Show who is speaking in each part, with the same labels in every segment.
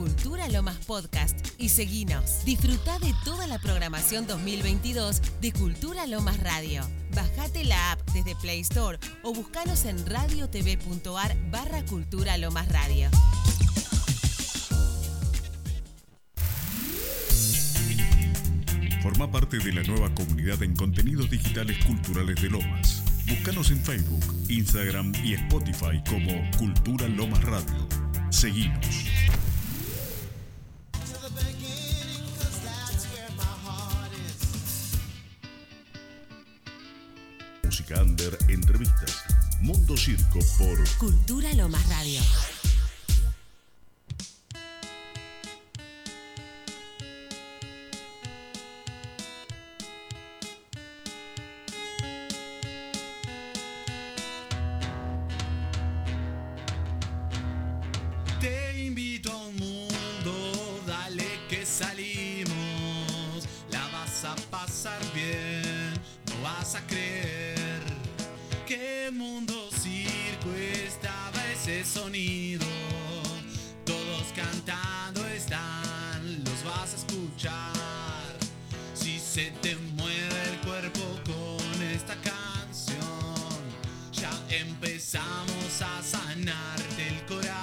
Speaker 1: Cultura Lomas Podcast y seguinos. Disfruta de toda la programación 2022 de Cultura Lomas Radio. Bajate la app desde Play Store o buscanos en radiotv.ar barra Cultura Lomas Radio.
Speaker 2: Forma parte de la nueva comunidad en contenidos digitales culturales de Lomas. Búscanos en Facebook, Instagram y Spotify como Cultura Lomas Radio. Seguimos. Música under, entrevistas. Mundo Circo por
Speaker 1: Cultura Lomas Radio.
Speaker 3: Te invito a un mundo, dale que salimos. La vas a pasar bien, no vas a creer. Que mundo circo estaba ese sonido. Todos cantando están, los vas a escuchar. Si se te mueve el cuerpo con esta canción, ya empezamos a sanarte el corazón.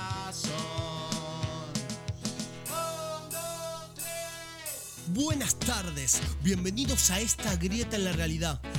Speaker 4: Buenas tardes, bienvenidos a esta grieta en la realidad,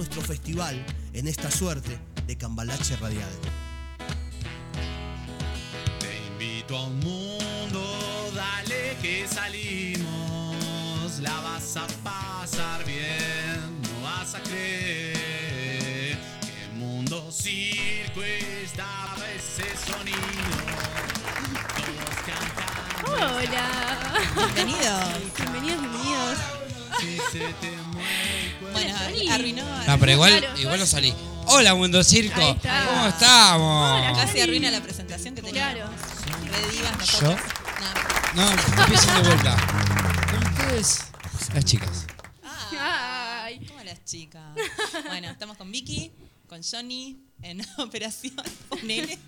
Speaker 4: nuestro festival en esta suerte de cambalache radial.
Speaker 3: Te invito a un mundo, dale que salimos. La vas a pasar bien, no vas a creer que el mundo circo estaba ese sonido. Todos cantando.
Speaker 5: Hola.
Speaker 6: Bienvenidos.
Speaker 5: Bienvenidos, bienvenidos.
Speaker 3: Si se te mueve el cuerpo.
Speaker 6: Bueno,
Speaker 5: Johnny.
Speaker 6: arruinó.
Speaker 7: No, pero igual,
Speaker 5: Claro,
Speaker 7: igual
Speaker 5: yo-
Speaker 7: no salí. Hola, Mundo Circo.
Speaker 5: Ahí está.
Speaker 7: ¿Cómo estamos?
Speaker 5: Hola, yo-
Speaker 6: Casi arruina la presentación que tenía.
Speaker 5: Claro.
Speaker 6: Re divas
Speaker 7: ¿Yo?
Speaker 6: nosotras. No.
Speaker 7: No, empiecen de vuelta. Con ustedes, las chicas.
Speaker 5: Ay.
Speaker 6: Como las chicas. Bueno, estamos con Vicky, con Johnny en operación. Ponele.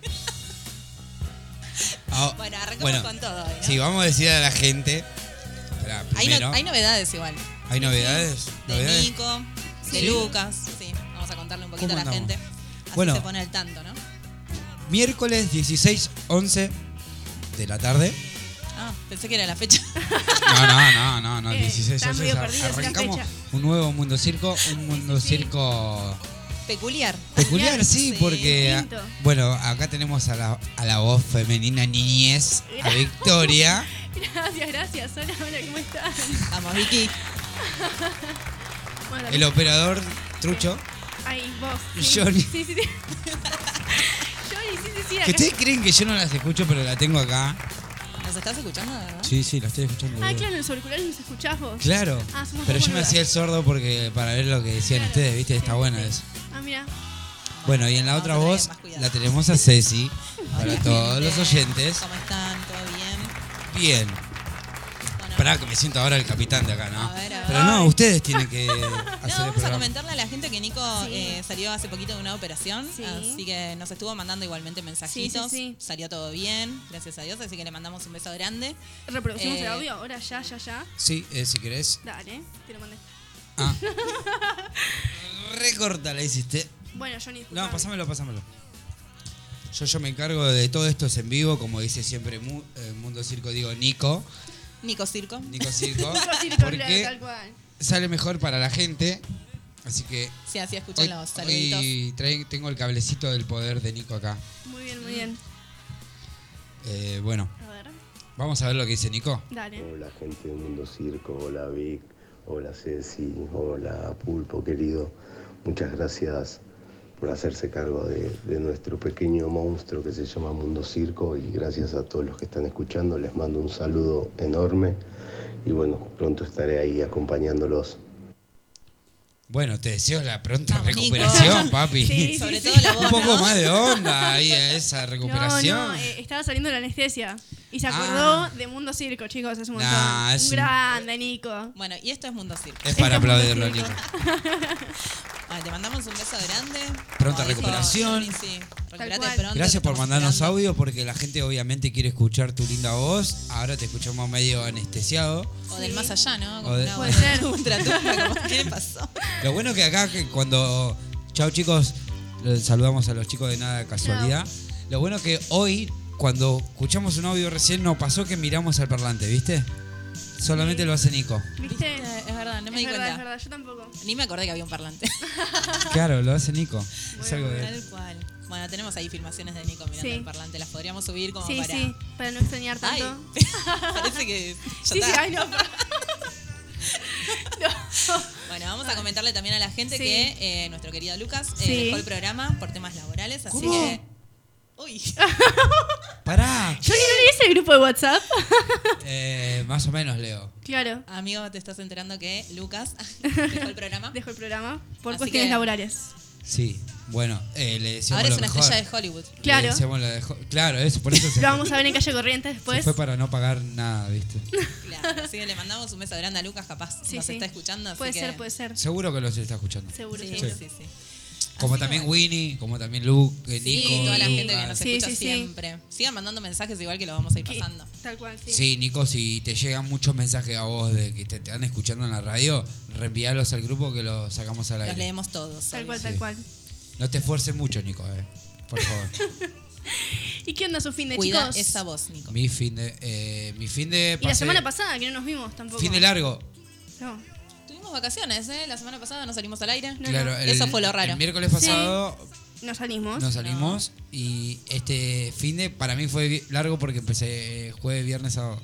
Speaker 7: Ah,
Speaker 6: Bueno, arrancamos
Speaker 7: bueno,
Speaker 6: con todo. hoy, ¿no?
Speaker 7: Sí, vamos a decir a la gente. Esperá,
Speaker 6: hay, no-
Speaker 7: primero,
Speaker 6: hay novedades igual.
Speaker 7: ¿hay novedades?
Speaker 6: De
Speaker 7: ¿Novedades?
Speaker 6: Nico, de
Speaker 7: Sí.
Speaker 6: Lucas. Sí, vamos a contarle un poquito a
Speaker 7: ¿Cómo
Speaker 6: la
Speaker 7: andamos?
Speaker 6: gente. Así
Speaker 7: Bueno.
Speaker 6: se pone al tanto, ¿no?
Speaker 7: Miércoles 16, 11 de la tarde.
Speaker 6: Ah, pensé que era la fecha.
Speaker 7: No, no, no, no, no.
Speaker 5: Eh,
Speaker 7: 16,
Speaker 5: están
Speaker 7: 11.
Speaker 5: medio
Speaker 7: ar-
Speaker 5: perdidos en la
Speaker 7: Arrancamos
Speaker 5: fecha.
Speaker 7: un nuevo Mundo Circo. Un Mundo
Speaker 5: sí.
Speaker 7: Circo
Speaker 6: Peculiar.
Speaker 7: Peculiar, sí,
Speaker 6: Sí,
Speaker 7: porque ah,
Speaker 5: distinto.
Speaker 7: bueno, acá tenemos a la, a la voz femenina niñez, a Victoria.
Speaker 5: Gracias, gracias. Hola, hola, ¿cómo están?
Speaker 6: Vamos, Vicky.
Speaker 5: Bueno,
Speaker 7: El operador trucho.
Speaker 5: Ay, vos.
Speaker 7: Johnny.
Speaker 5: Sí, sí, sí. Johnny, sí, sí, sí.
Speaker 7: Que
Speaker 5: acá-
Speaker 7: ustedes creen que yo no las escucho, pero la tengo acá.
Speaker 6: ¿Nos estás escuchando, de verdad?
Speaker 7: Sí, sí, la estoy escuchando.
Speaker 5: Ah,
Speaker 7: boludo.
Speaker 5: claro, en los auriculares nos escuchás vos.
Speaker 7: Claro.
Speaker 5: Ah, somos
Speaker 7: pero
Speaker 5: dos
Speaker 7: yo me
Speaker 5: boludas.
Speaker 7: hacía el sordo porque para ver lo que decían
Speaker 5: Claro.
Speaker 7: ustedes, viste, está
Speaker 5: Sí,
Speaker 7: bueno
Speaker 5: sí.
Speaker 7: eso.
Speaker 5: Ah, mira.
Speaker 7: Bueno, y en la
Speaker 6: Vamos
Speaker 7: otra
Speaker 6: a tener
Speaker 7: voz
Speaker 6: más cuidado.
Speaker 7: la tenemos a Ceci, para
Speaker 6: Hola,
Speaker 7: todos
Speaker 6: gente.
Speaker 7: los oyentes.
Speaker 6: ¿Cómo están? ¿Todo bien?
Speaker 7: Bien.
Speaker 6: Bueno,
Speaker 7: Esperá que me siento ahora el capitán de acá, ¿no?
Speaker 6: A ver, a ver.
Speaker 7: Pero no, ustedes tienen que hacer
Speaker 6: No,
Speaker 7: el
Speaker 6: vamos a
Speaker 7: programa.
Speaker 6: comentarle a la gente que Nico
Speaker 5: Sí.
Speaker 6: eh, salió hace poquito de una operación,
Speaker 5: Sí.
Speaker 6: así que nos estuvo mandando igualmente mensajitos,
Speaker 5: sí, sí.
Speaker 6: salió todo bien, gracias a Dios, así que le mandamos un beso grande.
Speaker 5: Reproducimos
Speaker 6: Eh,
Speaker 5: el audio. Ahora, ya, ya, ya.
Speaker 7: Sí, eh, si querés.
Speaker 5: Dale, te lo mandé.
Speaker 7: Ah. Recorta la hiciste.
Speaker 5: Bueno, Johnny.
Speaker 7: No,
Speaker 5: disculpame.
Speaker 7: pásamelo, pásamelo. Yo, yo me encargo de todo esto es en vivo, como dice siempre Mu- eh, Mundo Circo, digo Nico,
Speaker 6: Nico Circo.
Speaker 7: Nico Circo,
Speaker 5: Otro circo, claro, tal
Speaker 7: porque
Speaker 5: cual.
Speaker 7: sale mejor para la gente Así que
Speaker 6: Sí, así
Speaker 7: hoy,
Speaker 6: escuchan los saluditos.
Speaker 7: hoy trae- tengo el cablecito del poder de Nico acá.
Speaker 5: Muy bien, muy bien.
Speaker 7: Eh, bueno,
Speaker 5: A ver,
Speaker 7: vamos a ver lo que dice Nico.
Speaker 5: dale.
Speaker 8: Hola gente de Mundo Circo, hola Vic, hola Ceci, hola Pulpo querido. Muchas gracias por hacerse cargo de, de nuestro pequeño monstruo que se llama Mundo Circo y gracias a todos los que están escuchando. Les mando un saludo enorme y bueno, pronto estaré ahí acompañándolos.
Speaker 7: Bueno, te deseo la pronta
Speaker 6: Vamos, Nico.
Speaker 7: recuperación, papi.
Speaker 5: Sí,
Speaker 6: Sobre
Speaker 5: sí,
Speaker 6: todo
Speaker 5: sí.
Speaker 6: la voz.
Speaker 7: Un poco
Speaker 6: ¿no?
Speaker 7: más de onda ahí a esa
Speaker 5: No,
Speaker 7: recuperación.
Speaker 5: no, eh, estaba saliendo de la anestesia. Y se
Speaker 7: Ah.
Speaker 5: acordó de Mundo Circo, chicos, es un montón.
Speaker 7: Nah, es
Speaker 5: un
Speaker 7: un-
Speaker 5: grande, Nico.
Speaker 6: Bueno, y esto es Mundo Circo.
Speaker 7: es para
Speaker 5: Este es
Speaker 7: aplaudirlo,
Speaker 5: Mundo
Speaker 7: Nico.
Speaker 5: Circo.
Speaker 6: Bueno, Ah, te mandamos un beso grande.
Speaker 7: Pronta
Speaker 6: Como dijo
Speaker 7: recuperación.
Speaker 6: Johnny, Sí, recuperate
Speaker 5: cual.
Speaker 6: pronto, te
Speaker 7: Gracias por
Speaker 6: estamos
Speaker 7: mandarnos
Speaker 6: esperando.
Speaker 7: audio porque la gente obviamente quiere escuchar tu linda voz. Ahora te escuchamos medio anestesiado.
Speaker 6: O del más allá, ¿no?
Speaker 7: O
Speaker 6: Como
Speaker 7: de-
Speaker 6: una
Speaker 5: Puede ser.
Speaker 6: ultratumba, como, ¿Qué le pasó?
Speaker 7: Lo bueno es que acá que cuando... Chao chicos, los saludamos a los chicos de nada de casualidad. Lo bueno que hoy, cuando escuchamos un audio recién, nos pasó que miramos al parlante, ¿viste? Solamente lo hace Nico.
Speaker 5: ¿Viste?
Speaker 6: Viste, Es verdad, no me
Speaker 5: es
Speaker 6: di
Speaker 5: verdad, es
Speaker 6: cuenta.
Speaker 5: verdad, yo tampoco.
Speaker 6: Ni me acordé que había un parlante.
Speaker 7: Claro, lo hace Nico. Es algo de-
Speaker 6: Tal cual. Bueno, tenemos ahí filmaciones de Nico mirando
Speaker 5: Sí.
Speaker 6: el parlante. Las podríamos subir como
Speaker 5: Sí,
Speaker 6: para.
Speaker 5: sí, para no extrañar
Speaker 6: Ay,
Speaker 5: tanto.
Speaker 6: parece que. ya
Speaker 5: sí, sí,
Speaker 6: está.
Speaker 5: ay, no. pero-
Speaker 6: Bueno, vamos a comentarle también a la gente
Speaker 5: Sí.
Speaker 6: que eh, nuestro querido Lucas eh,
Speaker 5: Sí.
Speaker 6: dejó el programa por temas laborales, así
Speaker 7: ¿Cómo?
Speaker 6: que. Uy,
Speaker 5: Ah,
Speaker 7: Pará.
Speaker 5: ¿Yo no hice el grupo de WhatsApp?
Speaker 7: Eh, más o menos, Leo.
Speaker 5: Claro,
Speaker 6: amigo, te estás enterando que Lucas dejó el programa.
Speaker 5: dejo el programa por
Speaker 6: Así
Speaker 5: cuestiones
Speaker 6: que-
Speaker 5: laborales.
Speaker 7: Sí, bueno, eh, le decimos
Speaker 6: Ahora
Speaker 7: lo
Speaker 6: es una
Speaker 7: mejor.
Speaker 6: estrella de Hollywood.
Speaker 7: Le
Speaker 5: Claro.
Speaker 7: deseamos lo dejo- Claro, eso, por eso se,
Speaker 5: Lo
Speaker 7: fue.
Speaker 5: vamos a ver en calle Corrientes
Speaker 7: Se
Speaker 5: después.
Speaker 7: fue para no pagar nada, ¿viste?
Speaker 6: Claro, así que le mandamos un beso grande a Lucas, capaz
Speaker 5: Sí,
Speaker 6: nos
Speaker 5: sí.
Speaker 6: está escuchando. así
Speaker 5: Puede
Speaker 6: que-
Speaker 5: ser, puede ser.
Speaker 7: Seguro que los está escuchando.
Speaker 5: Seguro,
Speaker 6: Sí,
Speaker 5: seguro.
Speaker 6: sí, sí.
Speaker 7: Como
Speaker 6: Así que
Speaker 7: también
Speaker 6: bueno.
Speaker 7: Winnie, como también Luke, eh,
Speaker 6: Sí,
Speaker 7: Nico.
Speaker 6: toda la
Speaker 7: Lucas.
Speaker 6: gente que nos
Speaker 5: Sí,
Speaker 6: escucha
Speaker 5: sí, sí.
Speaker 6: siempre. Sigan mandando mensajes igual que lo vamos a ir
Speaker 5: Que-
Speaker 6: pasando.
Speaker 5: Tal cual, sí.
Speaker 7: Sí, Nico, si te llegan muchos mensajes a vos de que te te están escuchando en la radio, reenvíalos al grupo que los sacamos al
Speaker 6: Los
Speaker 7: aire.
Speaker 6: leemos todos.
Speaker 5: Tal
Speaker 6: obvio.
Speaker 5: cual, tal cual.
Speaker 7: No te esfuerces mucho, Nico, eh. Por favor.
Speaker 5: ¿Y qué onda su fin de
Speaker 6: Cuida
Speaker 5: chicos?
Speaker 6: esa voz, Nico.
Speaker 7: mi fin de. eh, mi fin de.
Speaker 5: Y la
Speaker 7: pasé-
Speaker 5: semana pasada, que no nos vimos tampoco.
Speaker 7: Fin de largo.
Speaker 5: No.
Speaker 6: Tuvimos vacaciones, ¿eh? La semana pasada no salimos al aire.
Speaker 5: No,
Speaker 7: claro,
Speaker 5: no.
Speaker 7: el-
Speaker 6: Eso fue lo raro.
Speaker 7: El miércoles pasado
Speaker 5: Ah, No salimos.
Speaker 7: Nos salimos y este fin de para mí fue vi- largo porque empecé eh, jueves, viernes, sábado.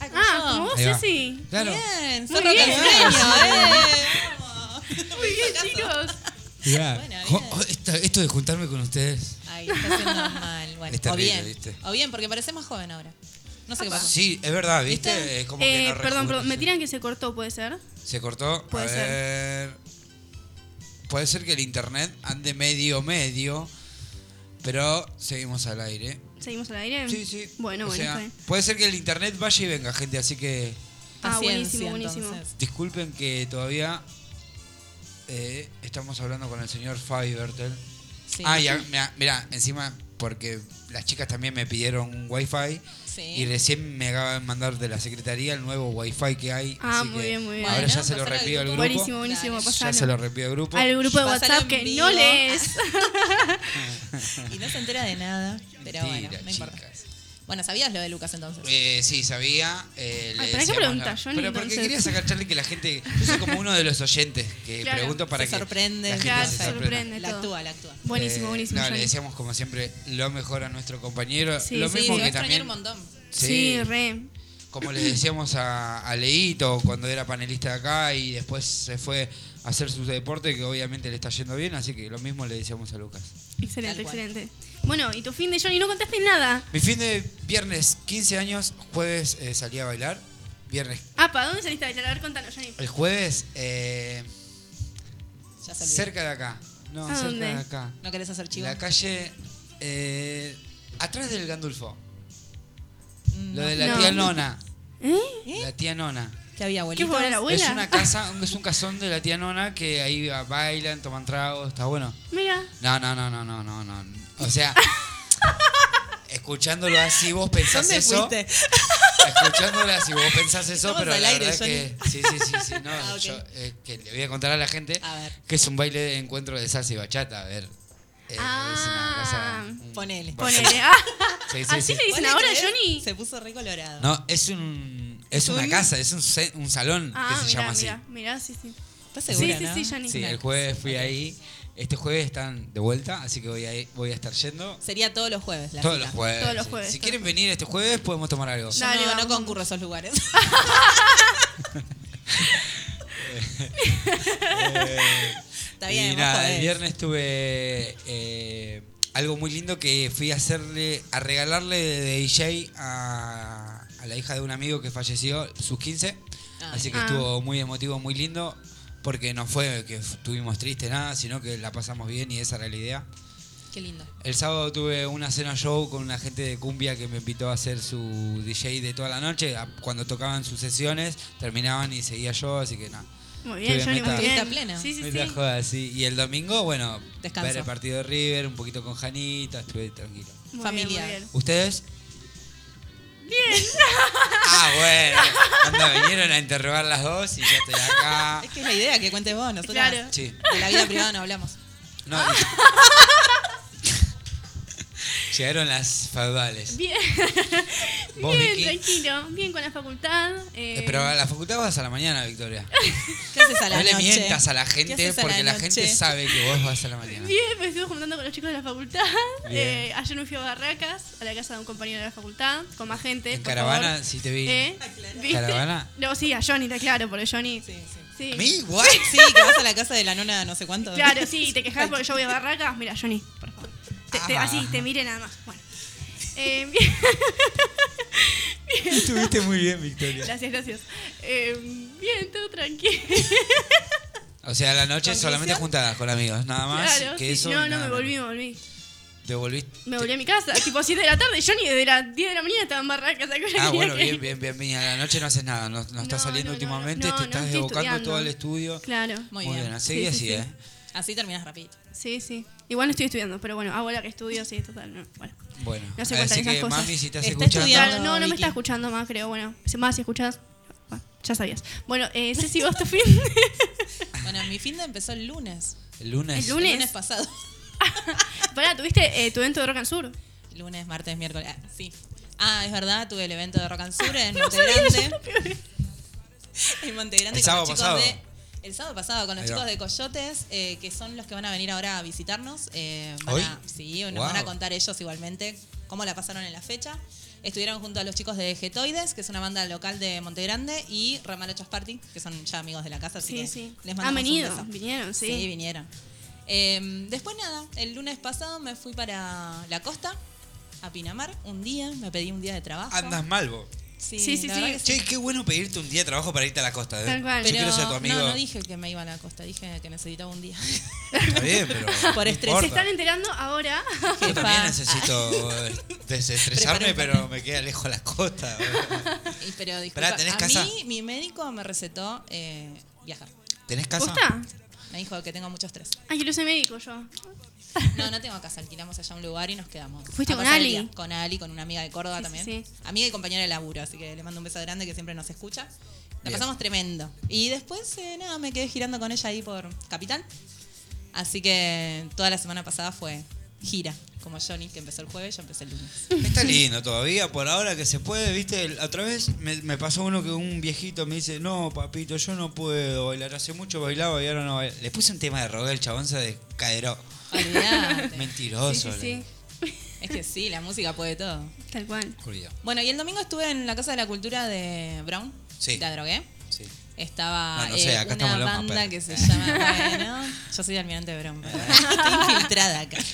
Speaker 5: ah, como vos,
Speaker 7: Ahí va.
Speaker 5: Ceci.
Speaker 7: Claro.
Speaker 6: Bien,
Speaker 5: Muy
Speaker 6: zorro
Speaker 5: bien.
Speaker 6: caribeño, ¿eh? Vamos.
Speaker 5: Muy bien, chicos.
Speaker 7: Mirá,
Speaker 6: Bueno, bien.
Speaker 7: jo- jo- esto, esto de juntarme con ustedes.
Speaker 6: Ay, está haciendo mal. Bueno,
Speaker 7: Es terrible,
Speaker 6: o bien.
Speaker 7: ¿viste?
Speaker 6: O bien, porque parece más joven ahora. No sé qué pasó.
Speaker 7: Sí, es verdad, ¿viste?
Speaker 6: ¿Viste?
Speaker 7: Es como que
Speaker 5: Eh,
Speaker 7: no
Speaker 5: perdón,
Speaker 7: rejuvenece.
Speaker 5: perdón, me tiran que se cortó, ¿puede ser?
Speaker 7: Se cortó.
Speaker 5: Puede
Speaker 7: a
Speaker 5: ser.
Speaker 7: ver. Puede ser que el internet ande medio medio, pero seguimos al aire.
Speaker 5: ¿Seguimos al aire?
Speaker 7: Sí, sí.
Speaker 5: Bueno,
Speaker 7: O
Speaker 5: bueno.
Speaker 7: sea,
Speaker 5: está bien.
Speaker 7: puede ser que el internet vaya y venga, gente, así que
Speaker 5: Ah,
Speaker 6: Paciencia,
Speaker 5: buenísimo, buenísimo.
Speaker 6: entonces.
Speaker 7: Disculpen que todavía eh, estamos hablando con el señor Fabi Bertel.
Speaker 6: Sí.
Speaker 7: Ah, ya, mira, encima, porque las chicas también me pidieron un wifi
Speaker 6: Sí.
Speaker 7: y recién me acaban de mandar de la secretaría el nuevo wifi que hay.
Speaker 5: Ah,
Speaker 7: así
Speaker 5: muy
Speaker 7: que
Speaker 5: bien, muy bien.
Speaker 7: Ahora
Speaker 6: Bueno,
Speaker 7: ya se lo
Speaker 6: pasalo al
Speaker 7: repito al grupo.
Speaker 5: Buenísimo, buenísimo,
Speaker 6: Dale,
Speaker 7: Ya
Speaker 5: pasalo.
Speaker 7: se lo repito al grupo.
Speaker 5: Al grupo de
Speaker 6: Pasalo
Speaker 5: WhatsApp
Speaker 6: en
Speaker 5: que
Speaker 6: vivo.
Speaker 5: no lees.
Speaker 6: Y no se entera de nada. Pero bueno,
Speaker 7: Mentira,
Speaker 6: no importa.
Speaker 7: chicas.
Speaker 6: Bueno, ¿sabías lo de Lucas entonces?
Speaker 7: Eh, sí, sabía. eh, le
Speaker 5: Ay, ¿para qué
Speaker 7: decíamos
Speaker 5: pregunta,
Speaker 7: la-
Speaker 5: Johnny,
Speaker 7: Pero porque
Speaker 5: entonces?
Speaker 7: quería sacarle que la gente. Yo soy como uno de los oyentes que
Speaker 5: Claro,
Speaker 7: Eh, pregunto para
Speaker 6: se
Speaker 7: que.
Speaker 6: sorprende.
Speaker 7: la gente
Speaker 5: Claro,
Speaker 7: se
Speaker 5: se
Speaker 7: sorprenda.
Speaker 5: sorprende.
Speaker 6: La
Speaker 5: todo.
Speaker 6: actúa, la actúa.
Speaker 5: Buenísimo,
Speaker 7: Eh,
Speaker 5: buenísimo.
Speaker 7: No, le
Speaker 5: Johnny.
Speaker 7: decíamos como siempre lo mejor a nuestro compañero.
Speaker 5: Sí,
Speaker 7: lo
Speaker 5: sí,
Speaker 7: mismo
Speaker 6: Sí,
Speaker 7: que
Speaker 6: va a
Speaker 7: también.
Speaker 6: extrañar un montón.
Speaker 7: Sí,
Speaker 5: Sí, re.
Speaker 7: como le decíamos a, a Leito cuando era panelista de acá y después se fue a hacer su deporte, que obviamente le está yendo bien, así que lo mismo le decíamos a Lucas.
Speaker 5: Excelente,
Speaker 6: Tal cual.
Speaker 5: excelente. Bueno, y tu fin de Johnny, no contaste nada.
Speaker 7: Mi fin de viernes, 15 años, jueves eh, salí a bailar. Viernes.
Speaker 5: Ah, ¿para dónde saliste a bailar? A ver, contanos, Johnny.
Speaker 7: El jueves, eh,
Speaker 6: Ya se olvidó.
Speaker 7: cerca de acá. No,
Speaker 5: ¿A
Speaker 7: cerca
Speaker 5: Ah, dónde?
Speaker 7: de acá.
Speaker 6: ¿No querés hacer chivo?
Speaker 7: La calle. eh, atrás del Gandulfo.
Speaker 6: Mm,
Speaker 7: Lo de la
Speaker 5: No.
Speaker 7: tía Nona.
Speaker 5: ¿Eh?
Speaker 7: La tía Nona.
Speaker 6: ¿Qué había,
Speaker 5: ¿Qué
Speaker 6: abuelito?
Speaker 5: fue la abuela?
Speaker 7: Es una casa, es un casón de la tía Nona que ahí va- bailan, toman tragos, está bueno.
Speaker 5: Mira.
Speaker 7: No, no, no, no, no, no, no. O sea, escuchándolo así vos pensás
Speaker 6: ¿Dónde
Speaker 7: eso.
Speaker 6: fuiste?
Speaker 7: Escuchándolo así vos pensás eso,
Speaker 6: Estamos
Speaker 7: pero
Speaker 6: al
Speaker 7: la
Speaker 6: aire,
Speaker 7: verdad es que sí, sí, sí, sí, no,
Speaker 6: Ah, ok.
Speaker 7: yo, eh, que le voy a contar a la gente
Speaker 6: A ver.
Speaker 7: que es un baile de encuentro de salsa y bachata, a ver. eh,
Speaker 5: Ah,
Speaker 7: es una casa un-
Speaker 6: ponele.
Speaker 5: Ponele. Ah,
Speaker 7: Sí, sí,
Speaker 5: así
Speaker 7: sí.
Speaker 5: le dicen
Speaker 6: ¿Vos le
Speaker 5: ahora,
Speaker 6: creés?
Speaker 5: Johnny.
Speaker 6: Se puso re colorado.
Speaker 7: No, es un es una
Speaker 6: un-
Speaker 7: casa, es un, se- un salón
Speaker 5: Ah,
Speaker 7: que se
Speaker 5: mira,
Speaker 7: llama así.
Speaker 5: mira, mira, sí, sí.
Speaker 6: ¿Estás segura,
Speaker 5: Sí, sí,
Speaker 6: no?
Speaker 5: sí, Johnny.
Speaker 7: Sí, el jueves fui ahí. Este jueves están de vuelta, así que voy a, voy a estar yendo.
Speaker 6: Sería todos los jueves. La
Speaker 7: Todos
Speaker 6: cita.
Speaker 7: los jueves.
Speaker 5: Todos los
Speaker 7: sí.
Speaker 5: jueves,
Speaker 7: Si
Speaker 5: todos
Speaker 7: quieren venir este jueves, podemos tomar algo.
Speaker 6: Yo
Speaker 5: Dale,
Speaker 6: no, no
Speaker 5: vamos.
Speaker 6: concurro a esos lugares. Está bien,
Speaker 7: y
Speaker 6: vos
Speaker 7: nada,
Speaker 6: podés.
Speaker 7: el viernes tuve eh, algo muy lindo que fui a hacerle, a regalarle de DJ a, a la hija de un amigo que falleció, sus 15.
Speaker 6: Ay.
Speaker 7: Así que
Speaker 5: Ah.
Speaker 7: estuvo muy emotivo, muy lindo, porque no fue que estuvimos tristes, nada, sino que la pasamos bien y esa era la idea.
Speaker 6: Qué lindo.
Speaker 7: El sábado tuve una cena show con una gente de cumbia que me invitó a ser su DJ de toda la noche. A- Cuando tocaban sus sesiones, terminaban y seguía yo, así que nada.
Speaker 5: Muy bien,
Speaker 7: Estuve
Speaker 5: Johnny, muy
Speaker 7: meta.
Speaker 5: bien.
Speaker 6: Está plena.
Speaker 5: Sí, sí,
Speaker 7: Me
Speaker 5: sí.
Speaker 7: la joda, sí. Y el domingo, bueno,
Speaker 6: Descanso.
Speaker 7: ver el partido de River, un poquito con Janita, estuve tranquilo.
Speaker 5: Muy
Speaker 6: Familiar.
Speaker 5: bien, muy
Speaker 7: ¿Ustedes? Bien. Ah, bueno. Cuando vinieron a interrogar las dos y yo estoy acá.
Speaker 6: Es que es la idea que cuentes vos, nosotros
Speaker 5: Claro.
Speaker 7: Sí.
Speaker 6: de la vida privada no hablamos.
Speaker 7: No, y- Llegaron las feudales.
Speaker 5: Bien,
Speaker 7: ¿Vos,
Speaker 5: bien,
Speaker 7: Vicky?
Speaker 5: tranquilo. Bien con la facultad. eh,
Speaker 7: Eh, Pero a la facultad vas a la mañana, Victoria.
Speaker 6: ¿Qué haces a la
Speaker 7: No le
Speaker 6: noche?
Speaker 7: mientas a la
Speaker 6: ¿Qué
Speaker 7: gente
Speaker 6: haces a
Speaker 7: porque la,
Speaker 6: noche?
Speaker 7: gente sabe que vos vas a la mañana.
Speaker 5: Bien, me estuve juntando con los chicos de la facultad.
Speaker 7: Bien.
Speaker 5: Eh, ayer me fui a Barracas, a la casa de un compañero de la facultad, con más gente.
Speaker 7: En
Speaker 5: por
Speaker 7: caravana,
Speaker 5: favor.
Speaker 7: sí te vi.
Speaker 5: ¿Eh? ¿Viste?
Speaker 7: ¿Caravana?
Speaker 5: No, sí, a Johnny, está claro, porque Johnny.
Speaker 6: Sí, sí.
Speaker 5: Sí.
Speaker 7: ¿A mí? ¿What?
Speaker 6: Sí, que vas a la casa de la nona no sé cuánto.
Speaker 5: Claro, sí, te quejas porque yo voy a Barracas. Mira, Johnny, por favor. Te- te-
Speaker 7: Ah.
Speaker 5: así, te mire nada más. Bueno. Eh, bien.
Speaker 7: Estuviste muy bien, Victoria.
Speaker 5: Gracias, gracias. Eh, bien, todo tranquilo.
Speaker 7: O sea, la noche solamente juntadas con amigos, nada más.
Speaker 5: Claro,
Speaker 7: que
Speaker 5: sí.
Speaker 7: eso,
Speaker 5: no, no,
Speaker 7: nada
Speaker 5: me volví,
Speaker 7: menos.
Speaker 5: me volví.
Speaker 7: ¿Te volviste?
Speaker 5: Me volví a mi casa, tipo 7 de la tarde. Johnny desde las 10 de la mañana estaba en Barracas. ¿te acuerdas
Speaker 7: Ah,
Speaker 5: que
Speaker 7: bueno,
Speaker 5: tenía que
Speaker 7: bien,
Speaker 5: ir?
Speaker 7: bien, bien, bien. A la noche no haces nada, no, no estás
Speaker 5: No,
Speaker 7: saliendo
Speaker 5: no, no,
Speaker 7: últimamente,
Speaker 5: no,
Speaker 7: te
Speaker 5: no,
Speaker 7: estás
Speaker 5: estoy
Speaker 7: evocando todo
Speaker 5: estudiando.
Speaker 7: el estudio.
Speaker 5: Claro.
Speaker 6: Muy
Speaker 7: Muy
Speaker 6: bien.
Speaker 7: bien, así
Speaker 5: Sí, sí,
Speaker 7: así,
Speaker 5: sí.
Speaker 7: ¿eh?
Speaker 6: Así terminas rapidito.
Speaker 5: Sí, sí. Igual no estoy estudiando, pero bueno, ahora que estudio, sí, total. no, bueno.
Speaker 7: Bueno,
Speaker 5: No se cuentan
Speaker 7: así
Speaker 5: esas
Speaker 7: que
Speaker 5: cosas.
Speaker 7: mami, si estás
Speaker 6: Está
Speaker 7: escuchando,
Speaker 6: estudiando.
Speaker 5: Claro, no, no me
Speaker 6: Vicky.
Speaker 5: está escuchando más, creo. Bueno, más si escuchás, bueno, ya sabías. Bueno, eh, Ceci, vos tu fin.
Speaker 6: Bueno, mi fin de empezó el lunes.
Speaker 7: el lunes.
Speaker 5: El lunes.
Speaker 6: El lunes pasado.
Speaker 5: Pará, tuviste eh, tu evento de Rock and Sur.
Speaker 6: Lunes, martes, miércoles. Ah, sí. Ah, es verdad, tuve el evento de Rock and Sur en
Speaker 5: No
Speaker 6: Monte
Speaker 5: sabía, yo
Speaker 6: Grande.
Speaker 5: no sabía.
Speaker 6: En Monte Grande
Speaker 7: El
Speaker 6: con
Speaker 7: sábado
Speaker 6: los chicos
Speaker 7: pasado.
Speaker 6: de. El sábado pasado con los
Speaker 7: Ahí va.
Speaker 6: chicos de Coyotes, eh, que son los que van a venir ahora a visitarnos. Eh, van
Speaker 7: ¿Hoy?
Speaker 6: A, sí, nos
Speaker 7: Wow.
Speaker 6: van a contar ellos igualmente cómo la pasaron en la fecha. Estuvieron junto a los chicos de Getoides, que es una banda local de Monte Grande, y Remalochas Party, que son ya amigos de la casa, así
Speaker 5: Sí,
Speaker 6: que
Speaker 5: sí.
Speaker 6: les
Speaker 5: Han
Speaker 6: mandamos un
Speaker 5: venido,
Speaker 6: beso.
Speaker 5: vinieron, sí.
Speaker 6: Sí, vinieron. Eh, después nada, el lunes pasado me fui para la costa, a Pinamar, un día, me pedí un día de trabajo.
Speaker 7: Andas mal, vos.
Speaker 5: Ah. Sí, sí,
Speaker 6: la
Speaker 5: sí.
Speaker 6: verdad que
Speaker 7: Che, qué bueno pedirte un día de trabajo para irte a la costa. ¿eh?
Speaker 5: Tal cual.
Speaker 7: Yo quiero ser tu amigo.
Speaker 6: No, no dije que me iba a la costa, dije que necesitaba un día.
Speaker 7: Está bien, pero.
Speaker 6: Por
Speaker 7: no
Speaker 6: estrés.
Speaker 7: importa.
Speaker 5: Se están enterando ahora.
Speaker 7: Yo también
Speaker 6: Ah.
Speaker 7: necesito eh, desestresarme,
Speaker 6: Prepara
Speaker 7: pero me queda lejos la costa.
Speaker 6: Y, Pero disculpa,
Speaker 7: Pará, ¿tenés
Speaker 6: a
Speaker 7: casa?
Speaker 6: mí mi médico me recetó eh, viajar.
Speaker 7: ¿Tenés casa?
Speaker 5: ¿Posta?
Speaker 6: Me dijo que tengo mucho estrés.
Speaker 5: Ah, yo soy médico yo.
Speaker 6: No, no tengo casa, alquilamos allá un lugar y nos quedamos.
Speaker 5: ¿Fuiste
Speaker 6: A
Speaker 5: con
Speaker 6: pasar el
Speaker 5: Ali?
Speaker 6: día. Con Ali, con una amiga de Córdoba
Speaker 5: Sí, sí,
Speaker 6: también.
Speaker 5: sí.
Speaker 6: Amiga y compañera de laburo, así que le mando un beso grande que siempre nos escucha. La
Speaker 7: Bien.
Speaker 6: pasamos tremendo. Y después, eh, nada, me quedé girando con ella ahí por Capital. Así que toda la semana pasada fue gira. Como Johnny, que empezó el jueves, yo empecé el lunes.
Speaker 7: Está lindo todavía, por ahora que se puede, viste, El- otra vez me, me pasó uno que un viejito me dice, no, papito, yo no puedo bailar, hace mucho bailaba y ahora no bailo". Le puse un tema de rock, el chabón se descaderó.
Speaker 6: Olvidate.
Speaker 7: Mentiroso.
Speaker 5: sí, sí,
Speaker 6: Es que sí, la música puede todo.
Speaker 5: sí. Tal cual.
Speaker 7: le- Jodido.
Speaker 6: Bueno, y el domingo estuve en la Casa de la Cultura de Brown.
Speaker 7: Sí.
Speaker 6: La drogué.
Speaker 7: Sí.
Speaker 6: Estaba
Speaker 7: No, no sé,
Speaker 6: eh,
Speaker 7: acá
Speaker 6: una
Speaker 7: estamos los más
Speaker 6: banda
Speaker 7: perros.
Speaker 6: que se llama. Bueno, yo soy de Almirante Brown. pero Estoy infiltrada acá.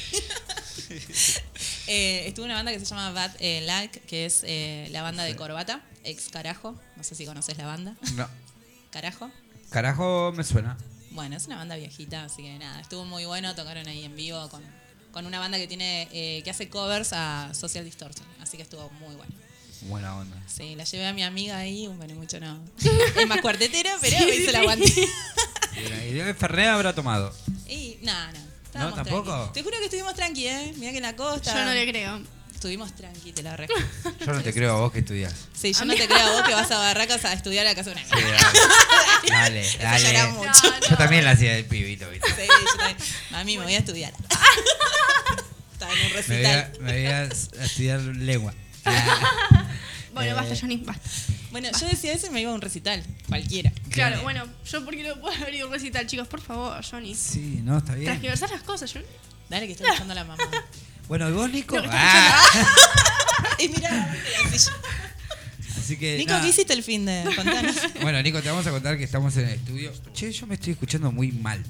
Speaker 6: Eh, estuvo una banda que se llama Bad eh, Luck, que es eh, la banda de Corbata, ex Carajo. No sé si conoces la banda.
Speaker 7: No.
Speaker 6: Carajo.
Speaker 7: Carajo me suena.
Speaker 6: Bueno, es una banda viejita, así que nada, estuvo muy bueno, tocaron ahí en vivo con, con una banda que tiene eh, que hace covers a Social Distortion, así que estuvo muy bueno.
Speaker 7: Buena onda.
Speaker 6: Sí, la llevé a mi amiga ahí, bueno, mucho no. Es más cuartetera, pero me hizo el aguante.
Speaker 7: ¿Y de Ferrer habrá tomado?
Speaker 6: Y nada, nada. estábamos
Speaker 7: No, tampoco.
Speaker 6: tranqui. Te juro que estuvimos tranqui, ¿eh? Mirá que en la costa.
Speaker 5: Yo no le creo.
Speaker 6: Estuvimos tranqui, te la re.
Speaker 7: Yo no te creo a vos que estudias.
Speaker 6: Sí, yo no te creo a vos que vas a Barracas a estudiar a la casa de una amiga.
Speaker 7: Dale,
Speaker 6: dale. era mucho.
Speaker 5: No, no.
Speaker 7: también la hacía del pibito, ¿viste?
Speaker 6: Sí, yo también. Mami, me voy a estudiar. Estaba en
Speaker 7: Me
Speaker 6: un
Speaker 7: voy, a,
Speaker 6: recital.
Speaker 7: me voy a s- a estudiar lengua. Eh,
Speaker 5: Bueno, basta, Johnny, basta.
Speaker 6: Bueno, yo decía eso y me iba a un recital, cualquiera.
Speaker 5: Claro, bueno, yo porque no puedo abrir un recital, chicos, por favor, Johnny.
Speaker 7: Sí, no, está bien.
Speaker 5: Transversar las cosas, Johnny.
Speaker 6: Dale, que está escuchando la mamá.
Speaker 7: Bueno, ¿y vos, Nico?
Speaker 5: No, me
Speaker 7: Ah,
Speaker 6: y mira,
Speaker 7: así que.
Speaker 6: Nico,
Speaker 7: nada.
Speaker 6: ¿qué hiciste el fin de? Contanos.
Speaker 7: Bueno, Nico, te vamos a contar que estamos en el estudio. Che, yo me estoy escuchando muy mal.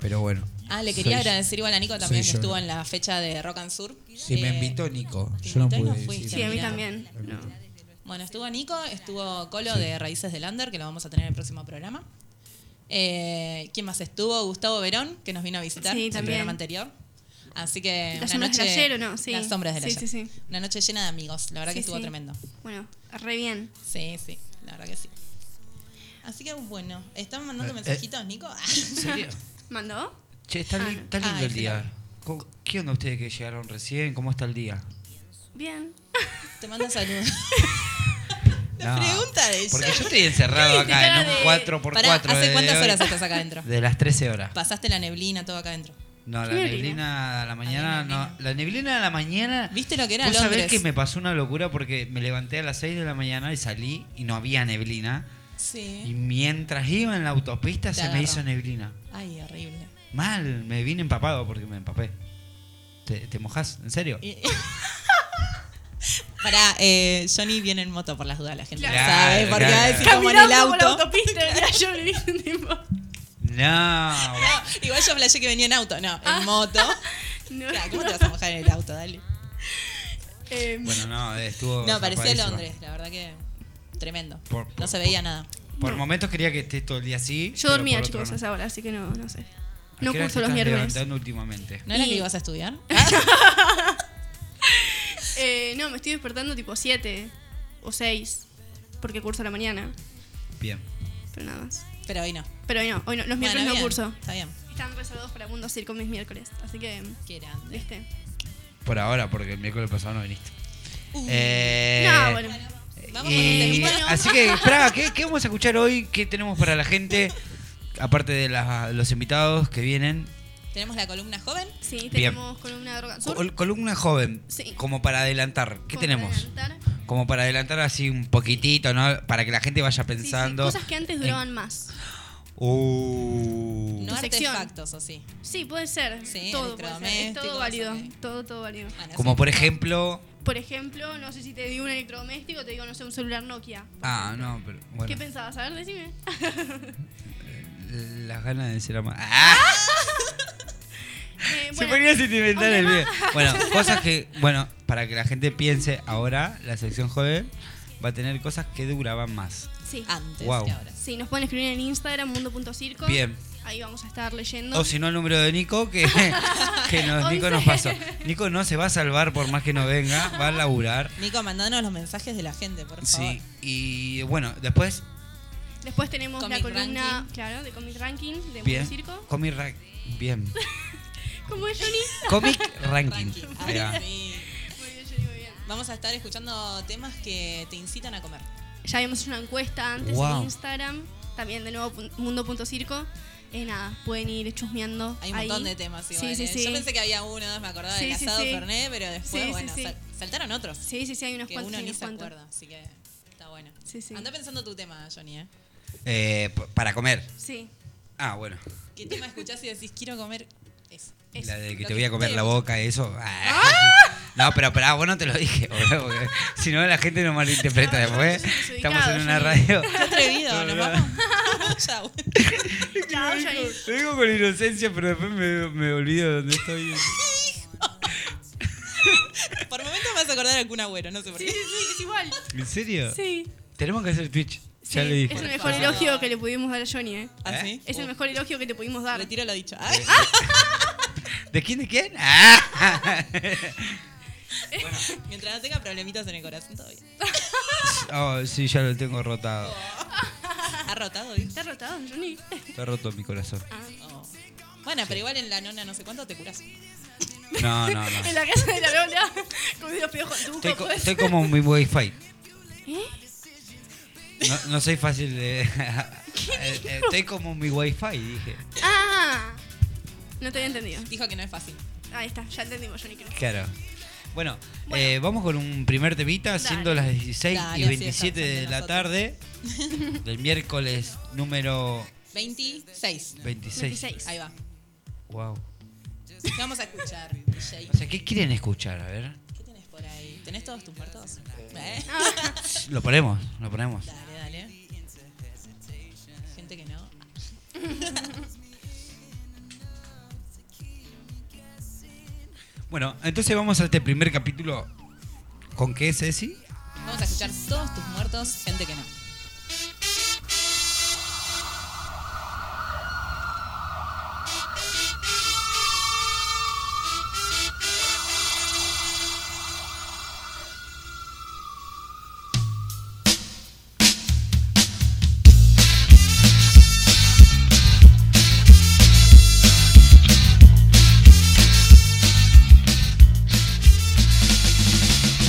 Speaker 7: Pero bueno.
Speaker 6: Ah, le quería
Speaker 7: Soy-
Speaker 6: agradecer igual a Nico también
Speaker 7: soy
Speaker 6: que
Speaker 7: yo.
Speaker 6: estuvo en la fecha de Rock and Sur.
Speaker 7: Si me
Speaker 6: Eh,
Speaker 7: invitó Nico,
Speaker 6: ¿te
Speaker 7: yo no
Speaker 6: invitó y
Speaker 7: pude
Speaker 6: no
Speaker 7: decir.
Speaker 6: fuiste?
Speaker 5: Sí, a mí
Speaker 6: Mira.
Speaker 5: también. No.
Speaker 6: Bueno, estuvo Nico, estuvo Colo de Raíces del Under, que lo vamos a tener en el próximo programa. Eh, ¿Quién más estuvo? Gustavo Verón, que nos vino a visitar
Speaker 5: Sí,
Speaker 6: en el
Speaker 5: también.
Speaker 6: programa anterior. Así que
Speaker 5: Las
Speaker 6: una
Speaker 5: sombras
Speaker 6: noche
Speaker 5: del ayer, ¿o no? Sí.
Speaker 6: Las sombras del
Speaker 5: Sí,
Speaker 6: ayer.
Speaker 5: sí, sí.
Speaker 6: Una noche llena de amigos, la verdad que
Speaker 5: Sí,
Speaker 6: estuvo
Speaker 5: sí.
Speaker 6: tremendo.
Speaker 5: Bueno, re bien.
Speaker 6: Sí, sí, la verdad que sí. Así que bueno, ¿están mandando
Speaker 7: Eh, eh.
Speaker 6: mensajitos, Nico?
Speaker 7: ¿En serio?
Speaker 5: ¿Mandó?
Speaker 7: Che, está, li-
Speaker 5: Ah,
Speaker 7: está lindo
Speaker 6: Ah,
Speaker 7: el
Speaker 6: sí,
Speaker 7: día. Co- ¿Qué onda ustedes que llegaron recién? ¿Cómo está el día?
Speaker 5: Bien.
Speaker 6: Te manda saludos. La
Speaker 7: No,
Speaker 6: pregunta de
Speaker 7: Porque
Speaker 6: ella.
Speaker 7: yo estoy encerrado
Speaker 5: ¿Qué dice
Speaker 7: acá en
Speaker 5: cara
Speaker 7: un
Speaker 5: de-
Speaker 7: 4x4.
Speaker 6: Pará, ¿hace
Speaker 7: desde
Speaker 6: cuántas
Speaker 7: hoy.
Speaker 6: horas estás acá adentro?
Speaker 7: De las 13 horas.
Speaker 6: Pasaste la neblina, todo acá adentro.
Speaker 7: No, la
Speaker 5: ¿Qué neblina?
Speaker 7: neblina a la mañana
Speaker 6: Ay, la
Speaker 7: no. La neblina a la mañana.
Speaker 6: ¿Viste lo que era
Speaker 7: Vos
Speaker 6: Londres?
Speaker 7: sabés que me pasó una locura porque me levanté a las 6 de la mañana y salí y no había neblina. Y
Speaker 6: Sí.
Speaker 7: mientras iba en la autopista
Speaker 6: Te
Speaker 7: se me
Speaker 6: agarró.
Speaker 7: hizo neblina.
Speaker 6: Ay, horrible.
Speaker 7: Mal, me vine empapado porque me empapé. ¿Te, te mojás? ¿En serio?
Speaker 6: Y- Pará, eh, Johnny viene en moto por las dudas, la gente
Speaker 7: Claro,
Speaker 6: no sabe, porque
Speaker 7: claro.
Speaker 6: va a decir como en el
Speaker 5: Caminando por la
Speaker 6: auto.
Speaker 5: autopista, mira, yo le dije un tiempo.
Speaker 7: No.
Speaker 6: Igual yo flashé que venía en auto, no, en moto.
Speaker 5: Ah. No,
Speaker 6: Claro, ¿Cómo te vas a mojar en el auto? Dale.
Speaker 5: Eh,
Speaker 7: Bueno, no, estuvo.
Speaker 6: No, parecía
Speaker 7: zarpadísimo.
Speaker 6: Londres, la verdad que tremendo.
Speaker 7: Por- por-
Speaker 6: No se veía nada.
Speaker 7: Por momentos quería que estés todo el día así.
Speaker 5: yo dormía, chicos, a esa hora, así que no, no sé. No curso los miércoles.
Speaker 7: levantando últimamente?
Speaker 6: ¿No era
Speaker 5: Y-
Speaker 6: que ibas a estudiar?
Speaker 5: Eh, no, me estoy despertando tipo 7 o 6, porque curso a la mañana,
Speaker 7: Bien.
Speaker 5: pero nada más.
Speaker 6: Pero hoy no.
Speaker 5: Pero hoy no, hoy no, los
Speaker 6: Bueno,
Speaker 5: miércoles no
Speaker 6: bien,
Speaker 5: curso.
Speaker 6: Está bien.
Speaker 5: Están reservados para Mundo Circo mis miércoles, así que,
Speaker 6: Qué grande.
Speaker 5: viste.
Speaker 7: Por ahora, porque el miércoles pasado no viniste.
Speaker 6: Uh.
Speaker 7: Eh,
Speaker 5: no, bueno.
Speaker 6: Vamos
Speaker 7: y-
Speaker 6: con el temita.
Speaker 5: Bueno.
Speaker 7: Así que, Praga, ¿qué, qué vamos a escuchar hoy? ¿Qué tenemos para la gente? Aparte de las- los invitados que vienen.
Speaker 6: Tenemos la columna joven.
Speaker 5: Sí,
Speaker 7: Bien.
Speaker 5: tenemos columna de droga sur.
Speaker 7: Col- columna joven.
Speaker 5: Sí.
Speaker 7: Como para adelantar. ¿Qué
Speaker 5: Como
Speaker 7: tenemos?
Speaker 5: para adelantar.
Speaker 7: Como para adelantar así un poquitito, ¿no? Para que la gente vaya
Speaker 5: Sí, sí,
Speaker 7: pensando.
Speaker 5: cosas que antes duraban más.
Speaker 7: Uh.
Speaker 6: No
Speaker 5: Tu sección.
Speaker 6: artefactos, o sí.
Speaker 5: Sí, puede ser.
Speaker 6: Sí,
Speaker 5: todo puede ser. Es
Speaker 6: electrodomésticos,
Speaker 5: todo válido.
Speaker 6: ok.
Speaker 5: Todo, todo válido.
Speaker 6: Ah, no,
Speaker 7: Como
Speaker 6: sí.
Speaker 7: por ejemplo.
Speaker 5: Por ejemplo, no sé si te digo un electrodoméstico, te digo, no sé, un celular Nokia.
Speaker 7: Ah, no, pero.
Speaker 5: ¿Qué
Speaker 7: Bueno,
Speaker 5: pensabas? A ver, decime.
Speaker 7: las ganas de ser amada. ¡Ah!
Speaker 5: Eh,
Speaker 7: Se
Speaker 5: bueno,
Speaker 7: ponía sentimental
Speaker 5: ok,
Speaker 7: el
Speaker 5: va.
Speaker 7: video. Bueno, cosas que. Bueno, para que la gente piense, ahora la sección joven va a tener cosas que duraban más.
Speaker 5: sí.
Speaker 6: Antes
Speaker 7: Wow.
Speaker 6: que ahora.
Speaker 5: Sí, nos pueden escribir en Instagram, mundo.circo.
Speaker 7: Bien. Oh,
Speaker 5: Ahí vamos a estar leyendo.
Speaker 7: O si no, el número de Nico que, que nos, Nico nos pasó. Nico no se va a salvar por más que no venga, va a laburar.
Speaker 6: Nico, mandanos los mensajes de la gente, por favor.
Speaker 7: Sí, y bueno, después,
Speaker 5: Después tenemos
Speaker 6: Comic
Speaker 5: la columna,
Speaker 6: Ranking.
Speaker 5: claro, de Comic Ranking de
Speaker 7: bien.
Speaker 5: Mundo Circo.
Speaker 7: Comic Rank. Bien.
Speaker 5: ¿Cómo es Ah, Johnny?
Speaker 7: Comic Ranking.
Speaker 6: Tranqui.
Speaker 7: Ahí va.
Speaker 6: Ay, sí.
Speaker 5: muy bien, Johnny, muy bien.
Speaker 6: Vamos a estar escuchando temas que Eh, te incitan a comer.
Speaker 5: Ya habíamos hecho una encuesta antes
Speaker 7: Wow.
Speaker 5: en Instagram. También de nuevo pun- mundo.circo. Eh, nada, pueden ir chusmeando.
Speaker 6: Hay un
Speaker 5: ahí.
Speaker 6: montón de temas
Speaker 5: Sí,
Speaker 6: iguales.
Speaker 5: sí, sí.
Speaker 6: Yo pensé que había uno, dos, me acordaba
Speaker 5: Sí,
Speaker 6: del
Speaker 5: sí,
Speaker 6: asado
Speaker 5: sí.
Speaker 6: Fernet, pero después,
Speaker 5: Sí, sí,
Speaker 6: bueno,
Speaker 5: sí.
Speaker 6: sal- saltaron otros.
Speaker 5: Sí, sí, sí, hay unos
Speaker 6: que
Speaker 5: cuantos.
Speaker 6: uno
Speaker 5: hay
Speaker 6: ni
Speaker 5: unos
Speaker 6: se
Speaker 5: cuantos.
Speaker 6: acuerda, así que está bueno.
Speaker 5: Sí, sí.
Speaker 6: Anda pensando tu tema, Johnny, ¿eh?
Speaker 7: Eh, p- para comer.
Speaker 5: Sí.
Speaker 7: Ah, bueno.
Speaker 6: ¿Qué tema escuchás y decís, quiero comer eso?
Speaker 5: Eso.
Speaker 7: La de que
Speaker 6: Lo
Speaker 7: te voy a
Speaker 6: que
Speaker 7: comer
Speaker 6: te
Speaker 7: la
Speaker 6: gusta.
Speaker 7: boca, eso. Ah. No, pero pará, vos no te lo dije, boludo, porque si no la gente nos malinterpreta
Speaker 5: No, yo
Speaker 7: después.
Speaker 5: soy desubicado,
Speaker 7: Estamos en una
Speaker 5: yo-
Speaker 7: radio.
Speaker 6: Qué atrevido, nos vamos. Chau.
Speaker 5: Chao, Johnny.
Speaker 7: Lo digo con inocencia, pero después me, me olvido de dónde estoy.
Speaker 6: Por momentos me vas a acordar algún agüero, no sé por
Speaker 5: Sí,
Speaker 6: qué.
Speaker 5: sí, sí, es igual.
Speaker 7: ¿En serio?
Speaker 5: Sí.
Speaker 7: Tenemos que hacer Twitch. Ya
Speaker 5: Sí,
Speaker 7: le dije.
Speaker 5: Es el mejor
Speaker 6: favor.
Speaker 5: elogio que le pudimos dar a Johnny, ¿eh?
Speaker 6: ¿Ah,
Speaker 7: ¿Eh?
Speaker 6: sí?
Speaker 5: Es el mejor elogio que te pudimos dar.
Speaker 6: Retiro lo dicho. Ay,
Speaker 7: ¿De quién de quién? Ah.
Speaker 6: Mientras no tenga problemitas en el corazón, todo bien.
Speaker 7: Oh, sí, ya lo tengo rotado.
Speaker 6: ¿Ha rotado, dijo?
Speaker 5: ¿Está rotado, Johnny?
Speaker 7: Está roto mi corazón.
Speaker 6: Oh. Bueno, pero igual en la nona no sé cuánto te curas.
Speaker 7: No, no, no.
Speaker 5: En la casa de la Lola, con los piojos con
Speaker 7: Estoy,
Speaker 5: tu
Speaker 7: co-
Speaker 5: pues.
Speaker 7: estoy como mi wifi.
Speaker 5: ¿Eh?
Speaker 7: No, no soy fácil de. Eh, eh, estoy como mi wifi, dije.
Speaker 5: ¡Ah! No te había entendido.
Speaker 6: Dijo que no es fácil.
Speaker 5: Ahí está, ya entendimos, Johnny, creo.
Speaker 7: Claro. Bueno, eh, vamos con un primer temita, siendo las 16
Speaker 6: Dale,
Speaker 7: y
Speaker 6: así
Speaker 7: 27
Speaker 6: descansamos
Speaker 7: de la
Speaker 6: nosotros.
Speaker 7: tarde del miércoles número
Speaker 6: 26.
Speaker 7: 26.
Speaker 5: 26.
Speaker 6: Ahí va.
Speaker 7: Wow.
Speaker 6: ¿Qué vamos a escuchar, DJ?
Speaker 7: O sea, ¿qué quieren escuchar? A ver.
Speaker 6: ¿Qué tenés por ahí? ¿Tenés todos tus muertos?
Speaker 5: Ah.
Speaker 6: ¿Eh?
Speaker 7: Lo ponemos, lo ponemos.
Speaker 6: Dale, dale. Gente que no.
Speaker 7: Bueno, entonces vamos a este primer capítulo. ¿Con qué, Ceci?
Speaker 6: Vamos a escuchar todos tus muertos, gente que no.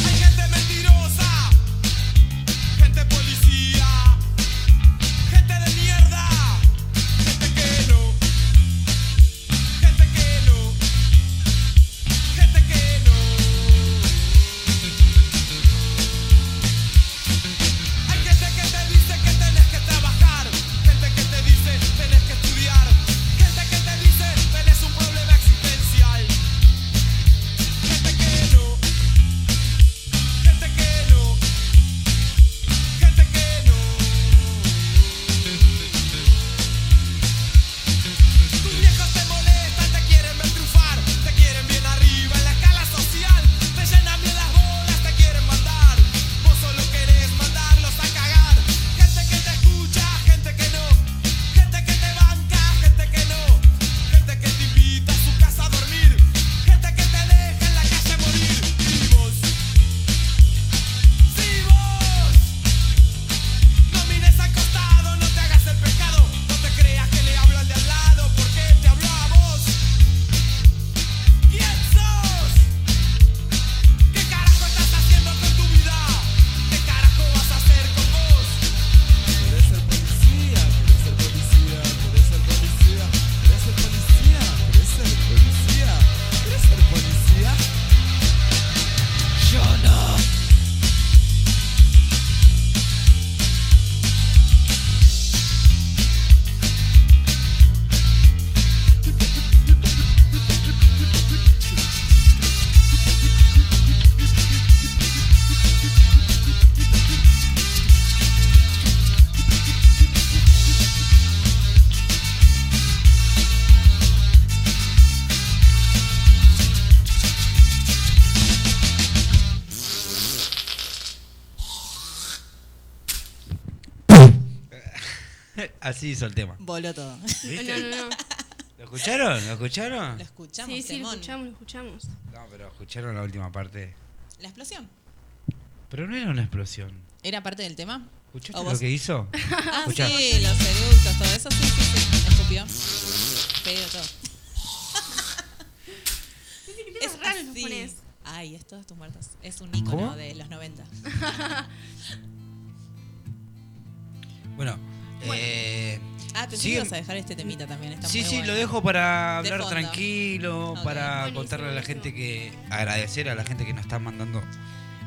Speaker 9: Hay gente mentirosa, gente policía, gente de mierda, gente que no, gente que no, gente que no. Hay gente que te dice que tenés que trabajar, gente que te dice tenés que estudiar, gente que te dice tenés un problema existencial, gente que no. Gente que no, gente que no. Tus viejos te molestan, te quieren ver triunfar, te quieren bien arriba en la escala social, te llenan bien las bolas, te quieren mandar. Vos solo querés mandarlos a cagar. Gente que te escucha, gente que no, gente que te banca, gente que no, gente que te invita a su casa a dormir, gente que te deja en la calle morir. Y vos. Si vos no mires al costado, no te hagas el pecado, no te creas que le hablo al de al lado, porque te hablo a vos. ¿Quién sos? ¿Qué carajo estás haciendo con tu vida? ¿Qué carajo vas a hacer con vos? Querés ser policía, querés ser policía, querés ser policía, querés ser policía, querés ser policía, querés ser policía. Yo no.
Speaker 7: Así hizo el tema.
Speaker 6: Voló todo.
Speaker 5: No,
Speaker 7: ¿Viste?
Speaker 5: no, no.
Speaker 7: ¿Lo escucharon? ¿Lo escucharon?
Speaker 6: Lo escuchamos,
Speaker 5: Sí, sí, lo
Speaker 6: temón.
Speaker 5: escuchamos, lo escuchamos.
Speaker 7: No, pero escucharon la última parte.
Speaker 6: La explosión.
Speaker 7: Pero no era una explosión.
Speaker 6: ¿Era parte del tema? ¿O
Speaker 7: ¿Escuchaste
Speaker 6: vos?
Speaker 7: lo que hizo?
Speaker 6: Ah,
Speaker 7: Escuchá.
Speaker 6: sí, los eructos, todo eso. Sí, sí, sí. Escupió. Pedo todo.
Speaker 5: ¿Qué
Speaker 6: Es
Speaker 5: temas raros nos
Speaker 6: así.
Speaker 5: pones?
Speaker 6: Ay, es todos tus muertos. Es un ícono
Speaker 7: ¿Cómo?
Speaker 6: de los 90.
Speaker 7: Bueno, eh,
Speaker 6: Ah, pensé
Speaker 7: Sí.
Speaker 6: que ibas a dejar este temita también. Está
Speaker 7: sí,
Speaker 6: muy
Speaker 7: sí,
Speaker 6: bueno.
Speaker 7: lo dejo para
Speaker 6: De
Speaker 7: hablar
Speaker 6: fondo.
Speaker 7: tranquilo,
Speaker 6: Ok.
Speaker 7: para
Speaker 5: Buenísimo,
Speaker 7: contarle a la
Speaker 5: buenísimo.
Speaker 7: gente que agradecer a la gente que nos está mandando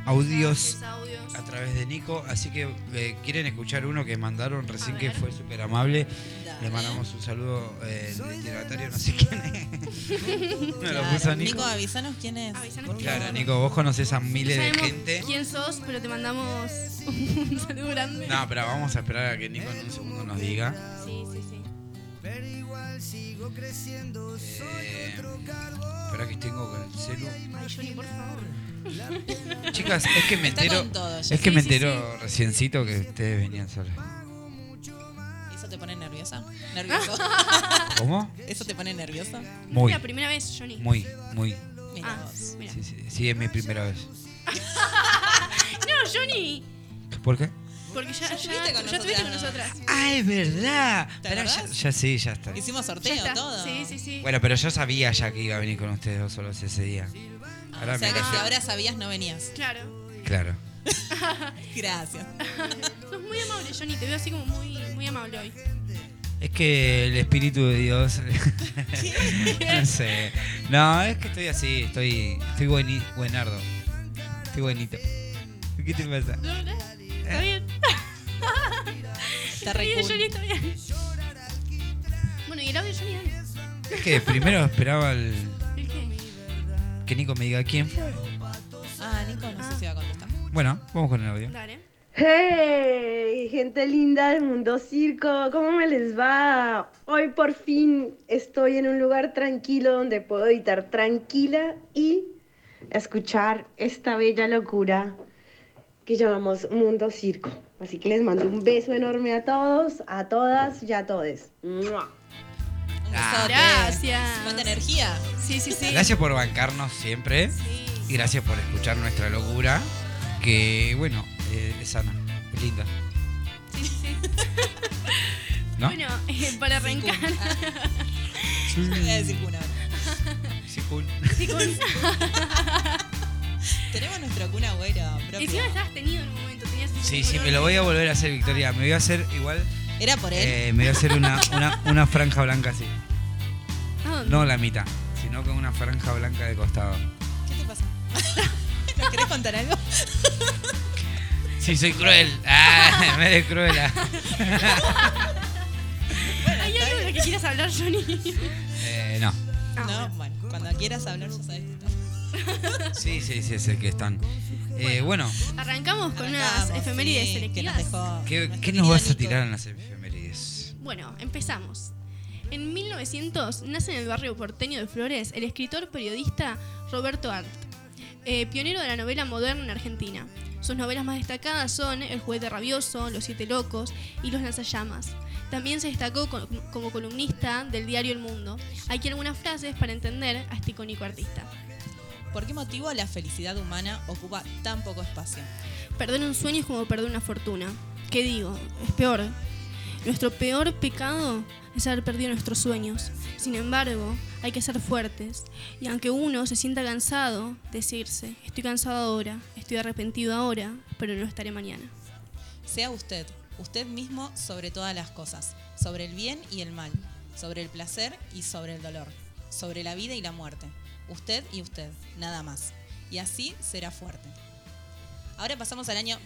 Speaker 7: audios
Speaker 5: Mensajes, audios.
Speaker 7: a través de Nico, así que eh, quieren escuchar uno que mandaron recién
Speaker 5: A
Speaker 7: que
Speaker 5: ver.
Speaker 7: fue súper amable.
Speaker 6: Dale.
Speaker 7: Le mandamos un saludo eh, el destinatario, no sé quién es. No lo
Speaker 6: Claro.
Speaker 7: puso
Speaker 6: Nico,
Speaker 7: pues, Nico.
Speaker 6: avisanos quién es.
Speaker 5: Avisanos quién
Speaker 7: Claro,
Speaker 5: es.
Speaker 7: Nico, vos conoces a
Speaker 5: No
Speaker 7: miles de
Speaker 5: sabemos
Speaker 7: gente.
Speaker 5: quién sos, pero te mandamos un saludo grande.
Speaker 7: No, pero vamos a esperar a que Nico en un segundo nos diga.
Speaker 5: Sí, sí, sí.
Speaker 7: Eh, espera que tengo con el celu.
Speaker 5: Ay, Johnny, por favor.
Speaker 7: Chicas, es que me
Speaker 6: Está
Speaker 7: entero.
Speaker 6: con todo,
Speaker 7: Es
Speaker 6: Jessy.
Speaker 7: que me
Speaker 6: Sí, sí,
Speaker 7: entero reciencito que ustedes venían solos.
Speaker 6: ¿Eso te pone nerviosa? ¿Nervioso?
Speaker 7: ¿Cómo?
Speaker 6: ¿Eso te pone nerviosa?
Speaker 7: Muy,
Speaker 5: Es la primera vez, Johnny.
Speaker 7: muy, muy.
Speaker 6: Mira
Speaker 5: Ah,
Speaker 6: vos.
Speaker 5: mira.
Speaker 7: Sí, sí, sí, es mi primera vez.
Speaker 5: No, Johnny.
Speaker 7: ¿Por qué?
Speaker 5: Porque ya, ya,
Speaker 6: estuviste con
Speaker 5: ya estuviste Ah, con
Speaker 6: nosotras,
Speaker 5: nosotras.
Speaker 7: ¡Ah, es verdad!
Speaker 6: ¿Te
Speaker 7: Pará, ya,
Speaker 6: acordás?
Speaker 7: ya sí, ya está.
Speaker 6: Hicimos
Speaker 5: Ya
Speaker 6: sorteo
Speaker 5: está.
Speaker 6: todo.
Speaker 5: Sí, sí, sí.
Speaker 7: Bueno, pero yo sabía ya que iba a venir con ustedes dos solos ese día. Ahora
Speaker 6: O sea
Speaker 7: me
Speaker 6: que si
Speaker 7: cayó.
Speaker 6: ahora sabías no venías.
Speaker 5: Claro.
Speaker 7: Claro.
Speaker 6: Gracias.
Speaker 5: Sos muy amable, Johnny. Te veo así como muy, muy amable hoy.
Speaker 7: Es que el espíritu de Dios. no sé. No, es que estoy así, estoy. Estoy bueni- buenardo. Estoy buenito. ¿Qué te pasa?
Speaker 5: No, no,
Speaker 7: eh,
Speaker 5: está bien.
Speaker 6: Está
Speaker 5: Está
Speaker 6: re
Speaker 5: bien,
Speaker 6: cool.
Speaker 5: Johnny, está bien. Bueno, y el audio, Johnny, dale.
Speaker 7: Es que primero esperaba el-
Speaker 5: ¿El qué?
Speaker 7: que Nico me diga quién fue.
Speaker 6: Ah, Nico, no sé si va a contestar.
Speaker 7: Bueno, vamos con el audio.
Speaker 5: Dale.
Speaker 10: ¡Hey! Gente linda del mundo circo, ¿cómo me les va? Hoy por fin estoy en un lugar tranquilo donde puedo editar tranquila y escuchar esta bella locura que llamamos mundo circo. Así que les mando un beso enorme a todos, a todas y a todes. ¡Mua!
Speaker 6: Un
Speaker 7: Ah.
Speaker 6: besote.
Speaker 5: Gracias.
Speaker 6: Cuánta energía.
Speaker 5: Sí, sí, sí.
Speaker 7: Gracias por bancarnos siempre. Y
Speaker 5: Sí.
Speaker 7: gracias por escuchar nuestra locura. Que bueno, eh, es sana, es linda.
Speaker 5: Sí, sí, sí.
Speaker 7: ¿No?
Speaker 5: Bueno, eh, para arrancar.
Speaker 7: Sí,
Speaker 6: Voy a decir cuna.
Speaker 7: sí, cool.
Speaker 6: Tenemos nuestro cuna güero propio.
Speaker 5: Encima estabas tenido en un momento. Tenías un
Speaker 7: Sí,
Speaker 5: color.
Speaker 7: sí, me lo voy a volver a hacer, Victoria. Me voy a hacer igual.
Speaker 6: Era por él.
Speaker 7: eh, me voy a hacer una, una, una franja blanca así.
Speaker 5: ¿A dónde?
Speaker 7: No la mitad, sino con una franja blanca de costado.
Speaker 6: ¿Qué te pasa? ¿Nos querés contar algo?
Speaker 7: Sí, soy cruel. Ah, me de cruela.
Speaker 5: ¿Hay algo de lo que quieras hablar, Johnny?
Speaker 7: Eh, no.
Speaker 5: Ah,
Speaker 6: no,
Speaker 5: bueno.
Speaker 6: bueno, cuando quieras hablar ya sabes.
Speaker 7: Sí, sí, sí, es el que están. Eh, bueno,
Speaker 5: Arrancamos con
Speaker 6: Arrancamos,
Speaker 5: unas efemérides
Speaker 6: sí, que nos
Speaker 5: selectivas.
Speaker 6: dejó
Speaker 7: ¿qué, qué
Speaker 6: nuestro
Speaker 7: nos
Speaker 6: querido
Speaker 7: vas a
Speaker 6: Nico.
Speaker 7: tirar en las efemérides?
Speaker 5: Bueno, empezamos. En 1900 nace en el barrio porteño de Flores el escritor periodista Roberto Art, eh, pionero de la novela moderna en Argentina. Sus novelas más destacadas son El juguete rabioso, Los siete locos y Los lanzallamas. También se destacó co- como columnista del diario El Mundo. Aquí algunas frases para entender a este icónico artista.
Speaker 6: ¿Por qué motivo la felicidad humana ocupa tan poco espacio?
Speaker 5: Perder un sueño es como perder una fortuna. ¿Qué digo? Es peor. Nuestro peor pecado es haber perdido nuestros sueños. Sin embargo, hay que ser fuertes. Y aunque uno se sienta cansado, decirse, estoy cansado ahora, estoy arrepentido ahora, pero lo estaré mañana.
Speaker 6: Sea usted, usted mismo sobre todas las cosas, sobre el bien y el mal, sobre el placer y sobre el dolor, sobre la vida y la muerte. Usted y usted, nada más. Y así será fuerte. Ahora pasamos al año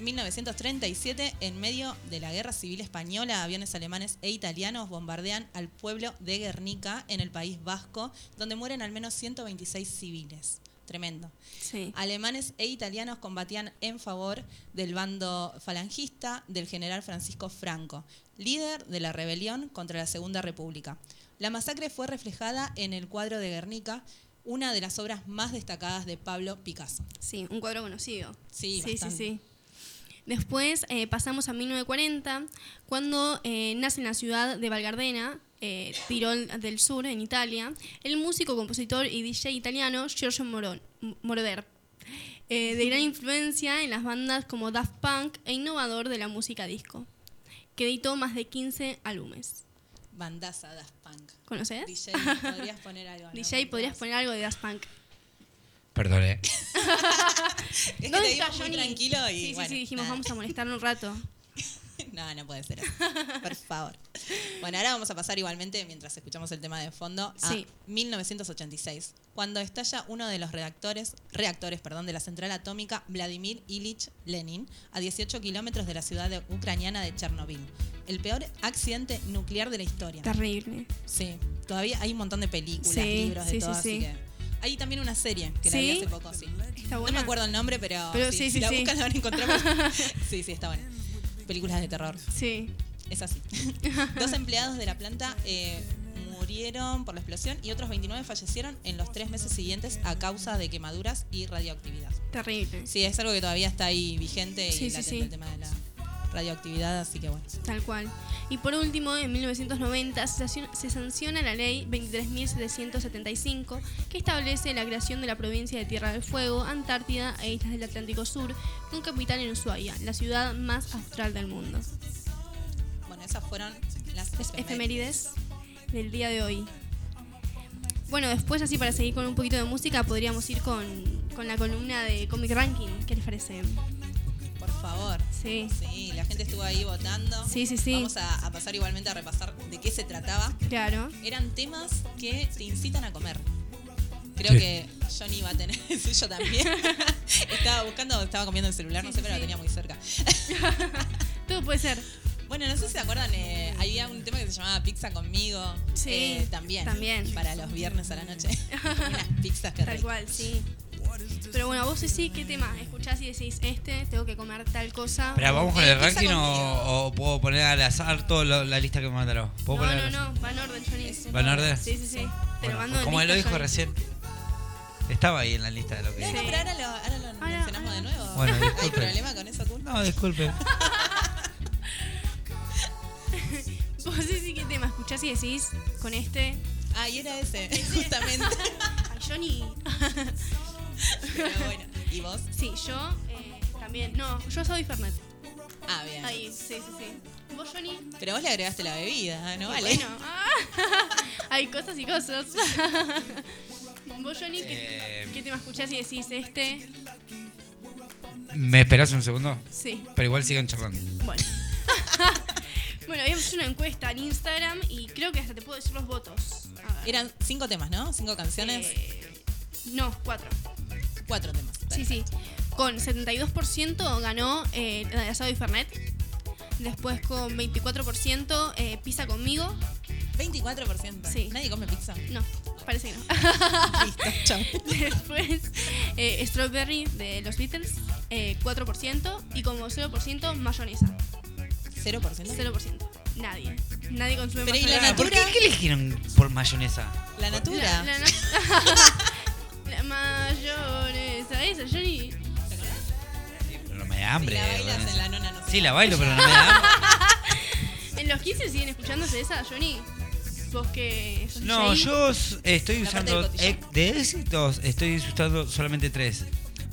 Speaker 6: 1937. En medio de la Guerra Civil Española, aviones alemanes e italianos bombardean al pueblo de Guernica, en el País Vasco, donde mueren al menos 126 civiles. Tremendo.
Speaker 5: Sí.
Speaker 6: Alemanes e italianos combatían en favor del bando falangista del general Francisco Franco, líder de la rebelión contra la Segunda República. La masacre fue reflejada en el cuadro de Guernica, una de las obras más destacadas de Pablo Picasso.
Speaker 5: Sí, un cuadro conocido.
Speaker 6: Sí,
Speaker 5: sí, sí,
Speaker 6: bastante.
Speaker 5: sí. Después eh, pasamos a 1940, cuando eh, nace en la ciudad de Valgardena, eh, Tirol del Sur, en Italia, el músico, compositor y DJ italiano Giorgio Moron- M- Moroder, eh, de gran influencia en las bandas como Daft Punk e innovador de la música disco, que editó más de 15 álbumes.
Speaker 6: Bandaza Daft Punk.
Speaker 5: ¿Conoces?
Speaker 6: DJ, podrías poner algo. ¿no?
Speaker 5: DJ, podrías poner algo de Daft Punk.
Speaker 7: Perdón, eh.
Speaker 6: Es que
Speaker 5: ¿Dónde
Speaker 6: te
Speaker 5: está
Speaker 6: dimos muy
Speaker 5: Johnny?
Speaker 6: tranquilo y
Speaker 5: Sí, sí,
Speaker 6: bueno,
Speaker 5: sí, dijimos,
Speaker 6: nada.
Speaker 5: vamos a molestar un rato.
Speaker 6: No, no puede ser. así. Por favor. Bueno, ahora vamos a pasar igualmente, mientras escuchamos el tema de fondo, a
Speaker 5: Sí.
Speaker 6: 1986, cuando estalla uno de los redactores, reactores perdón, de la central atómica Vladimir Ilich Lenin, a 18 kilómetros de la ciudad de- ucraniana de Chernobyl. El peor accidente nuclear de la historia.
Speaker 5: Terrible.
Speaker 6: Sí, todavía hay un montón de películas,
Speaker 5: Sí,
Speaker 6: libros, de
Speaker 5: sí,
Speaker 6: todo,
Speaker 5: sí,
Speaker 6: así
Speaker 5: sí.
Speaker 6: que... Hay también una serie que la
Speaker 5: ¿Sí?
Speaker 6: vi hace poco, sí.
Speaker 5: Está
Speaker 6: No
Speaker 5: buena.
Speaker 6: me acuerdo el nombre, pero,
Speaker 5: Pero
Speaker 6: sí,
Speaker 5: sí,
Speaker 6: si
Speaker 5: sí,
Speaker 6: la
Speaker 5: sí.
Speaker 6: buscan la van a encontrar. porque- sí, sí, está buena. Películas de terror.
Speaker 5: Sí.
Speaker 6: Es así. Dos empleados de la planta eh, murieron por la explosión y otros 29 fallecieron en los tres meses siguientes a causa de quemaduras y radioactividad.
Speaker 5: Terrible.
Speaker 6: Sí, es algo que todavía está ahí vigente
Speaker 5: Sí,
Speaker 6: y
Speaker 5: sí,
Speaker 6: latente
Speaker 5: sí.
Speaker 6: el tema de la radioactividad, así que bueno.
Speaker 5: Tal cual. Y por último, en 1990 se sancion- se sanciona la ley 23.775 que establece la creación de la provincia de Tierra del Fuego, Antártida e Islas del Atlántico Sur, con capital en Ushuaia, la ciudad más austral del mundo.
Speaker 6: Bueno, esas fueron las
Speaker 5: Las efemérides
Speaker 6: efemérides.
Speaker 5: del día de hoy. Bueno, después así para seguir con un poquito de música podríamos ir con, con la columna de Comic Ranking. ¿Qué les parece?
Speaker 6: Por favor.
Speaker 5: Sí.
Speaker 6: Sí, la gente estuvo ahí votando.
Speaker 5: Sí, sí, sí.
Speaker 6: Vamos a, a pasar igualmente a repasar de qué se trataba.
Speaker 5: Claro.
Speaker 6: Eran temas que te incitan a comer. Creo
Speaker 7: Sí.
Speaker 6: que Johnny iba a tener el suyo también. estaba buscando, estaba comiendo el celular, no
Speaker 5: Sí,
Speaker 6: sé, pero
Speaker 5: sí.
Speaker 6: lo tenía muy cerca.
Speaker 5: Todo puede ser.
Speaker 6: Bueno, no sé si se acuerdan, eh, había un tema que se llamaba Pizza conmigo.
Speaker 5: Sí,
Speaker 6: eh, también.
Speaker 5: también.
Speaker 6: Para los viernes a la noche. Unas pizzas que
Speaker 5: Tal
Speaker 6: rico.
Speaker 5: cual, sí. Pero bueno, vos sí, ¿qué tema escuchás y decís, este, tengo que comer tal cosa?
Speaker 7: Pero vamos
Speaker 5: Eh,
Speaker 7: con el
Speaker 6: Empieza
Speaker 7: ranking
Speaker 6: Eh, conmigo.
Speaker 7: o, o puedo poner al azar toda la, la lista que me mandaron.
Speaker 5: No,
Speaker 7: ¿Puedo poner
Speaker 5: no,
Speaker 7: al azar?
Speaker 5: no, va en orden, Johnny.
Speaker 6: Es
Speaker 7: ¿Va en orden?
Speaker 5: Sí, sí, sí. Te lo
Speaker 7: Bueno,
Speaker 5: mando en
Speaker 7: como él lo
Speaker 5: lista,
Speaker 7: dijo
Speaker 5: Johnny.
Speaker 7: recién. Estaba ahí en la lista de lo que
Speaker 6: No, no,
Speaker 5: Sí.
Speaker 6: pero ahora lo, ahora lo
Speaker 5: Ahora-
Speaker 6: mencionamos de
Speaker 5: ahora-
Speaker 6: nuevo.
Speaker 7: Bueno,
Speaker 6: ¿Hay
Speaker 7: disculpe.
Speaker 6: problema con eso, Kul?
Speaker 7: No, disculpe.
Speaker 5: Vos sí, ¿qué tema escuchás y decís, con este?
Speaker 6: Ah, y era ese, justamente.
Speaker 5: Ay, Johnny.
Speaker 6: Pero bueno, ¿y vos?
Speaker 5: Sí, yo eh, también. No, yo soy Fernet.
Speaker 6: Ah, bien.
Speaker 5: Ahí, sí, sí, sí. ¿Vos, Johnny?
Speaker 6: Pero vos le agregaste la bebida, ¿no?
Speaker 5: Y
Speaker 6: Vale.
Speaker 5: Bueno, ah, hay cosas y cosas. ¿Vos, Johnny, qué,
Speaker 7: Eh.
Speaker 5: qué tema escuchás y decís, este?
Speaker 7: ¿Me esperás un segundo?
Speaker 5: Sí.
Speaker 7: Pero igual sigan charlando.
Speaker 5: Bueno. bueno, habíamos hecho una encuesta en Instagram y creo que hasta te puedo decir los votos. A ver.
Speaker 6: Eran cinco temas, ¿no? Cinco canciones,
Speaker 5: Eh, no, cuatro.
Speaker 6: cuatro temas.
Speaker 5: Sí, sí. Con 72% ganó eh, la de asado y Fernet. Después con 24% eh, pizza conmigo.
Speaker 6: 24%.
Speaker 5: Sí.
Speaker 6: Nadie come pizza.
Speaker 5: No, parece que no.
Speaker 6: Listo, chau.
Speaker 5: Después eh, Strawberry de los Beatles, eh, 4%. Y como 0% mayonesa,
Speaker 6: ¿Cero por ciento?
Speaker 5: 0%. Nadie. Nadie consume
Speaker 6: Pero ¿y
Speaker 5: mayonesa.
Speaker 6: la
Speaker 7: Ah, ¿Por qué,
Speaker 6: natura?
Speaker 7: qué eligieron por mayonesa?
Speaker 6: La natura.
Speaker 5: La, la- la mayonesa, esa, Johnny.
Speaker 7: Pero no me da hambre.
Speaker 6: la bailas
Speaker 7: Vanessa.
Speaker 6: en la nona, no sé.
Speaker 7: Sí, la bailo, pero no me da hambre.
Speaker 5: ¿En los 15 siguen escuchándose esa, Johnny? ¿Vos que sos
Speaker 7: No,
Speaker 5: DJ?
Speaker 7: yo s- estoy
Speaker 6: La parte
Speaker 7: usando
Speaker 6: del cotillón.
Speaker 7: ec- de éxitos, estoy usando solamente tres.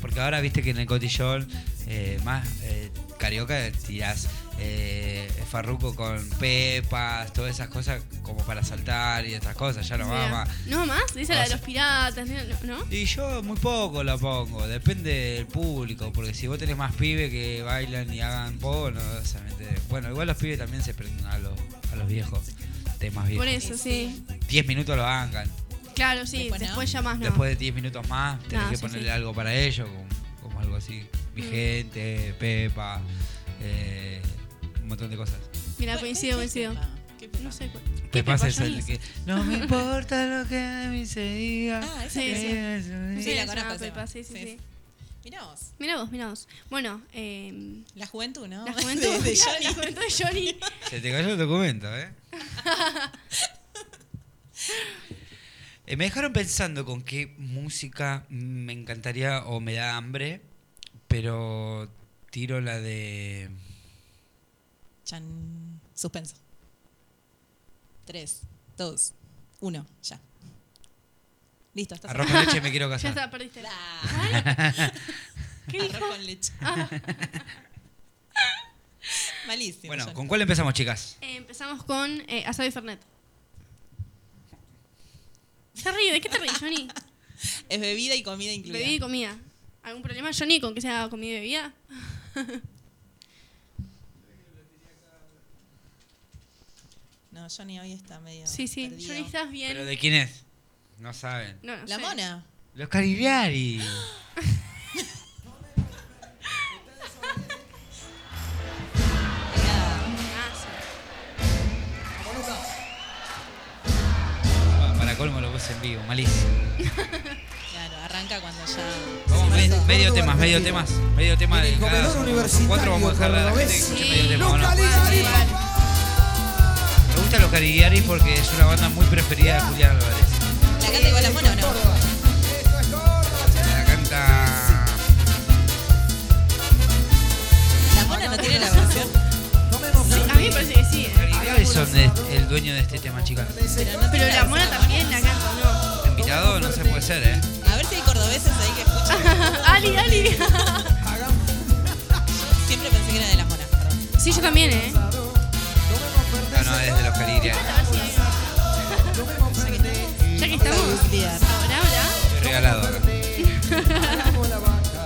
Speaker 7: Porque ahora viste que en el cotillón, eh, más eh, carioca, tirás eh, farruco con pepas, todas esas cosas como para saltar y estas cosas, ya no va
Speaker 5: Mira.
Speaker 7: más.
Speaker 5: No más, esa la de
Speaker 7: Vamos.
Speaker 5: los piratas, ¿no? ¿no?
Speaker 7: Y yo muy poco la pongo, depende del público, porque si vos tenés más pibes que bailan y hagan poco, no vas a meter. Bueno, igual los pibes también se prenden a los, a los viejos, temas
Speaker 5: Por
Speaker 7: viejos.
Speaker 5: eso, sí.
Speaker 7: 10 minutos lo hagan.
Speaker 5: Claro, sí, después,
Speaker 6: Después no.
Speaker 5: ya más Ah, no.
Speaker 7: Después de 10 minutos más, tenés
Speaker 5: No,
Speaker 7: que
Speaker 5: sí,
Speaker 7: ponerle
Speaker 5: sí. Mm.
Speaker 7: algo para ellos, como, como algo así, vigente, pepa, eh, un montón de cosas.
Speaker 5: Mira, coincido,
Speaker 6: ¿Qué- qué
Speaker 5: coincido.
Speaker 6: pepa? ¿Qué pepa?
Speaker 5: No sé cuál.
Speaker 7: Pepa
Speaker 5: pepa,
Speaker 7: es el
Speaker 5: Johnny?
Speaker 7: que. No me importa lo que de mí se diga.
Speaker 6: Ah, esa
Speaker 5: Sí,
Speaker 6: sí,
Speaker 5: sí.
Speaker 7: Eh,
Speaker 6: Sí,
Speaker 5: Sí,
Speaker 6: la
Speaker 5: se
Speaker 6: conozco
Speaker 5: llama
Speaker 6: esa.
Speaker 5: Pepa, sí, sí,
Speaker 6: Sí,
Speaker 5: sí.
Speaker 6: Mirá vos.
Speaker 5: Mira vos, mira vos. Bueno, eh,
Speaker 6: La juventud, ¿no?
Speaker 5: la juventud
Speaker 6: De, de
Speaker 5: claro,
Speaker 6: Johnny.
Speaker 5: La juventud de Johnny.
Speaker 7: Se te cayó el documento, ¿eh? Eh, Me dejaron pensando con qué música me encantaría o me da hambre, pero tiro la de...
Speaker 6: Chan. Suspenso. Tres, dos, uno, ya. Listo, estás
Speaker 7: Arroz con leche me quiero
Speaker 5: Ya
Speaker 7: casar.
Speaker 5: está, perdiste.
Speaker 6: ¿Qué Arroz con leche.
Speaker 5: Ah.
Speaker 6: Malísimo.
Speaker 7: Bueno,
Speaker 6: Johnny.
Speaker 7: ¿con cuál empezamos, chicas?
Speaker 5: Eh, empezamos con eh, Asado y Fernet. Se ríe, ¿de qué te ríes, Johnny?
Speaker 6: Es bebida y comida incluida.
Speaker 5: Bebida y comida. ¿Algún problema, Johnny, con que sea comida y bebida?
Speaker 6: No, Johnny hoy está medio.
Speaker 5: Sí, sí.
Speaker 6: perdido.
Speaker 5: Johnny, ¿estás bien?
Speaker 7: ¿Pero de quién es? No saben.
Speaker 5: No, no
Speaker 6: La
Speaker 5: sé.
Speaker 6: mona.
Speaker 7: Los Caribiari.
Speaker 6: Era-
Speaker 5: Ah, sí.
Speaker 7: Pa- Para colmo lo puse en vivo, malísimo.
Speaker 6: Claro, arranca cuando ya.
Speaker 7: Vamos,
Speaker 6: Sí,
Speaker 7: me-
Speaker 6: pasó.
Speaker 7: medio
Speaker 11: Córdoba,
Speaker 7: temas, medio
Speaker 11: Argentina.
Speaker 7: temas. Medio tema de
Speaker 11: el
Speaker 7: cada-
Speaker 11: comedor universitario
Speaker 7: Cuatro vamos a dejarle a la gente que
Speaker 11: cordobés.
Speaker 7: escuche medio tema, ¿o no?
Speaker 11: Localidad
Speaker 5: Sí,
Speaker 11: Arica.
Speaker 5: igual.
Speaker 7: Me gusta los Caribiari porque es una banda muy preferida de Julián Álvarez.
Speaker 6: ¿La canta igual la mona o no?
Speaker 11: Córdoba. Esto es Córdoba, che.
Speaker 7: La canta.
Speaker 6: La mona no tiene la versión.
Speaker 11: Comemos
Speaker 5: A mí me parece que sí. eh.
Speaker 7: Caribiari son de- el dueño de este tema, chicas.
Speaker 6: Pero, no
Speaker 5: Pero
Speaker 6: tiene
Speaker 5: la mona
Speaker 6: versión.
Speaker 5: también la canta, ¿no?
Speaker 7: Invitado, no se puede ser, ¿eh?
Speaker 6: A ver si hay cordobeses ahí que escuchan.
Speaker 5: Ali, Ali.
Speaker 11: Hagamos
Speaker 6: Siempre pensé que era de la mona, perdón.
Speaker 5: sí, yo también, ¿eh?
Speaker 11: asado. Comemos
Speaker 7: No, no, es de los Caribiari.
Speaker 5: A ver si hay más.
Speaker 11: verde. Comemos verde.
Speaker 5: Ya que estamos. Ahora, ahora.
Speaker 7: Estoy regalado.
Speaker 11: Hagamos la vaca.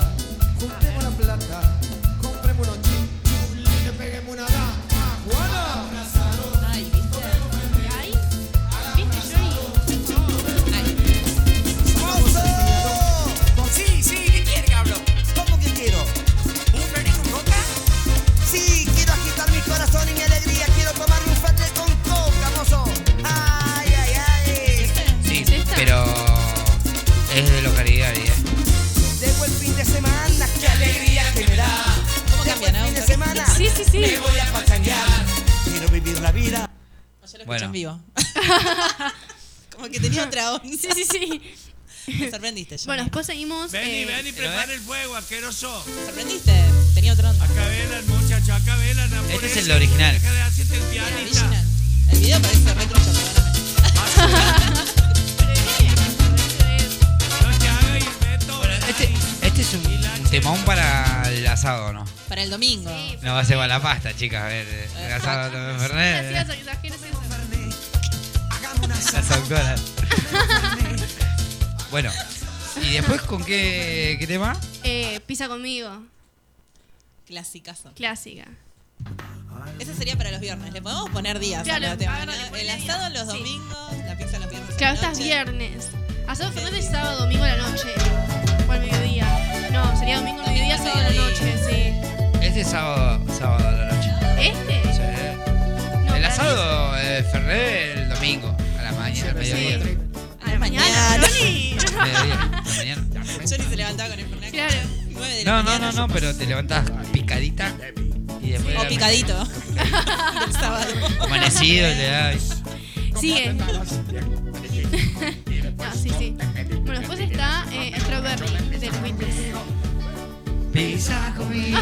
Speaker 11: Juntemos la plata. Compremos
Speaker 7: ¿eh?
Speaker 11: la vida.
Speaker 6: No, yo lo escuché
Speaker 7: Bueno.
Speaker 6: en vivo. Como que tenía otra onda.
Speaker 5: Sí, sí, sí.
Speaker 6: Me sorprendiste. Johnny.
Speaker 5: Bueno, después seguimos.
Speaker 9: Vení,
Speaker 5: eh,
Speaker 9: ven y prepara el fuego, asqueroso.
Speaker 6: Me sorprendiste. Tenía otra onda.
Speaker 9: Acá velan, muchacho, acá velan.
Speaker 7: Este es el original.
Speaker 9: Deja de hacerte el
Speaker 6: Era
Speaker 9: pianista.
Speaker 6: original. El video parece retro
Speaker 9: No te hagas invento.
Speaker 7: Este, este es un, un temón para el asado, ¿no?
Speaker 6: Para el domingo.
Speaker 7: No va a ser para la pasta, chicas. A ver, eh, el asado también
Speaker 5: Así,
Speaker 7: Fernet. eh,
Speaker 5: así, así, así, así.
Speaker 11: Hagamos una
Speaker 7: Las autoras. Bueno, ¿y después con qué, qué tema?
Speaker 5: Eh, pisa conmigo,
Speaker 6: Clasicazo.
Speaker 5: clásica.
Speaker 6: Ese sería para los viernes. Le podemos poner días
Speaker 5: Claro,
Speaker 6: a los temas,
Speaker 5: agarra,
Speaker 6: ¿no?
Speaker 5: le ponés
Speaker 6: El
Speaker 5: días.
Speaker 6: asado los
Speaker 5: Sí.
Speaker 6: domingos, la pizza los viernes. a la
Speaker 5: Claro, estás
Speaker 6: noche.
Speaker 5: viernes. Asado Fernández es sábado, domingo a la noche. O al mediodía. No, sería domingo al
Speaker 6: Domingo
Speaker 5: mediodía,
Speaker 6: al
Speaker 5: sábado a la
Speaker 6: mediodía.
Speaker 5: noche, sí.
Speaker 7: Este es sábado, sábado a la noche.
Speaker 5: ¿Este?
Speaker 7: Sí.
Speaker 5: No,
Speaker 7: El
Speaker 5: para
Speaker 7: asado, eh, Fernet, el domingo, a la mañana, al
Speaker 5: mí-
Speaker 7: mediodía.
Speaker 5: Sí. A la
Speaker 6: Mañana.
Speaker 5: mañana, Johnny.
Speaker 7: Mediodía, a la mañana.
Speaker 6: Johnny se levantaba con el Fernet.
Speaker 5: Claro.
Speaker 6: Nueve de la
Speaker 7: No, no,
Speaker 6: mañana.
Speaker 7: no, no, pero te levantas picadita y después.
Speaker 6: O picadito. el sábado.
Speaker 7: Amanecido, le das.
Speaker 5: Sigue. No, eh. sí, sí. Bueno, después está eh, Strawberry del Witness.
Speaker 7: Pizza conmigo.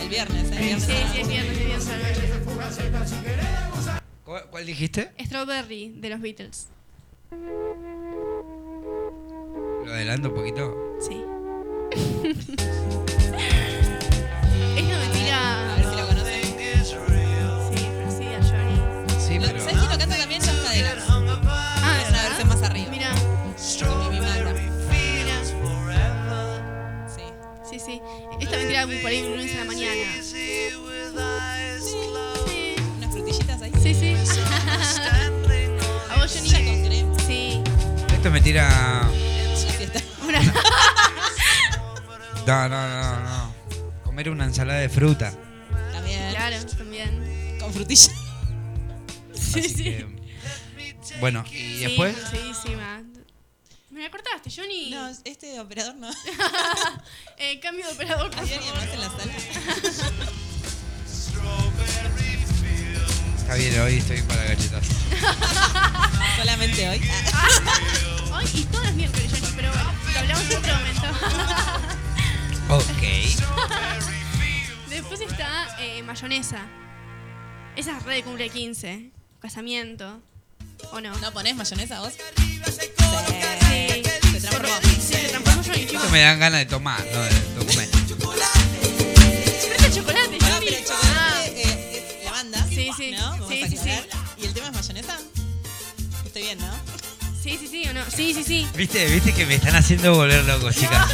Speaker 6: El viernes, ¿eh? El
Speaker 5: Sí,
Speaker 6: viernes.
Speaker 5: sí, es viernes, es viernes a la noche.
Speaker 7: ¿Cuál, cuál dijiste?
Speaker 5: Strawberry de los Beatles.
Speaker 7: Lo adelanto un poquito.
Speaker 5: Sí. es una
Speaker 6: A
Speaker 5: mentira.
Speaker 6: ver si lo conocen.
Speaker 5: Sí, pero sí, a Johnny.
Speaker 7: Sí,
Speaker 6: Lo-
Speaker 7: pero.
Speaker 6: ¿Sabes quién lo canta también? Las cadenas.
Speaker 5: Ah,
Speaker 6: Es una versión más arriba.
Speaker 5: Mira,
Speaker 6: Con mi banda.
Speaker 5: mira.
Speaker 6: Sí.
Speaker 5: Sí, sí. Esta mentira por ahí un lunes a la mañana. Sí,
Speaker 6: Unas frutillitas ahí.
Speaker 5: sí. sí. a vos,
Speaker 6: Ya
Speaker 5: Johnny.
Speaker 6: con crema.
Speaker 5: Sí.
Speaker 7: Esto me tira.
Speaker 6: Una fiesta.
Speaker 5: Una-
Speaker 7: No, no, no, no. Comer una ensalada de fruta.
Speaker 6: También.
Speaker 5: claro, también.
Speaker 6: Con frutilla.
Speaker 5: Sí,
Speaker 7: Así
Speaker 5: sí.
Speaker 7: que- Eh, Bueno, y
Speaker 5: Sí,
Speaker 7: después.
Speaker 5: conocidísima. Me la cortaste, Johnny.
Speaker 6: No, este operador no.
Speaker 5: Eh, cambio de operador, por
Speaker 6: Había alguien más en
Speaker 5: favor.
Speaker 6: la sala.
Speaker 7: Está bien, hoy estoy para galletas.
Speaker 6: Solamente hoy. Ah,
Speaker 5: Ay, y todo es miércoles, Johnny, pero bueno, lo hablamos en otro momento.
Speaker 7: Ok.
Speaker 5: Después está eh, mayonesa. Esa es re de cumple 15. Casamiento. ¿O no?
Speaker 6: ¿No ponés mayonesa vos?
Speaker 5: Sí.
Speaker 6: Sí. Se transformó.
Speaker 5: Sí, se transformó Johnny, chicos.
Speaker 7: Esto me dan ganas de tomar, no de de comer.
Speaker 5: Pero es el chocolate,
Speaker 6: Bueno,
Speaker 5: Johnny.
Speaker 6: pero el
Speaker 5: Ah,
Speaker 6: chocolate eh, es la banda.
Speaker 5: Sí, sí.
Speaker 6: ¿No? Vamos
Speaker 5: Sí,
Speaker 6: a
Speaker 5: sí, sí.
Speaker 6: aclarar. ¿Y el tema es mayonesa? Estoy bien, ¿no?
Speaker 5: sí, sí, sí, ¿o no? Sí, sí, sí.
Speaker 7: Viste, viste que me están haciendo volver loco, chicas.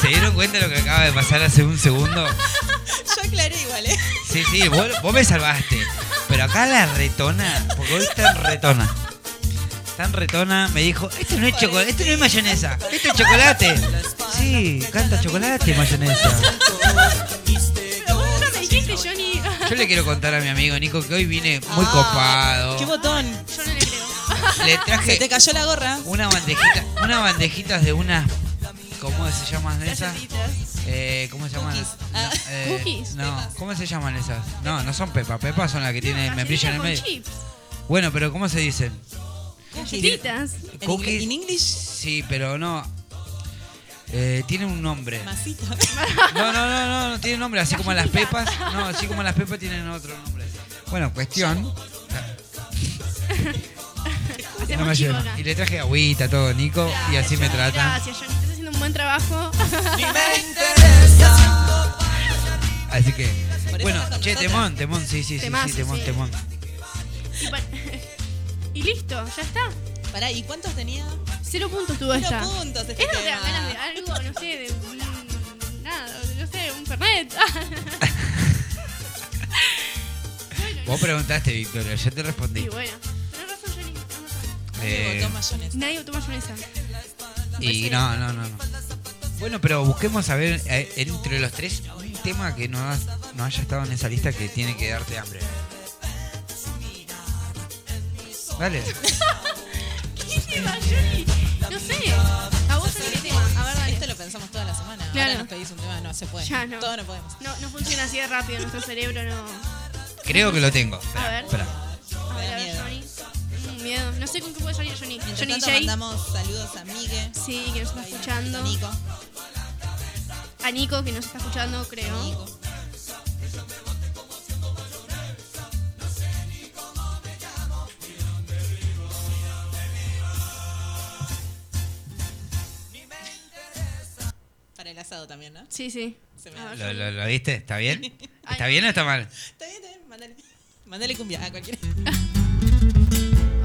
Speaker 7: ¿Se dieron cuenta de lo que acaba de pasar hace un segundo?
Speaker 6: Yo aclaré igual, ¿eh?
Speaker 7: Sí, sí, vos, vos me salvaste. Pero acá la retona, porque hoy tan retona. Tan retona, me dijo, esto no es chocolate, esto no es mayonesa, esto es chocolate. Sí, canta chocolate y mayonesa.
Speaker 5: Pero vos no me dijiste, Johnny.
Speaker 7: Yo le quiero contar a mi amigo Nico que hoy vine muy copado.
Speaker 6: ¿Qué botón?
Speaker 5: Yo no le creo.
Speaker 7: Le
Speaker 6: Se te
Speaker 7: traje
Speaker 6: cayó la gorra.
Speaker 7: una bandejita, una bandejitas de unas, ¿cómo se llaman de
Speaker 5: Las
Speaker 7: esas?
Speaker 5: alitas.
Speaker 7: Eh, ¿Cómo se llaman?
Speaker 6: Cookies. Ah.
Speaker 7: No, eh,
Speaker 5: Cookies.
Speaker 7: No, ¿cómo se llaman esas? No, no son pepas, pepas son las que tienen membrilla en el
Speaker 5: Galletitas
Speaker 7: medio.
Speaker 5: con chips.
Speaker 7: Bueno, pero ¿cómo se dicen?
Speaker 5: Galletitas.
Speaker 6: En inglés- en English,
Speaker 7: Sí, pero no. Eh, tiene un nombre.
Speaker 6: masita.
Speaker 7: No, no, no, no, no tiene nombre. Así como las pepas. No, así como las pepas tienen otro nombre. Bueno, cuestión. No
Speaker 5: Hacemos
Speaker 7: me
Speaker 5: chivo
Speaker 7: ayudan.
Speaker 5: acá.
Speaker 7: Y le traje agüita a todo, Nico. Y así me trata.
Speaker 5: Gracias, Johnny. Estás haciendo un buen trabajo.
Speaker 7: Así que.
Speaker 6: Por eso
Speaker 7: Bueno,
Speaker 6: está con
Speaker 7: che,
Speaker 6: nosotros.
Speaker 7: temón, temón, sí, sí, sí, sí,
Speaker 5: Temazo,
Speaker 7: temón,
Speaker 5: sí.
Speaker 7: temón.
Speaker 5: Y, pa- y listo, ya está.
Speaker 6: Pará, ¿y cuántos tenía?
Speaker 5: Cero puntos tuvo
Speaker 6: Cero
Speaker 5: esta.
Speaker 6: puntos este
Speaker 5: Es no te dan
Speaker 6: tema.
Speaker 5: ganas de algo, no sé, de un- nada, no sé, un fernet.
Speaker 7: Vos preguntaste, Victoria, yo te
Speaker 5: y
Speaker 7: respondí.
Speaker 5: bueno, tenés razón, Johnny. tenés razón.
Speaker 7: Eh,
Speaker 6: Botón mayonesa.
Speaker 5: Nadie toma mayonesa.
Speaker 7: Y no, no, no, no. Bueno, pero busquemos a ver eh, entre los tres un tema que no, has- no haya estado en esa lista que tiene que darte hambre. Dale.
Speaker 5: ¿Qué tema, Johnny? No sé. A vos Johnny, qué tema. A ver,
Speaker 6: Esto
Speaker 5: dale.
Speaker 6: lo pensamos toda la semana. Ahora
Speaker 5: Claro.
Speaker 6: nos pedís un tema, no se puede.
Speaker 5: Ya no.
Speaker 6: Todo no podemos.
Speaker 5: No, no funciona así de rápido, nuestro cerebro no.
Speaker 7: Creo que lo tengo.
Speaker 5: A
Speaker 7: Espera,
Speaker 5: ver.
Speaker 7: espera.
Speaker 5: A ver, a ver, Johnny. Mm, miedo. No sé con qué puede salir Johnny.
Speaker 6: Mientras
Speaker 5: Johnny
Speaker 6: tanto,
Speaker 5: Jay.
Speaker 6: mandamos saludos a Miguel.
Speaker 5: Sí, que nos está escuchando.
Speaker 6: Nico.
Speaker 5: A Nico, que nos está escuchando, creo.
Speaker 6: Nico. Para el asado también, ¿no?
Speaker 5: Sí, sí.
Speaker 6: Se me
Speaker 5: A
Speaker 6: da.
Speaker 5: ver,
Speaker 7: ¿Lo,
Speaker 5: Johnny.
Speaker 7: lo, lo viste? ¿Está bien? ¿Está bien o está mal?
Speaker 6: Está bien, está bien, mandale. Mandale cumbia a cualquiera.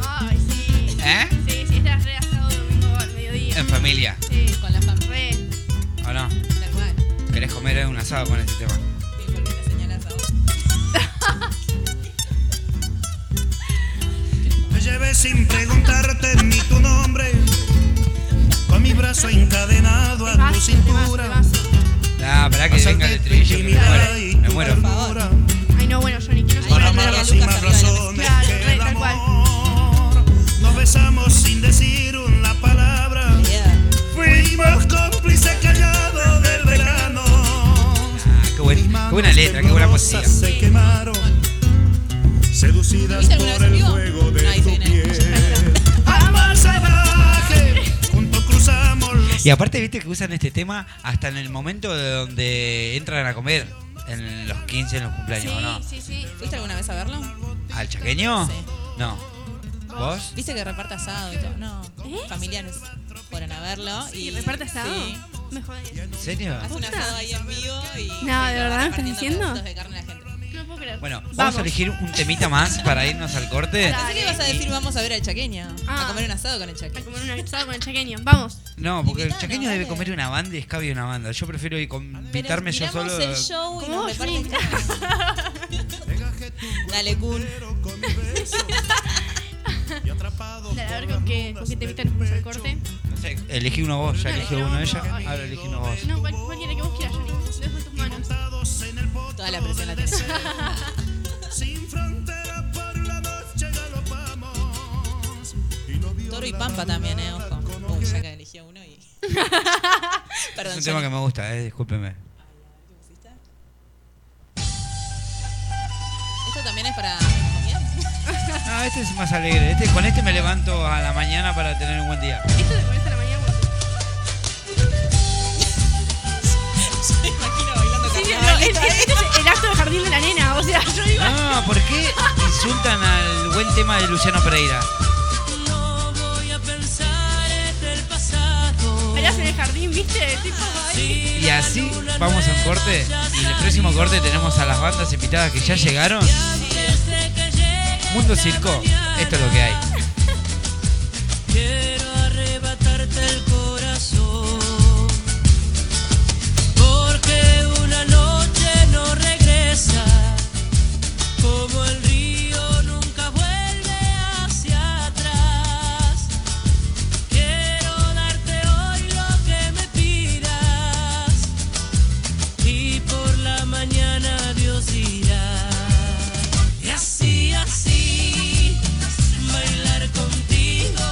Speaker 5: Ay, sí.
Speaker 7: ¿Eh?
Speaker 5: Sí, sí, estás re asado domingo al mediodía.
Speaker 7: En familia,
Speaker 5: Sí,
Speaker 6: Con la familia.
Speaker 5: re.
Speaker 7: ¿o no?
Speaker 6: Tal cual.
Speaker 7: ¿Querés comer un asado con este tema?
Speaker 6: Sí, ¿por qué me señalás a vos?
Speaker 11: Te llevé sin preguntarte ni tu nombre, con mi brazo encadenado a tu
Speaker 5: Temazo, temazo,
Speaker 11: cintura.
Speaker 5: temazo.
Speaker 7: Ah, pará que venga el
Speaker 11: Asalté tu
Speaker 7: estribillo, que me
Speaker 11: intimidad y
Speaker 7: muero. Me
Speaker 11: tu
Speaker 7: muero.
Speaker 11: ternura.
Speaker 5: Ay, no, bueno, Johnny, quiero
Speaker 11: Por
Speaker 5: saber.
Speaker 6: Ahora
Speaker 11: amar
Speaker 6: María
Speaker 11: las
Speaker 6: Lucas
Speaker 11: mismas
Speaker 6: arriba de la
Speaker 11: razones
Speaker 5: mesa. Claro,
Speaker 11: que el
Speaker 5: re, tal cual.
Speaker 11: amor. Nos besamos sin decir una palabra.
Speaker 6: Yeah.
Speaker 11: Fuimos cómplices callados del verano.
Speaker 7: Ah, qué, buen-
Speaker 11: Mis
Speaker 7: qué
Speaker 11: manos
Speaker 7: buena letra, qué buena
Speaker 11: temblorosas
Speaker 7: poesía.
Speaker 11: Se quemaron. Seducidas
Speaker 6: ¿Viste alguna
Speaker 11: por
Speaker 6: vez en
Speaker 11: el
Speaker 6: vivo?
Speaker 11: fuego de
Speaker 6: No, ahí
Speaker 11: tu
Speaker 6: se viene.
Speaker 11: piel. Al salvaje, juntos cruzamos los
Speaker 7: Y aparte, viste que usan este tema hasta en el momento de donde entran a comer. En los 15, en los cumpleaños, ¿o no?
Speaker 5: Sí, sí, sí.
Speaker 6: ¿Fuiste alguna vez a verlo?
Speaker 7: ¿Al chaqueño?
Speaker 6: Sí.
Speaker 7: No. ¿Vos?
Speaker 6: ¿Viste que reparte asado y todo? No.
Speaker 5: ¿Eh?
Speaker 6: Familiares fueron a verlo.
Speaker 5: ¿Y
Speaker 6: y
Speaker 5: reparte asado?
Speaker 6: Sí.
Speaker 5: Me jodés.
Speaker 7: ¿En serio?
Speaker 6: Hace un
Speaker 5: ¿Posta?
Speaker 6: asado ahí en vivo y.
Speaker 5: No, ¿de verdad me estás
Speaker 6: repartiendo
Speaker 5: diciendo?
Speaker 6: pedacitos de carne a la gente.
Speaker 5: No puedo creer.
Speaker 7: Bueno, vamos,
Speaker 5: Vamos.
Speaker 7: a elegir un temita más para irnos al corte.
Speaker 5: Pará.
Speaker 6: Pensé que ibas a decir vamos a ver al chaqueño.
Speaker 5: Ah.
Speaker 6: A comer un asado con el
Speaker 5: A
Speaker 6: chaqueño.
Speaker 5: comer un asado con el chaqueño. Vamos.
Speaker 7: No, porque el
Speaker 6: Invitanos,
Speaker 7: chaqueño debe
Speaker 6: dale.
Speaker 7: comer una banda y escabio una banda. Yo prefiero ir con- invitarme yo
Speaker 6: miramos
Speaker 7: solo.
Speaker 6: el show y
Speaker 5: ¿Cómo,
Speaker 6: nos reparten
Speaker 5: Johnny?
Speaker 6: carne. Dale, Kun.
Speaker 11: con mi beso. Y atrapado
Speaker 5: Dale, a ver con qué, con qué te invitan nos vamos al corte.
Speaker 7: No sé, elegí uno vos, ya eligió uno ella. Ahora elegí uno vos.
Speaker 5: No, cual- cualquiera que vos quieras, Johnny. Lo dejo en tus manos.
Speaker 11: montados en el bote
Speaker 6: Toda la presión la tenés.
Speaker 11: sin frontera por la noche galopamos y no vio
Speaker 6: Toro y
Speaker 11: la
Speaker 6: Pampa también, eh, ojo.
Speaker 11: madrugada
Speaker 6: Uy,
Speaker 11: con
Speaker 6: ya que eligió uno y.
Speaker 7: Es
Speaker 6: Perdón,
Speaker 7: un tema que
Speaker 6: Johnny.
Speaker 7: me gusta, eh, discúlpeme.
Speaker 6: Esto también es para. ¿Bien?
Speaker 7: No, este es más alegre. Este, con este me levanto a la mañana para tener un buen día.
Speaker 5: Esto te pones a la mañana. bueno.
Speaker 6: Yo me imagino bailando
Speaker 5: Sí, no,
Speaker 6: carnaval.
Speaker 5: es- es- este es el acto del jardín de la nena. O sea, yo iba.
Speaker 7: No, Ah, ¿por qué insultan al buen tema de Luciano Pereira?
Speaker 12: No voy a pensar en el pasado.
Speaker 5: Bailás en el jardín, ¿viste? Tipo, ay.
Speaker 7: Y así vamos a un corte. Y en el próximo corte tenemos a las bandas invitadas que ya llegaron.
Speaker 12: Desde que llegué
Speaker 7: Mundo Circo, esto es lo que hay.
Speaker 12: quiero arrebatarte el corazón. Porque una noche no regresa. Como el río nunca vuelve hacia atrás. Quiero darte hoy lo que me pidas. y por la mañana Dios dirá. Y así, así, bailar contigo,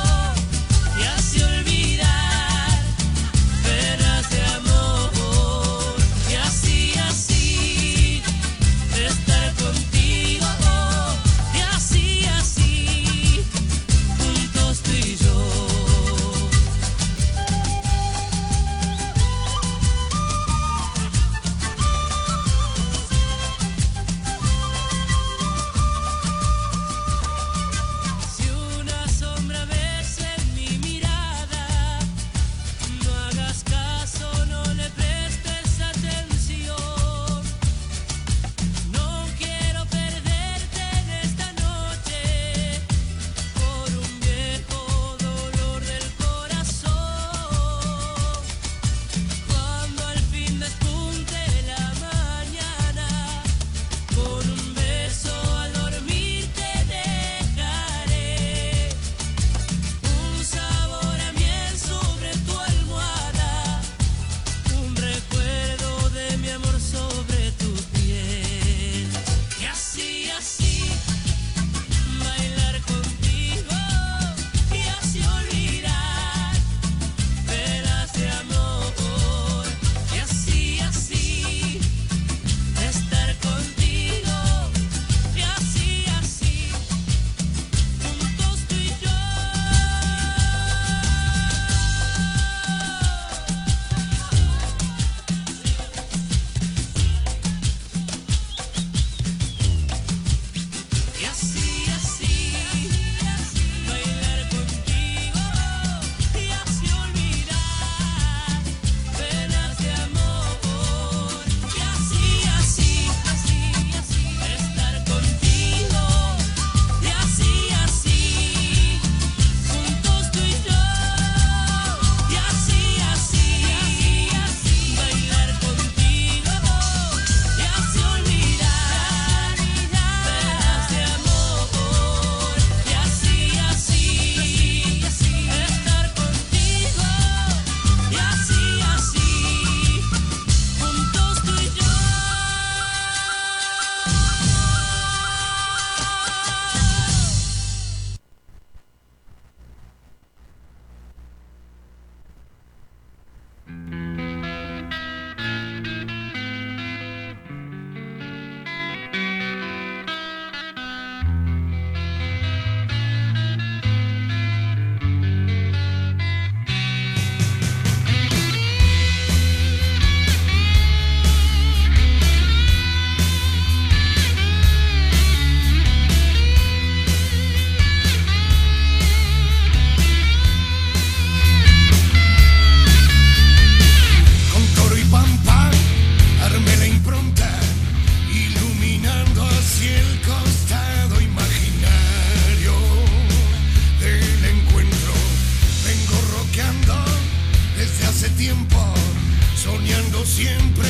Speaker 13: Siempre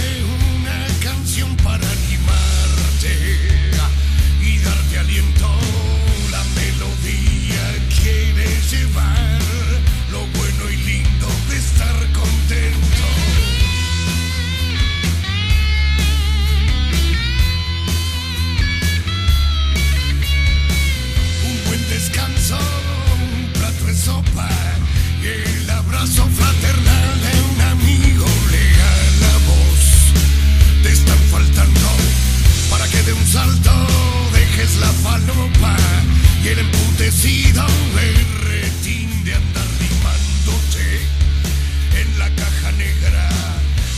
Speaker 13: una canción para animarte y darte aliento. La melodía quiere llevar lo bueno y lindo de estar contento. Un buen descanso, un plato de sopa y el abrazo fraternal de un amigo leal la voz. Te están faltando para que de un salto dejes la falopa y el emputecido berretín de andar limándote en la caja negra.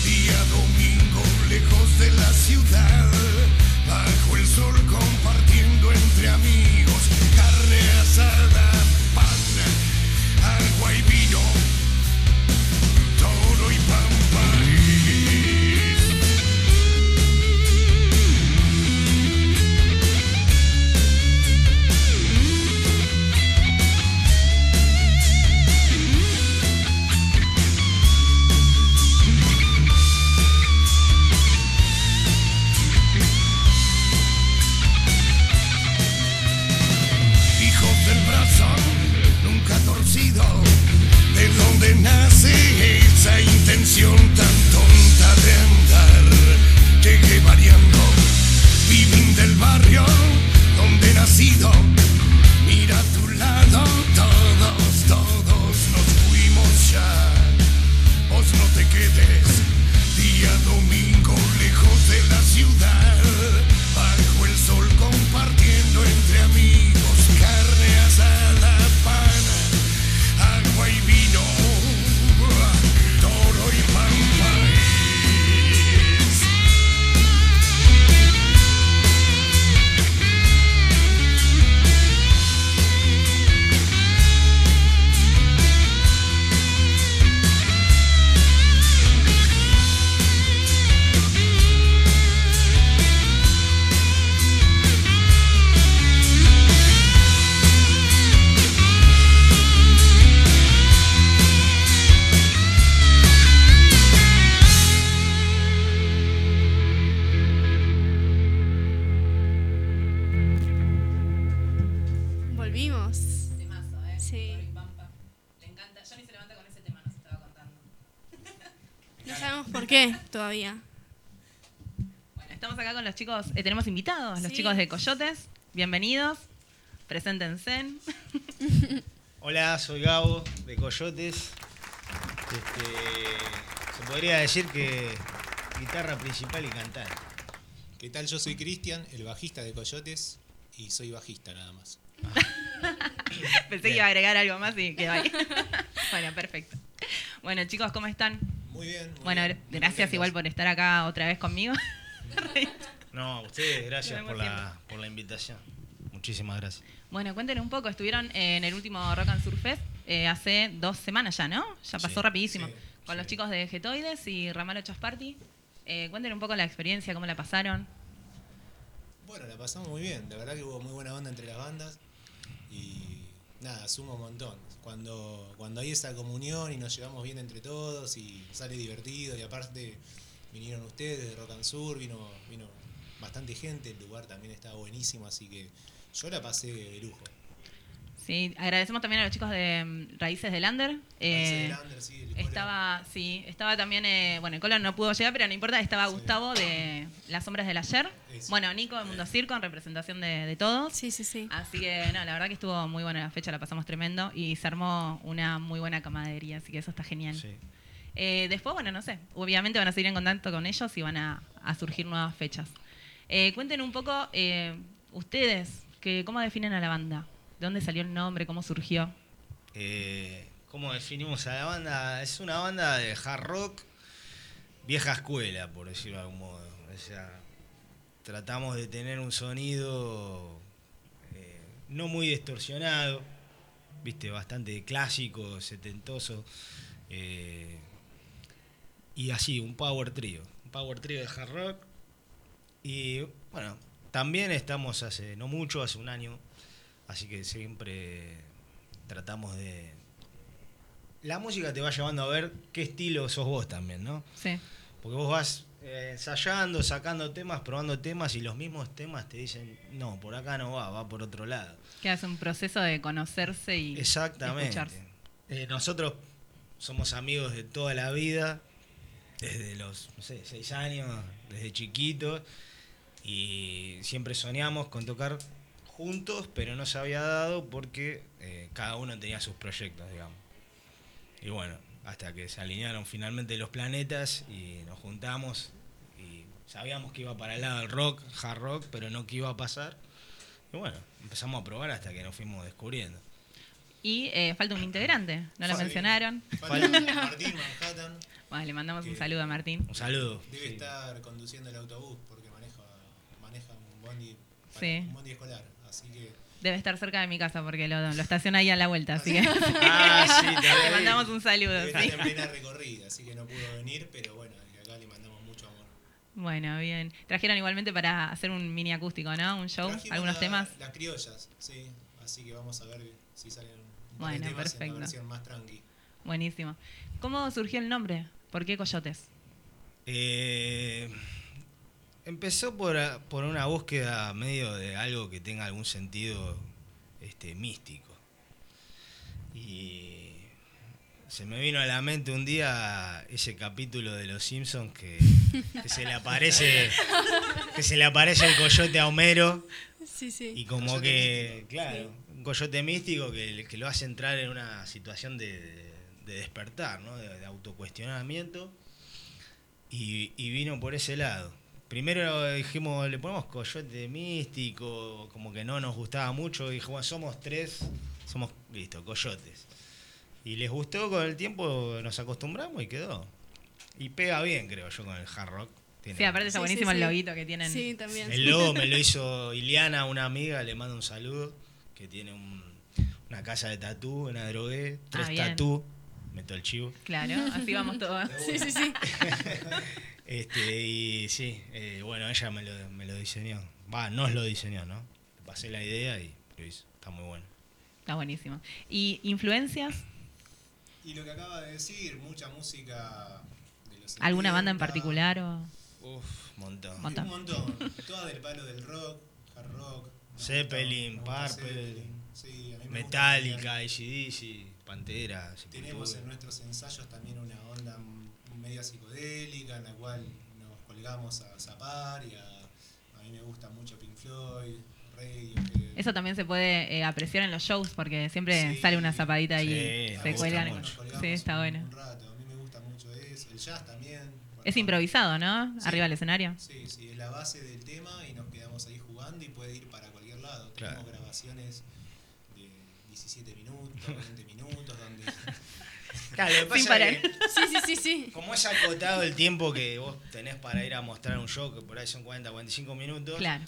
Speaker 13: Día domingo lejos de la ciudad, bajo el sol compartiendo entre amigos carne asada, pan, agua y vino, toro y pampa. hijos del brazo, nunca torcido, de donde nace esa intención tan tonta de andar, llegué variando, vivín del barrio donde he nacido, mira a tu lado, todos, todos nos fuimos ya, vos no te quedes, día domingo lejos de la ciudad, bajo el sol compartiendo entre amigos carne asada, pan, agua y vino, toro y pampa.
Speaker 5: Volvimos.
Speaker 6: ¿eh?
Speaker 5: Sí. No sabemos por qué todavía.
Speaker 6: Bueno, estamos acá con los chicos, eh, tenemos invitados, los
Speaker 5: Sí.
Speaker 6: chicos de Coyotes, bienvenidos, preséntense.
Speaker 14: Hola, soy Gabo de Coyotes. Este, se podría decir que guitarra principal y cantar.
Speaker 15: ¿Qué tal? Yo soy Cristian, el bajista de Coyotes, y soy bajista nada más.
Speaker 6: Pensé que iba a agregar algo más y quedó ahí. bueno, perfecto. Bueno, chicos, ¿cómo están?
Speaker 15: Muy bien. muy
Speaker 6: bueno,
Speaker 15: bien.
Speaker 6: gr- gracias
Speaker 15: Contentos.
Speaker 6: igual por estar acá otra vez conmigo.
Speaker 14: No, a ustedes, gracias
Speaker 6: Nos
Speaker 14: por
Speaker 6: vemos
Speaker 14: la, por la invitación. Muchísimas gracias.
Speaker 6: bueno, cuéntenos un poco, estuvieron eh, en el último Rock and Surf Fest eh, hace dos semanas ya, ¿no? Ya pasó
Speaker 14: Sí,
Speaker 6: rapidísimo.
Speaker 14: sí,
Speaker 6: con los chicos de Getoides y Ramalo Chasparty. Eh, cuéntenos un poco la experiencia, cómo la pasaron.
Speaker 15: Bueno, la pasamos muy bien. La verdad que hubo muy buena onda entre las bandas. Y nada, suma un montón. Cuando, cuando hay esa comunión y nos llevamos bien entre todos y sale divertido. Y aparte vinieron ustedes de Rock and Sur, vino, vino bastante gente. El lugar también estaba buenísimo, así que yo la pasé de lujo.
Speaker 6: Sí, agradecemos también a los chicos de mm, Raíces de Lander.
Speaker 15: Raíces de
Speaker 6: Lander, sí, estaba, sí, estaba también, eh, bueno, el Color no pudo llegar, pero no importa, estaba Gustavo de Las Sombras del Ayer.
Speaker 15: Eso.
Speaker 6: Bueno, Nico de Mundo
Speaker 15: Eh.
Speaker 6: Circo en representación de, de todos.
Speaker 5: Sí, sí, sí.
Speaker 6: Así que, no, la verdad que estuvo muy buena la fecha, la pasamos tremendo y se armó una muy buena camadería, así que eso está genial. Eh, después, bueno, no sé, obviamente van a seguir en contacto con ellos y van a, a surgir nuevas fechas. Eh, cuenten un poco eh, ustedes, que, ¿cómo definen a la banda? ¿De dónde salió el nombre? ¿Cómo surgió?
Speaker 14: Eh, ¿Cómo definimos a la banda? Es una banda de hard rock, vieja escuela, por decirlo de algún modo. O sea, tratamos de tener un sonido eh, no muy distorsionado, viste, bastante clásico, setentoso. eh, y así, un power trio. Un power trio de hard rock. Y bueno, también estamos hace no mucho, hace un año. Así que siempre tratamos de. La música te va llevando a ver qué estilo sos vos también, ¿no?
Speaker 6: Sí.
Speaker 14: Porque vos vas eh, ensayando, sacando temas, probando temas y los mismos temas te dicen, no, por acá no va, va por otro lado.
Speaker 6: Que hace un proceso de conocerse y
Speaker 14: Exactamente.
Speaker 6: escucharse.
Speaker 14: Eh, nosotros somos amigos de toda la vida, desde los no sé, seis años, desde chiquitos, y siempre soñamos con tocar juntos, pero no se había dado porque eh, cada uno tenía sus proyectos, digamos. Y bueno, hasta que se alinearon finalmente los planetas y nos juntamos y sabíamos que iba para el lado del rock, hard rock, pero no que iba a pasar. Y bueno, empezamos a probar hasta que nos fuimos descubriendo.
Speaker 6: Y eh, falta un integrante, no lo
Speaker 14: Falta-
Speaker 6: mencionaron.
Speaker 14: falta
Speaker 15: Martín Manhattan.
Speaker 6: Bueno, le mandamos un saludo a Martín.
Speaker 14: Un saludo.
Speaker 15: Debe estar conduciendo el autobús porque maneja, maneja un bondi, para-
Speaker 6: Sí.
Speaker 15: un bondi escolar. Así que
Speaker 6: Debe estar cerca de mi casa porque lo, lo estaciona ahí a la vuelta, así que
Speaker 15: Ah, sí, también.
Speaker 6: le mandamos un saludo.
Speaker 15: debe estar
Speaker 6: sí.
Speaker 15: en plena recorrida, así que no pudo venir, pero bueno, desde acá le mandamos mucho amor.
Speaker 6: Bueno, bien. Trajeron igualmente para hacer un mini acústico, ¿no? Un show,
Speaker 15: Trajimos
Speaker 6: algunos
Speaker 15: la-
Speaker 6: temas.
Speaker 15: Las criollas, sí. Así que vamos a ver si salen un par de
Speaker 6: Bueno,
Speaker 15: temas en
Speaker 6: perfecto.
Speaker 15: la versión más tranqui.
Speaker 6: Buenísimo. ¿Cómo surgió el nombre? ¿Por qué Coyotes?
Speaker 14: Eh, empezó por, por una búsqueda medio de algo que tenga algún sentido este, místico. Y se me vino a la mente un día ese capítulo de Los Simpsons que, que se le aparece que se le aparece el coyote a Homero
Speaker 16: Sí, sí.
Speaker 14: y como que claro un coyote místico que, que lo hace entrar en una situación de, de despertar ¿no? de, de autocuestionamiento y, y vino por ese lado primero dijimos le ponemos coyote místico como que no nos gustaba mucho y dijimos "Bueno, somos tres somos listo coyotes y les gustó con el tiempo nos acostumbramos y quedó y pega bien creo yo con el hard rock Tiene-
Speaker 6: Sí, aparte está
Speaker 16: Sí, sí,
Speaker 6: buenísimo
Speaker 16: sí.
Speaker 6: el loguito que tienen.
Speaker 16: Sí, también.
Speaker 14: el logo me lo hizo Iliana, una amiga, le mando un saludo, que tiene un- una casa de tatú, una drogué, tres
Speaker 6: bien.
Speaker 14: tatú, meto el chivo.
Speaker 6: Claro, así vamos todos.
Speaker 16: Sí, sí, sí.
Speaker 14: Este, y sí, eh, bueno, ella me lo, me lo diseñó. Va, nos lo diseñó, ¿no? Le pasé la idea y lo hizo. Está muy bueno.
Speaker 6: Está buenísimo. ¿Y influencias?
Speaker 15: Y lo que acaba de decir, mucha música de los
Speaker 6: ¿Alguna
Speaker 15: 70,
Speaker 6: banda en particular? O...
Speaker 14: Uf, montón.
Speaker 6: Montón.
Speaker 15: Un montón. Toda del palo del rock, hard rock.
Speaker 14: Zeppelin, Purple,
Speaker 15: Zeppelin, sí, a mí me gusta
Speaker 14: Metallica, ACDC, Pantera,
Speaker 15: Tenemos
Speaker 14: Sepultura.
Speaker 15: en nuestros ensayos también una onda m- media psicodélica en la cual nos colgamos a zapar y a, a mí me gusta mucho Pink Floyd, Radiohead.
Speaker 6: Eso también se puede eh, apreciar en los shows porque siempre sale una zapadita ahí y
Speaker 15: A
Speaker 6: se
Speaker 15: veces
Speaker 6: cuelgan.
Speaker 15: nos colgamos
Speaker 6: Sí, está
Speaker 15: un-
Speaker 6: bueno.
Speaker 15: Un rato, a mí me gusta mucho eso. El jazz también.
Speaker 6: Es improvisado, ¿no?
Speaker 15: Sí.
Speaker 6: Arriba del escenario.
Speaker 15: Sí, sí, es la base del tema y nos quedamos ahí jugando y puede ir para cualquier lado.
Speaker 14: Claro.
Speaker 15: Tenemos grabaciones de 17 minutos, 20 minutos, donde...
Speaker 14: Claro, lo que pasa es que-
Speaker 16: Sí, sí, sí, sí.
Speaker 14: Como es acotado el tiempo que vos tenés para ir a mostrar un show, que por ahí son 40, 45 minutos.
Speaker 6: Claro.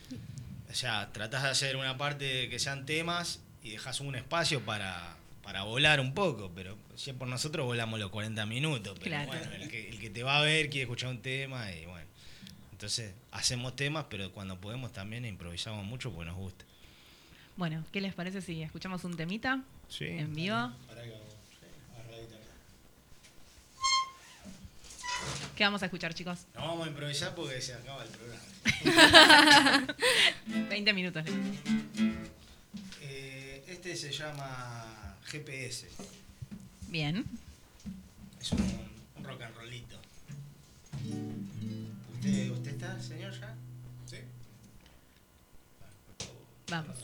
Speaker 14: O sea, tratás de hacer una parte que sean temas y dejas un espacio para, para volar un poco, pero si es por nosotros volamos los 40 minutos. Pero
Speaker 6: Claro.
Speaker 14: bueno, el que, el que te va a ver quiere escuchar un tema y bueno. Entonces, hacemos temas, pero cuando podemos también improvisamos mucho porque nos gusta.
Speaker 6: Bueno, ¿qué les parece si escuchamos un temita
Speaker 14: Sí.
Speaker 6: en vivo?
Speaker 15: Pará que hago- agarra guitarra.
Speaker 6: ¿Qué vamos a escuchar, chicos?
Speaker 14: No vamos a improvisar porque se acaba el programa.
Speaker 6: 20 minutos.
Speaker 14: Eh, este se llama GPS.
Speaker 6: Bien.
Speaker 14: Es un, un rock and rollito. ¿Usted, usted está, señor, ya?
Speaker 15: Sí.
Speaker 6: Vamos.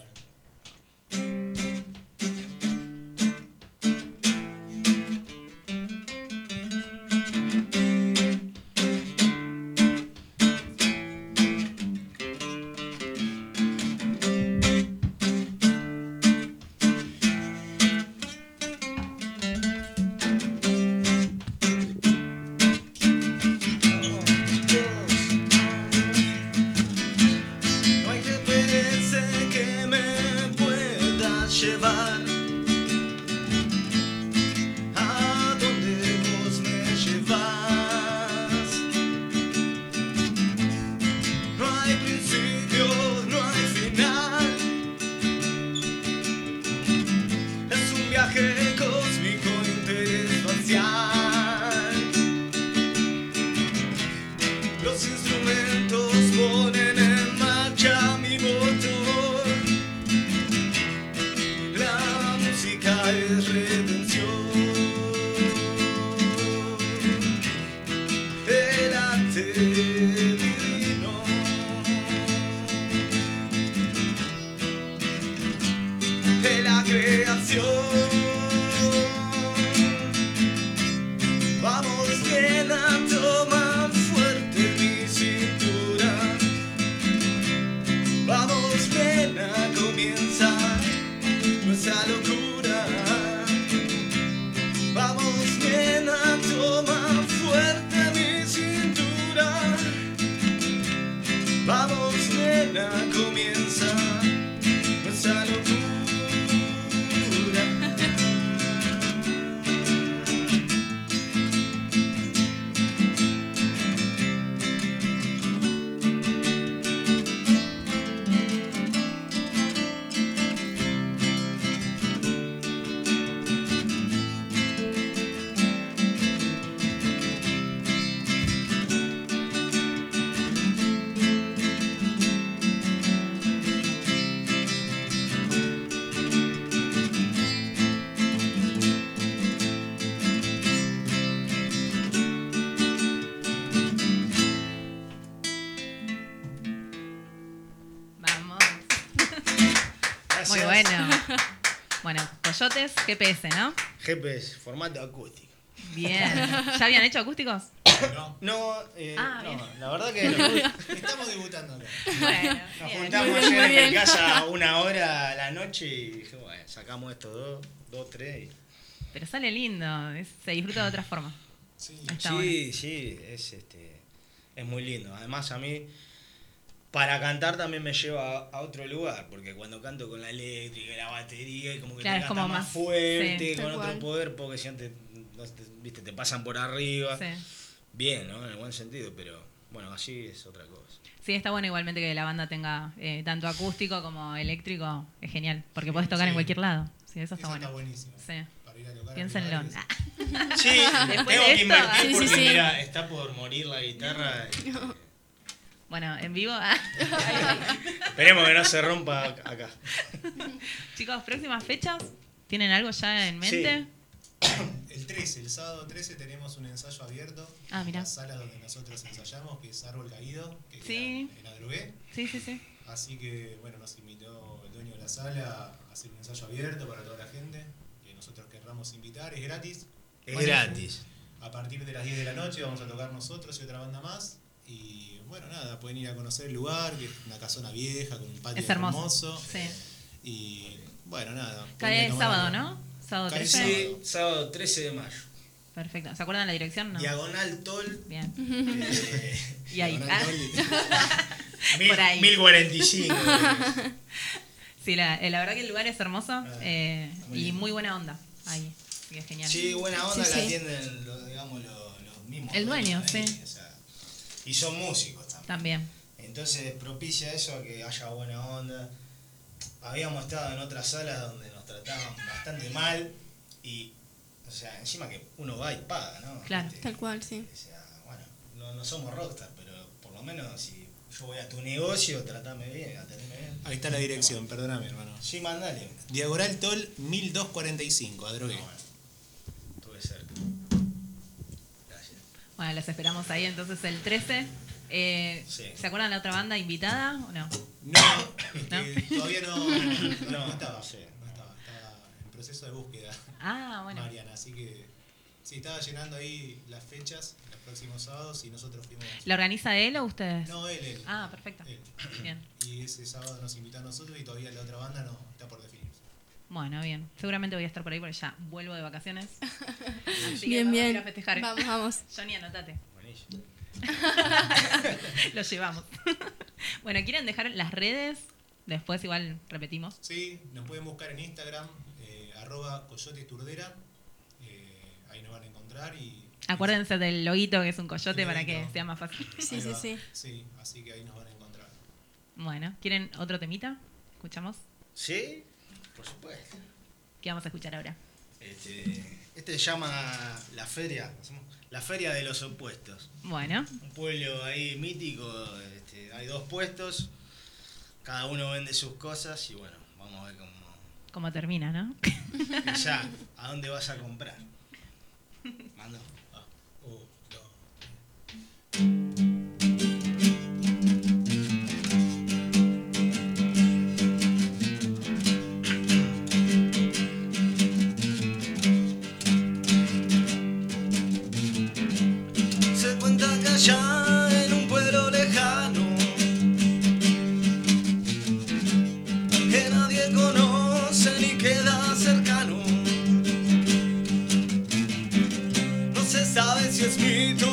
Speaker 17: No hay que perderse que me da los instrumentos ponen en marcha mi motor. La música es redención. El arte divino. De la creación. Vamos bien a tomar fuerte mi cintura. Vamos bien a comenzar nuestra locura. Vamos bien a tomar fuerte mi cintura. Vamos bien a comenzar nuestra locura.
Speaker 6: Vamos. Muy bueno. Bueno, Coyotes, GPS, ¿no?
Speaker 14: GPS, formato acústico.
Speaker 6: Bien. ¿Ya habían hecho acústicos?
Speaker 14: No, no, eh,
Speaker 6: Ah,
Speaker 14: no,
Speaker 6: bien.
Speaker 14: la verdad que
Speaker 15: Estamos debutando acá.
Speaker 6: Bueno,
Speaker 14: nos
Speaker 6: bien.
Speaker 14: juntamos
Speaker 6: Muy
Speaker 14: ayer en
Speaker 6: bien.
Speaker 14: mi casa a una hora a la noche y dije, bueno, sacamos estos dos, dos, tres. y-
Speaker 6: Pero sale lindo, es- se disfruta de otra forma.
Speaker 14: Sí,
Speaker 6: Está
Speaker 14: sí,
Speaker 6: bueno.
Speaker 14: es, este, es muy lindo. Además a mí, para cantar también me lleva a, a otro lugar, porque cuando canto con la eléctrica y la batería, y como que te
Speaker 6: Claro, es
Speaker 14: canta
Speaker 6: como
Speaker 14: más
Speaker 6: más-
Speaker 14: fuerte,
Speaker 6: sí,
Speaker 14: con
Speaker 6: tal
Speaker 14: otro
Speaker 6: cual.
Speaker 14: poder, porque si antes, no te- viste, te pasan por arriba.
Speaker 6: Sí.
Speaker 14: Bien, ¿no? En el buen sentido, pero bueno, así es otra cosa.
Speaker 6: Sí, está bueno igualmente que la banda tenga eh, tanto acústico como eléctrico, es genial, porque podés tocar
Speaker 14: Sí.
Speaker 6: en cualquier lado. Sí, eso está bueno. Sí. Piénsenlo.
Speaker 14: Sí, tengo
Speaker 6: Después de
Speaker 14: que
Speaker 6: esto,
Speaker 14: invertir
Speaker 6: ah, sí, sí,
Speaker 14: porque
Speaker 6: sí.
Speaker 14: mira, eh. está por morir la guitarra. y-
Speaker 6: Bueno, en vivo. ah.
Speaker 14: Esperemos que no se rompa ac- acá.
Speaker 6: Chicos, próximas fechas, ¿tienen algo ya en mente?
Speaker 15: El 13, el sábado 13 tenemos un ensayo abierto.
Speaker 6: Ah, mirá.
Speaker 15: En la sala donde nosotros ensayamos, que es Árbol Caído, que
Speaker 6: Sí.
Speaker 15: queda en Adrugué.
Speaker 6: Sí, sí, sí.
Speaker 15: Así que, bueno, nos invitó el dueño de la sala a hacer un ensayo abierto para toda la gente que nosotros querramos invitar. Es gratis.
Speaker 14: Es gratis.
Speaker 15: A partir de las 10 de la noche vamos a tocar nosotros y otra banda más. Y bueno, nada, pueden ir a conocer el lugar, que es una casona vieja con un patio
Speaker 6: Es hermoso.
Speaker 15: Sí. Y bueno, nada.
Speaker 6: Cae
Speaker 15: pueden tomar
Speaker 6: sábado,
Speaker 15: algo.
Speaker 6: ¿no? Sábado
Speaker 15: Cae
Speaker 6: 13.
Speaker 15: sábado.
Speaker 14: Sábado 13 de mayo.
Speaker 6: Perfecto. ¿Se acuerdan la dirección? No.
Speaker 14: Diagonal Tol.
Speaker 6: Bien.
Speaker 14: Eh,
Speaker 6: y ahí.
Speaker 14: Diagonal
Speaker 6: ah.
Speaker 14: Mil-
Speaker 6: Por ahí.
Speaker 14: 1045.
Speaker 6: sí, la, eh, la verdad que el lugar es hermoso eh,
Speaker 14: Ah, muy
Speaker 6: y
Speaker 14: lindo.
Speaker 6: muy buena onda. Ahí. Así que es genial.
Speaker 14: Sí, buena onda
Speaker 6: Sí,
Speaker 14: la
Speaker 6: sí.
Speaker 14: atienden los, digamos, los, los mismos.
Speaker 6: El dueño,
Speaker 14: dueños
Speaker 6: sí.
Speaker 14: ahí, o sea, y son músicos también.
Speaker 6: También.
Speaker 14: Entonces propicia eso a que haya buena onda. Habíamos estado en otras salas donde nos trataban bastante mal y, o sea, encima que uno va y paga, ¿no? Este,
Speaker 5: Claro. Tal cual, sí.
Speaker 14: No, no somos rockstar, pero por lo menos si yo voy a tu negocio, tratame bien, atendeme bien.
Speaker 15: Ahí está la dirección, perdóname, hermano.
Speaker 14: Sí, mandale.
Speaker 15: Diagonal Tol 1245, Adrogué.
Speaker 14: Estuve cerca.
Speaker 6: Bueno, las esperamos ahí entonces el 13. Eh, ¿Se acuerdan la otra banda invitada o no?
Speaker 15: No, este, todavía no, no,
Speaker 14: No,
Speaker 15: estaba, no estaba, estaba en proceso de búsqueda.
Speaker 6: Ah, bueno.
Speaker 15: Mariana, así que sí, estaba llenando ahí las fechas, los próximos sábados y nosotros fuimos.
Speaker 6: ¿La organiza él o ustedes?
Speaker 15: No, él, él.
Speaker 6: Ah, perfecto.
Speaker 15: Él.
Speaker 6: Bien.
Speaker 15: Y ese sábado nos invitó a nosotros y todavía la otra banda no está por definirse.
Speaker 6: Bueno, bien. Seguramente voy a estar por ahí porque ya vuelvo de vacaciones. Así que
Speaker 5: Bien,
Speaker 6: vamos a
Speaker 5: bien.
Speaker 6: ir a festejar.
Speaker 5: Vamos, vamos.
Speaker 6: Johnny, anotate. Lo llevamos. bueno, ¿quieren dejar las redes? Después igual repetimos.
Speaker 15: Sí, nos pueden buscar en Instagram, eh, arroba coyote turdera. eh, ahí nos van a encontrar y.
Speaker 6: Acuérdense del loguito que es un coyote
Speaker 15: El
Speaker 6: para que
Speaker 15: loguito.
Speaker 6: sea más fácil.
Speaker 15: ahí va. Sí, así que ahí nos van a encontrar.
Speaker 6: Bueno, ¿quieren otro temita? ¿Escuchamos?
Speaker 14: Sí, por supuesto.
Speaker 6: ¿Qué vamos a escuchar ahora?
Speaker 14: Este, este se llama La Feria. ¿hacemos? la Feria de los Opuestos.
Speaker 6: Bueno.
Speaker 14: Un pueblo ahí mítico, este, hay dos puestos, cada uno vende sus cosas y bueno, vamos a ver cómo.
Speaker 6: Como termina, ¿no?
Speaker 14: Ya, ¿a dónde vas a comprar? Mando. Ah,
Speaker 17: Se cuenta que allá en un pueblo lejano Que nadie conoce ni queda cercano No se sabe si es mito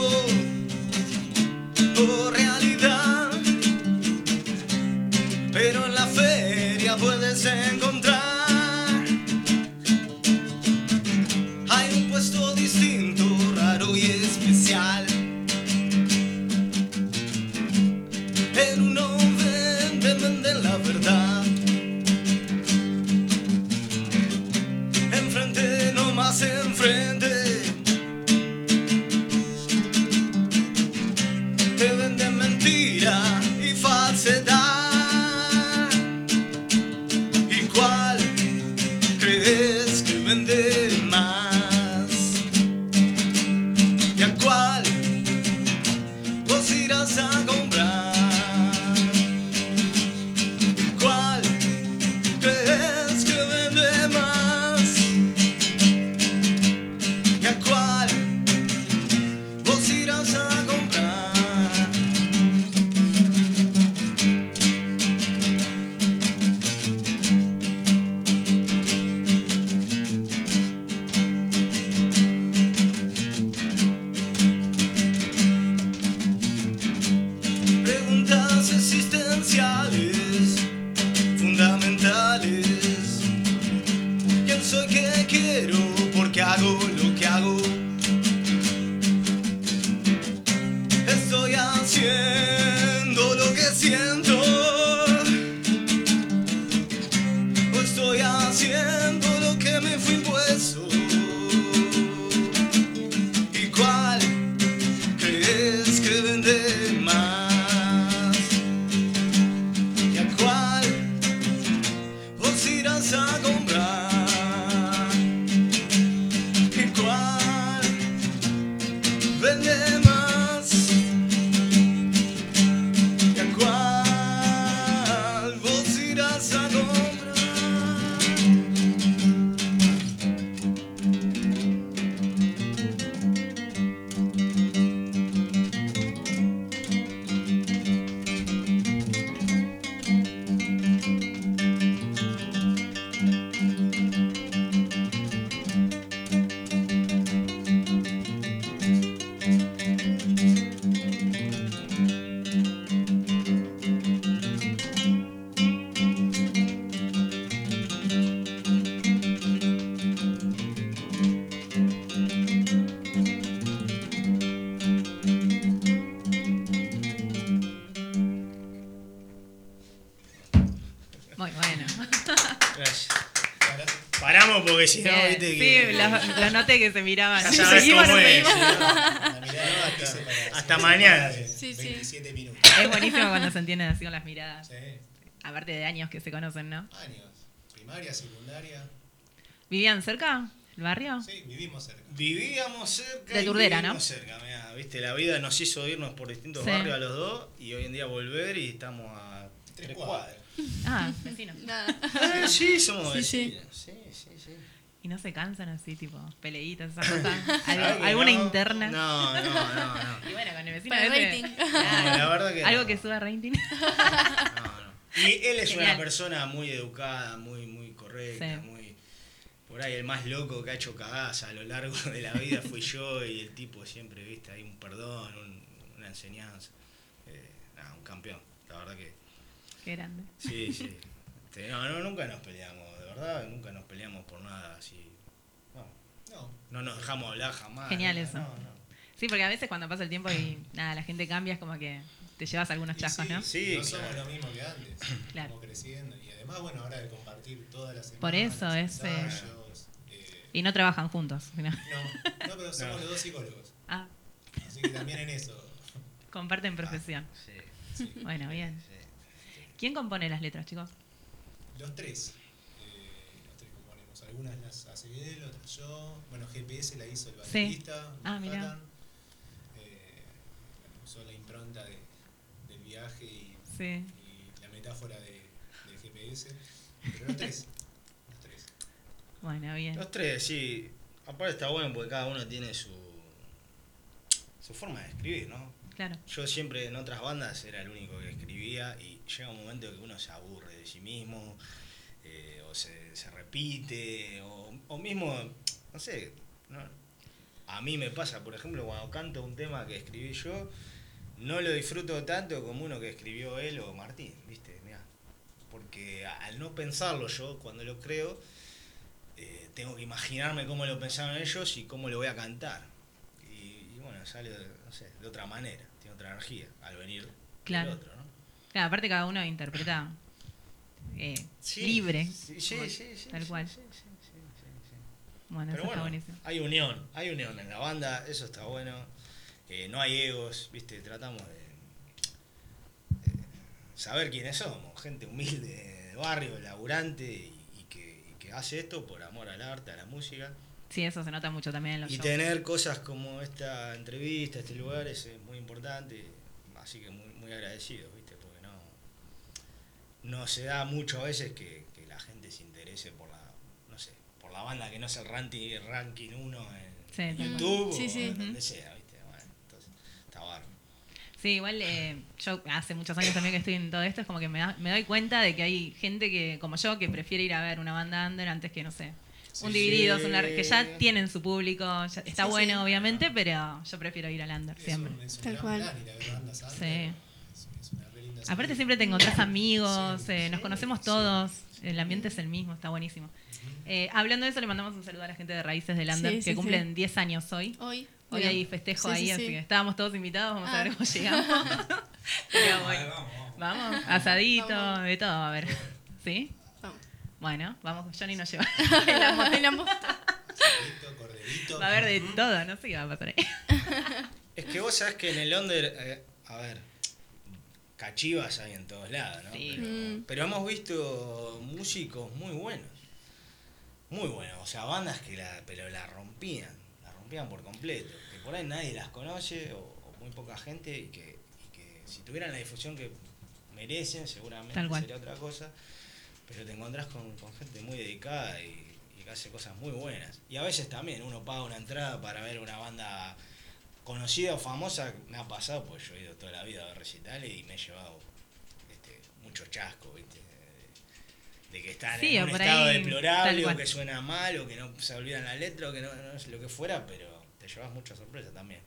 Speaker 17: o realidad Pero en la feria puedes encontrar Hay un puesto distinto, raro y especial En uno venden, venden la verdad. Enfrente, no más enfrente. Te venden mentira y falsedad. ¿Y cuál crees que vende más? ¿Y a cuál vos irás a comprar. ¿Cuál crees que vende más? ¿Y a cuál vos irás a comprar? preguntas existenciales, fundamentales. ¿Quién soy, qué quiero, por qué hago lo que hago? Estoy haciendo lo que siento. O estoy haciendo lo que me fui impuesto. ¿Y cuál crees que vende más? ¿Y a cuál vos irás a comprar? ¿Y cuál vende más? ¿Y a cuál vos irás a comprar?
Speaker 6: Muy bueno.
Speaker 14: Gracias. Paramos porque Pues si no,
Speaker 6: Bien,
Speaker 14: viste
Speaker 6: sí,
Speaker 14: que.
Speaker 6: los, los noté que se miraban.
Speaker 14: Ya
Speaker 6: Sí,
Speaker 14: sabes
Speaker 6: seguimos,
Speaker 14: cómo
Speaker 6: no
Speaker 14: es,
Speaker 6: seguimos.
Speaker 14: Hasta mañana.
Speaker 16: Sí, sí.
Speaker 15: 27 minutos.
Speaker 6: Es buenísimo cuando se entienden así con las miradas. Aparte de años que se conocen, ¿no?
Speaker 15: Años. Primaria, secundaria.
Speaker 6: ¿Vivían cerca? ¿El barrio?
Speaker 15: Sí, vivimos cerca.
Speaker 14: Vivíamos cerca.
Speaker 6: De
Speaker 14: y
Speaker 6: Turdera,
Speaker 14: vivimos
Speaker 6: ¿no?
Speaker 14: cerca, mirá, viste, la vida nos hizo irnos por distintos
Speaker 6: Sí.
Speaker 14: barrios a los dos y hoy en día volver y estamos a tres cuadras.
Speaker 6: Ah, vecinos.
Speaker 14: Eh, sí, somos
Speaker 6: Sí, sí.
Speaker 14: vecinos. Sí, sí, sí.
Speaker 6: Y no se cansan así, tipo, peleitas, esas cosas.
Speaker 14: Claro
Speaker 6: ¿Algo-
Speaker 14: que
Speaker 6: ¿Alguna
Speaker 14: no.
Speaker 6: interna?
Speaker 14: No, no, no, no.
Speaker 6: Y bueno, con el vecino.
Speaker 16: Para
Speaker 6: a
Speaker 16: el
Speaker 6: veces-
Speaker 16: rating.
Speaker 6: Claro.
Speaker 14: No, la verdad que
Speaker 6: Algo
Speaker 14: no.
Speaker 6: que suba rating.
Speaker 14: Y él es
Speaker 6: Genial.
Speaker 14: una persona muy educada, muy, muy correcta,
Speaker 6: Sí.
Speaker 14: muy. Por ahí el más loco que ha hecho cagadas a lo largo de la vida fui yo y el tipo siempre, viste, hay un perdón, un- una enseñanza. Eh, nada, un campeón, la verdad que.
Speaker 6: Qué grande.
Speaker 14: Sí, sí. Este, no, no, nunca nos peleamos, de verdad, nunca nos peleamos por nada así. No, no, no nos dejamos hablar jamás.
Speaker 6: Genial
Speaker 14: nunca,
Speaker 6: eso.
Speaker 14: no, no.
Speaker 6: Sí, porque a veces cuando pasa el tiempo y nada, la gente cambia, es como que te llevas algunos chascos, ¿no?
Speaker 15: no somos lo mismo que antes. Estamos creciendo. Y además, bueno, ahora de compartir todas las semanas.
Speaker 6: Por eso es. eh,
Speaker 15: ensayos. eh,
Speaker 6: Y no trabajan juntos. sino-
Speaker 15: No, no, pero somos los dos psicólogos.
Speaker 6: Ah,
Speaker 15: Así que también en eso.
Speaker 14: Ah,
Speaker 6: comparten profesión. Bueno, bien. ¿Quién compone las letras, chicos?
Speaker 15: Los tres. eh, los tres componemos. Algunas las hace Videl, otras yo. Bueno, GPS la hizo el baterista.
Speaker 6: Ah,
Speaker 15: Manhattan.
Speaker 6: mirá.
Speaker 15: Eh, usó la impronta de- del viaje y,
Speaker 6: Sí.
Speaker 15: y la metáfora de, del GPS. Pero los tres. Los tres.
Speaker 6: Bueno, bien.
Speaker 14: Los tres, sí. Aparte está bueno porque cada uno tiene su, su forma de escribir, ¿no?
Speaker 6: Claro.
Speaker 14: Yo siempre en otras bandas era el único que escribía y llega un momento que uno se aburre de sí mismo, eh, o se, se repite, o, o mismo, no sé, ¿no? a mí me pasa, por ejemplo, cuando canto un tema que escribí yo, no lo disfruto tanto como uno que escribió él o Martín, ¿viste? Mirá. Porque a- al no pensarlo yo, cuando lo creo, eh, tengo que imaginarme cómo lo pensaron ellos y cómo lo voy a cantar. Y, y bueno, sale, no sé, de otra manera, tiene otra energía al venir
Speaker 6: Claro.
Speaker 14: del otro, ¿no?
Speaker 6: Claro, aparte cada uno interpreta eh,
Speaker 14: Sí,
Speaker 6: libre.
Speaker 14: sí, sí,
Speaker 6: como-
Speaker 14: sí, sí,
Speaker 6: Tal
Speaker 14: sí,
Speaker 6: cual. Bueno,
Speaker 14: Pero
Speaker 6: eso está
Speaker 14: bueno,
Speaker 6: buenísimo.
Speaker 14: hay unión, hay unión en la banda, eso está bueno. Eh, no hay egos, ¿viste? Tratamos de, de saber quiénes somos, gente humilde de barrio, laburante y, y que, y que hace esto por amor al arte, a la música.
Speaker 6: Sí, eso se nota mucho también en los
Speaker 14: Y
Speaker 6: shows.
Speaker 14: tener cosas como esta entrevista, este lugar, es eh, muy importante. Así que muy, muy agradecido, ¿viste? Porque no, no se da mucho a veces que, que la gente se interese por la, no sé, por la banda que no es el ranti- ranking 1
Speaker 6: Sí,
Speaker 14: en
Speaker 6: tal cual.
Speaker 14: YouTube
Speaker 6: Sí,
Speaker 14: o
Speaker 6: sí.
Speaker 14: en donde sea, ¿viste? Bueno, entonces, está bárbaro.
Speaker 6: Sí, igual eh, yo hace muchos años también que estoy en todo esto, es como que me, da- me doy cuenta de que hay gente que, como yo, que prefiere ir a ver una banda under antes que, no sé,
Speaker 16: Sí,
Speaker 6: un dividido,
Speaker 16: sí.
Speaker 6: que ya tienen su público, ya- está
Speaker 16: Sí,
Speaker 6: bueno,
Speaker 16: sí.
Speaker 6: obviamente, pero yo prefiero ir al under siempre.
Speaker 15: Es un
Speaker 5: Tal
Speaker 15: gran
Speaker 5: cual.
Speaker 15: plan ir a ver bandas antes.
Speaker 6: Sí.
Speaker 15: Es- es una re linda
Speaker 6: Aparte
Speaker 15: salida.
Speaker 6: siempre te encontrás amigos, eh, nos conocemos todos, el ambiente es el mismo, está buenísimo. Eh, hablando de eso, le mandamos un saludo a la gente de Raíces del Lander,
Speaker 5: Sí,
Speaker 6: que
Speaker 5: sí,
Speaker 6: cumplen
Speaker 5: sí.
Speaker 6: 10 años hoy.
Speaker 5: Hoy.
Speaker 6: Hoy
Speaker 5: Mira.
Speaker 6: hay festejo
Speaker 5: Oh, Sí,
Speaker 6: ahí,
Speaker 5: sí,
Speaker 6: así
Speaker 5: sí.
Speaker 6: que estábamos todos invitados, vamos a ver
Speaker 5: Ah.
Speaker 6: cómo llegamos. Pero bueno, vamos, asadito, de todo, a ver. ¿Sí? Bueno, vamos, Johnny nos lleva el amor.
Speaker 5: El amor.
Speaker 6: Va a haber de todo, no sé qué va a pasar ahí.
Speaker 14: Es que vos sabés que en el under, eh, a ver, cachivas hay en todos lados, ¿no? Pero,
Speaker 5: Mm.
Speaker 14: pero hemos visto músicos muy buenos. Muy buenos, o sea, bandas que la, pero la rompían, la rompían por completo. Que por ahí nadie las conoce o, o muy poca gente y que, y que si tuvieran la difusión que merecen, seguramente
Speaker 6: Tal cual.
Speaker 14: sería otra cosa. Pero te encontrás con, con gente muy dedicada y, y que hace cosas muy buenas. Y a veces también uno paga una entrada para ver una banda conocida o famosa me ha pasado, pues yo he ido toda la vida a ver recitales y me he llevado este, mucho chasco, ¿viste? De, de que están
Speaker 6: Sí,
Speaker 14: en
Speaker 6: o
Speaker 14: un
Speaker 6: por
Speaker 14: estado
Speaker 6: ahí, tal
Speaker 14: deplorable,
Speaker 6: cual.
Speaker 14: o que suena mal, o que no se olvidan la letra, o que no, no es lo que fuera, pero te llevas mucha sorpresa también.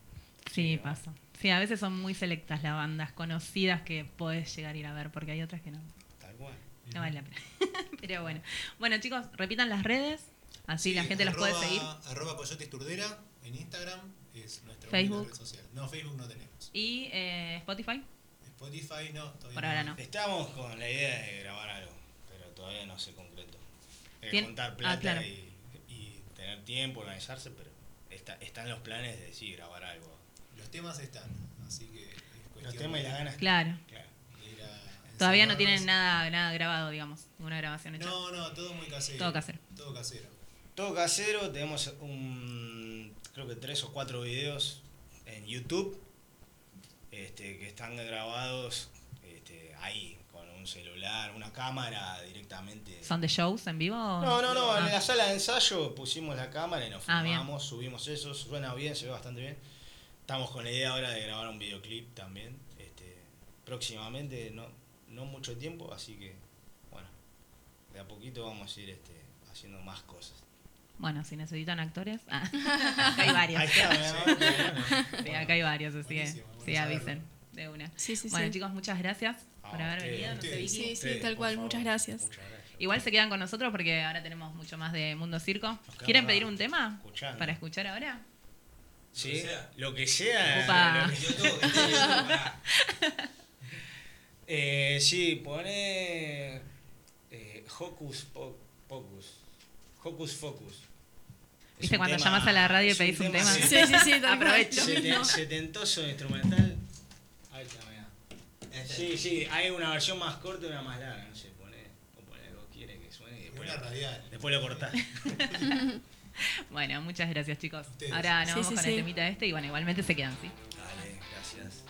Speaker 6: Sí, pasa. Sí, a veces son muy selectas las bandas conocidas que podés llegar a ir a ver, porque hay otras que no.
Speaker 14: Tal cual.
Speaker 6: No vale la pena. Pero bueno. Bueno, chicos, repitan las redes, así la gente los puede
Speaker 15: Arroba-
Speaker 6: seguir.
Speaker 15: Arroba Coyotes Turdera en Instagram es nuestra
Speaker 6: Facebook.
Speaker 15: única red social. No, Facebook no tenemos.
Speaker 6: Y eh, Spotify.
Speaker 15: Spotify no, todavía
Speaker 6: Por ahora no.
Speaker 14: Estamos con la idea de grabar algo, pero todavía no se concreto. Hay que
Speaker 6: Tien-
Speaker 14: juntar
Speaker 6: Ah,
Speaker 14: plata
Speaker 6: claro.
Speaker 14: y, y tener tiempo, organizarse, pero está, están los planes de sí grabar algo.
Speaker 15: Los temas están, así que es cuestión
Speaker 14: Los temas y
Speaker 15: de-
Speaker 14: las ganas.
Speaker 6: Claro.
Speaker 15: de ir a
Speaker 6: Todavía no
Speaker 15: encerrarnos.
Speaker 6: tienen nada, nada grabado, digamos, ninguna grabación hecha.
Speaker 15: No, no, todo muy casero.
Speaker 6: Todo casero.
Speaker 15: Todo casero.
Speaker 14: Todo casero, tenemos un, creo que tres o cuatro videos en YouTube este, que están grabados este, ahí, con un celular, una cámara directamente.
Speaker 6: ¿Son de shows en vivo? o-
Speaker 14: No, no, no,
Speaker 6: Ah,
Speaker 14: en la sala de ensayo pusimos la cámara y nos
Speaker 6: Ah, bien.
Speaker 14: filmamos, subimos eso, suena bien, se ve bastante bien. Estamos con la idea ahora de grabar un videoclip también, este, próximamente, no, no mucho tiempo, así que bueno, de a poquito vamos a ir este, haciendo más cosas.
Speaker 6: Bueno, si necesitan actores, ah, acá hay varios.
Speaker 14: Ahí está, bueno, bueno.
Speaker 6: Sí, acá hay varios, así que
Speaker 14: Buenísimo, bueno
Speaker 6: sí,
Speaker 14: saberlo.
Speaker 6: avisen de una.
Speaker 5: Sí, sí,
Speaker 6: bueno,
Speaker 5: sí.
Speaker 6: chicos, muchas gracias
Speaker 14: A
Speaker 6: por haber
Speaker 14: ustedes,
Speaker 6: venido. No sé,
Speaker 14: ustedes,
Speaker 6: Vicky.
Speaker 5: Sí, sí,
Speaker 14: ustedes,
Speaker 5: tal
Speaker 14: por
Speaker 5: cual,
Speaker 14: favor.
Speaker 5: muchas gracias.
Speaker 6: Igual se quedan con nosotros porque ahora tenemos mucho más de Mundo Circo.
Speaker 14: quedamos
Speaker 6: ¿Quieren
Speaker 14: acá
Speaker 6: pedir un tema
Speaker 14: escuchando.
Speaker 6: para escuchar ahora?
Speaker 14: Sí, lo que sea.
Speaker 6: Opa.
Speaker 14: lo que yo toque, yo toque, pará. Eh, sí, pone eh, Hocus Po- Pocus. Hocus Focus.
Speaker 6: ¿Viste cuando llamas a la radio y
Speaker 14: es
Speaker 6: pedís un tema?
Speaker 14: se-
Speaker 6: Sí, sí, sí, tal cual,
Speaker 14: Aprovecho.
Speaker 6: lo
Speaker 14: Seten-
Speaker 6: mismo.
Speaker 14: Setentoso instrumental. Ahí está, mirá. Este. Sí, sí, hay una versión más corta y una más larga, no sé, pone, o pone algo que quiere que suene y después, lo, después lo cortás.
Speaker 6: bueno, muchas gracias, chicos. Ahora nos
Speaker 14: Sí,
Speaker 6: vamos
Speaker 14: sí,
Speaker 6: con
Speaker 14: sí.
Speaker 6: el temita este y bueno, igualmente se quedan, ¿sí?
Speaker 14: Dale, gracias.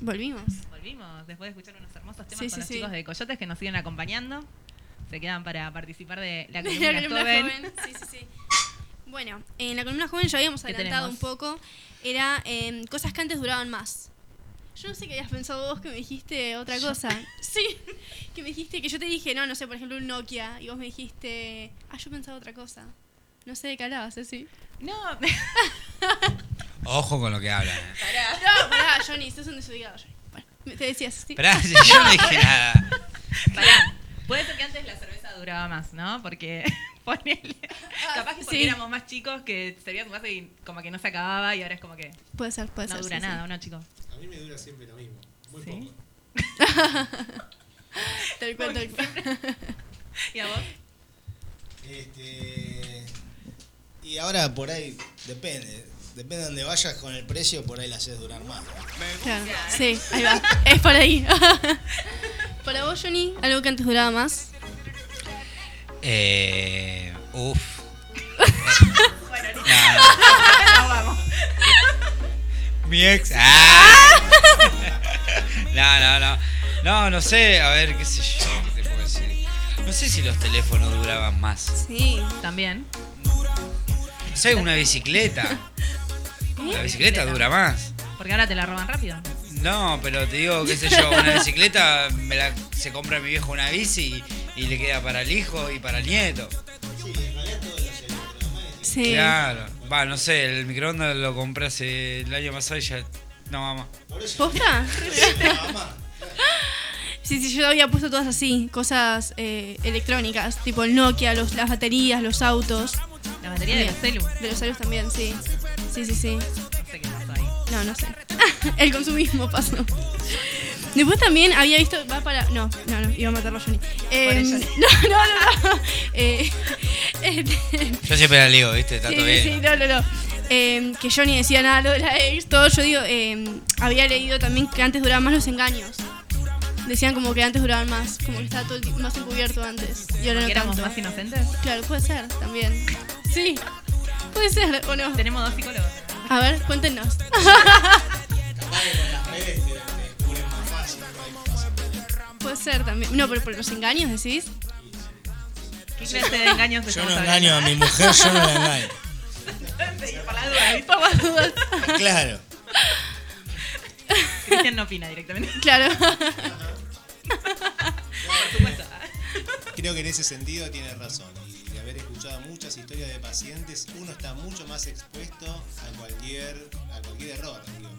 Speaker 5: Volvimos.
Speaker 18: Volvimos, después de escuchar unos hermosos temas
Speaker 5: Sí,
Speaker 18: con
Speaker 5: sí,
Speaker 18: los
Speaker 5: sí.
Speaker 18: chicos de Coyotes que nos siguen acompañando. Se quedan para participar de la
Speaker 5: De la
Speaker 18: columna
Speaker 5: columna
Speaker 18: joven.
Speaker 5: joven, sí, sí, sí. Bueno, en la columna joven ya habíamos
Speaker 18: ¿Qué
Speaker 5: adelantado
Speaker 18: tenemos?
Speaker 5: un poco. Era eh, cosas que antes duraban más. Yo no sé qué habías pensado vos que me dijiste otra
Speaker 18: Yo-
Speaker 5: cosa. Sí, que me dijiste, que yo te dije, no, no sé, por ejemplo, un Nokia. Y vos me dijiste, ah, yo pensaba otra cosa. No sé de qué hablabas, ¿eh? así.
Speaker 18: No,
Speaker 7: Ojo con lo que hablan. ¿eh?
Speaker 5: pará. No, pará, Johnny, sos un desubicado, Johnny. Bueno, me- te decías, sí.
Speaker 7: Pará, si yo no dije nada.
Speaker 18: Pará, puede ser que antes la cerveza duraba más, ¿no? Porque ponele, capaz que porque
Speaker 5: Ah, sí.
Speaker 18: éramos más chicos que se veía tu casa y como que no se acababa y ahora es como que
Speaker 5: Puede ser, puede
Speaker 18: no
Speaker 5: ser,
Speaker 18: dura
Speaker 5: sí,
Speaker 18: nada,
Speaker 5: sí.
Speaker 18: ¿o ¿no, chicos?
Speaker 15: A mí me dura siempre lo mismo. Muy
Speaker 18: ¿Sí?
Speaker 15: poco.
Speaker 5: Tal cual, tal cual.
Speaker 18: ¿Y a vos?
Speaker 17: Este, y ahora por ahí depende. Depende de donde vayas con el precio, por ahí la haces durar más.
Speaker 5: Claro, Sí, ahí va. Es por ahí. Para vos, Johnny, algo que antes duraba más.
Speaker 7: Eh, uf.
Speaker 18: Bueno,
Speaker 7: No.
Speaker 18: no vamos.
Speaker 7: Mi ex. ¡Ah! No, no, no. No, no sé. A ver, qué sé yo. ¿Qué te puedo decir? No sé si los teléfonos duraban más.
Speaker 5: Sí.
Speaker 18: También.
Speaker 7: No sé, una
Speaker 5: ¿Eh?
Speaker 7: bicicleta. La bicicleta dura más.
Speaker 18: Porque ahora te la roban rápido.
Speaker 7: No, pero te digo, qué sé yo, una bicicleta me la- se compra mi viejo una bici y, y le queda para el hijo y para el nieto.
Speaker 5: Sí.
Speaker 7: Claro. Va, no sé, el microondas lo compré hace el año pasado y ya no va más.
Speaker 5: ¿Posta? Sí, sí, yo había puesto todas así, cosas eh, electrónicas, tipo el Nokia, los, las baterías, los autos.
Speaker 18: La batería de los celu.
Speaker 5: De los celus también, sí. Sí, sí, sí.
Speaker 18: No sé qué pasó ahí.
Speaker 5: No, no sé. el consumismo pasó. Después también había visto. Va para. No, no, no, iba a matarlo a Johnny. Eh,
Speaker 18: Pobre
Speaker 5: no,
Speaker 18: Johnny.
Speaker 5: no, no, no. Eh, este,
Speaker 7: Yo siempre la ligo, ¿viste? Está
Speaker 5: Sí,
Speaker 7: todo
Speaker 5: sí,
Speaker 7: bien.
Speaker 5: no, no, no. Eh, que yo ni decía nada lo de la ex, todo. Yo digo, eh, había leído también que antes duraban más los engaños. Decían como que antes duraban más, como que estaba todo el tiempo más encubierto antes. Y ahora no
Speaker 18: ¿Porque éramos
Speaker 5: tanto.
Speaker 18: más inocentes?
Speaker 5: Claro, puede ser también. Sí, puede ser, ¿o no?
Speaker 18: Tenemos dos psicólogos.
Speaker 5: A ver, cuéntenos. puede ser también. No, pero por los engaños decís.
Speaker 18: ¿Qué clase de engaños
Speaker 17: Yo no engaño a mi mujer, yo no la engaño.
Speaker 18: Por las dudas.
Speaker 17: Claro.
Speaker 18: Cristian no opina directamente.
Speaker 5: Claro.
Speaker 15: Creo que en ese sentido tiene razón. Y de haber escuchado muchas historias de pacientes, uno está mucho más expuesto a cualquier, a cualquier error. digo.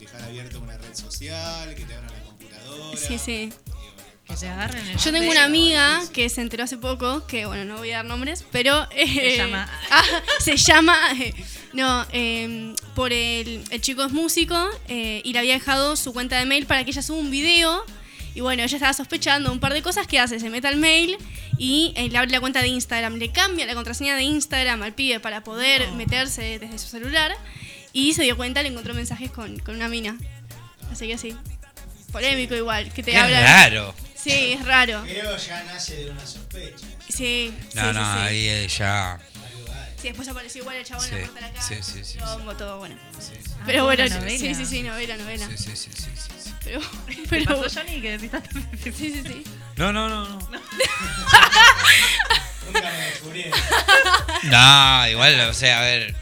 Speaker 15: Dejar abierta una red social, que te abran la computadora.
Speaker 5: Sí, sí.
Speaker 18: Que te agarren el
Speaker 15: Ah,
Speaker 5: Yo tengo una amiga que se enteró hace poco, que bueno, no voy a dar nombres, pero... eh,
Speaker 18: llama-
Speaker 5: ah, se llama... eh, no, eh, por el, el chico es músico eh, y le había dejado su cuenta de mail para que ella suba un video. Y bueno, ella estaba sospechando un par de cosas. ¿Qué hace? Se mete al mail y eh, le abre la cuenta de Instagram. Le cambia la contraseña de Instagram al pibe para poder meterse desde su celular. Y se dio cuenta, le encontró mensajes con, con una mina. Así que así. Polémico igual, que te
Speaker 7: Qué
Speaker 5: hablan.
Speaker 7: raro.
Speaker 5: Sí, es raro.
Speaker 17: Creo ya nace de una sospecha.
Speaker 5: Sí,
Speaker 7: No,
Speaker 5: sí,
Speaker 7: no,
Speaker 5: sí, sí.
Speaker 7: ahí eh, ya.
Speaker 5: Sí, después apareció igual el chabón
Speaker 7: Sí,
Speaker 5: en la puerta de la casa.
Speaker 7: sí, sí, sí.
Speaker 5: Quilombo, todo bueno.
Speaker 7: sí.
Speaker 5: Pero
Speaker 7: Ah,
Speaker 5: bueno,
Speaker 7: una novela.
Speaker 5: sí, sí, sí, novela, novela.
Speaker 7: Sí, sí, sí, sí, sí, sí.
Speaker 5: Pero,
Speaker 18: ¿Te
Speaker 5: pero
Speaker 18: pasó, Johnny, que decís tanto?
Speaker 5: sí, sí, sí.
Speaker 7: No, no, no, no.
Speaker 17: Nunca me descubrí.
Speaker 7: No, igual, o sea, a ver.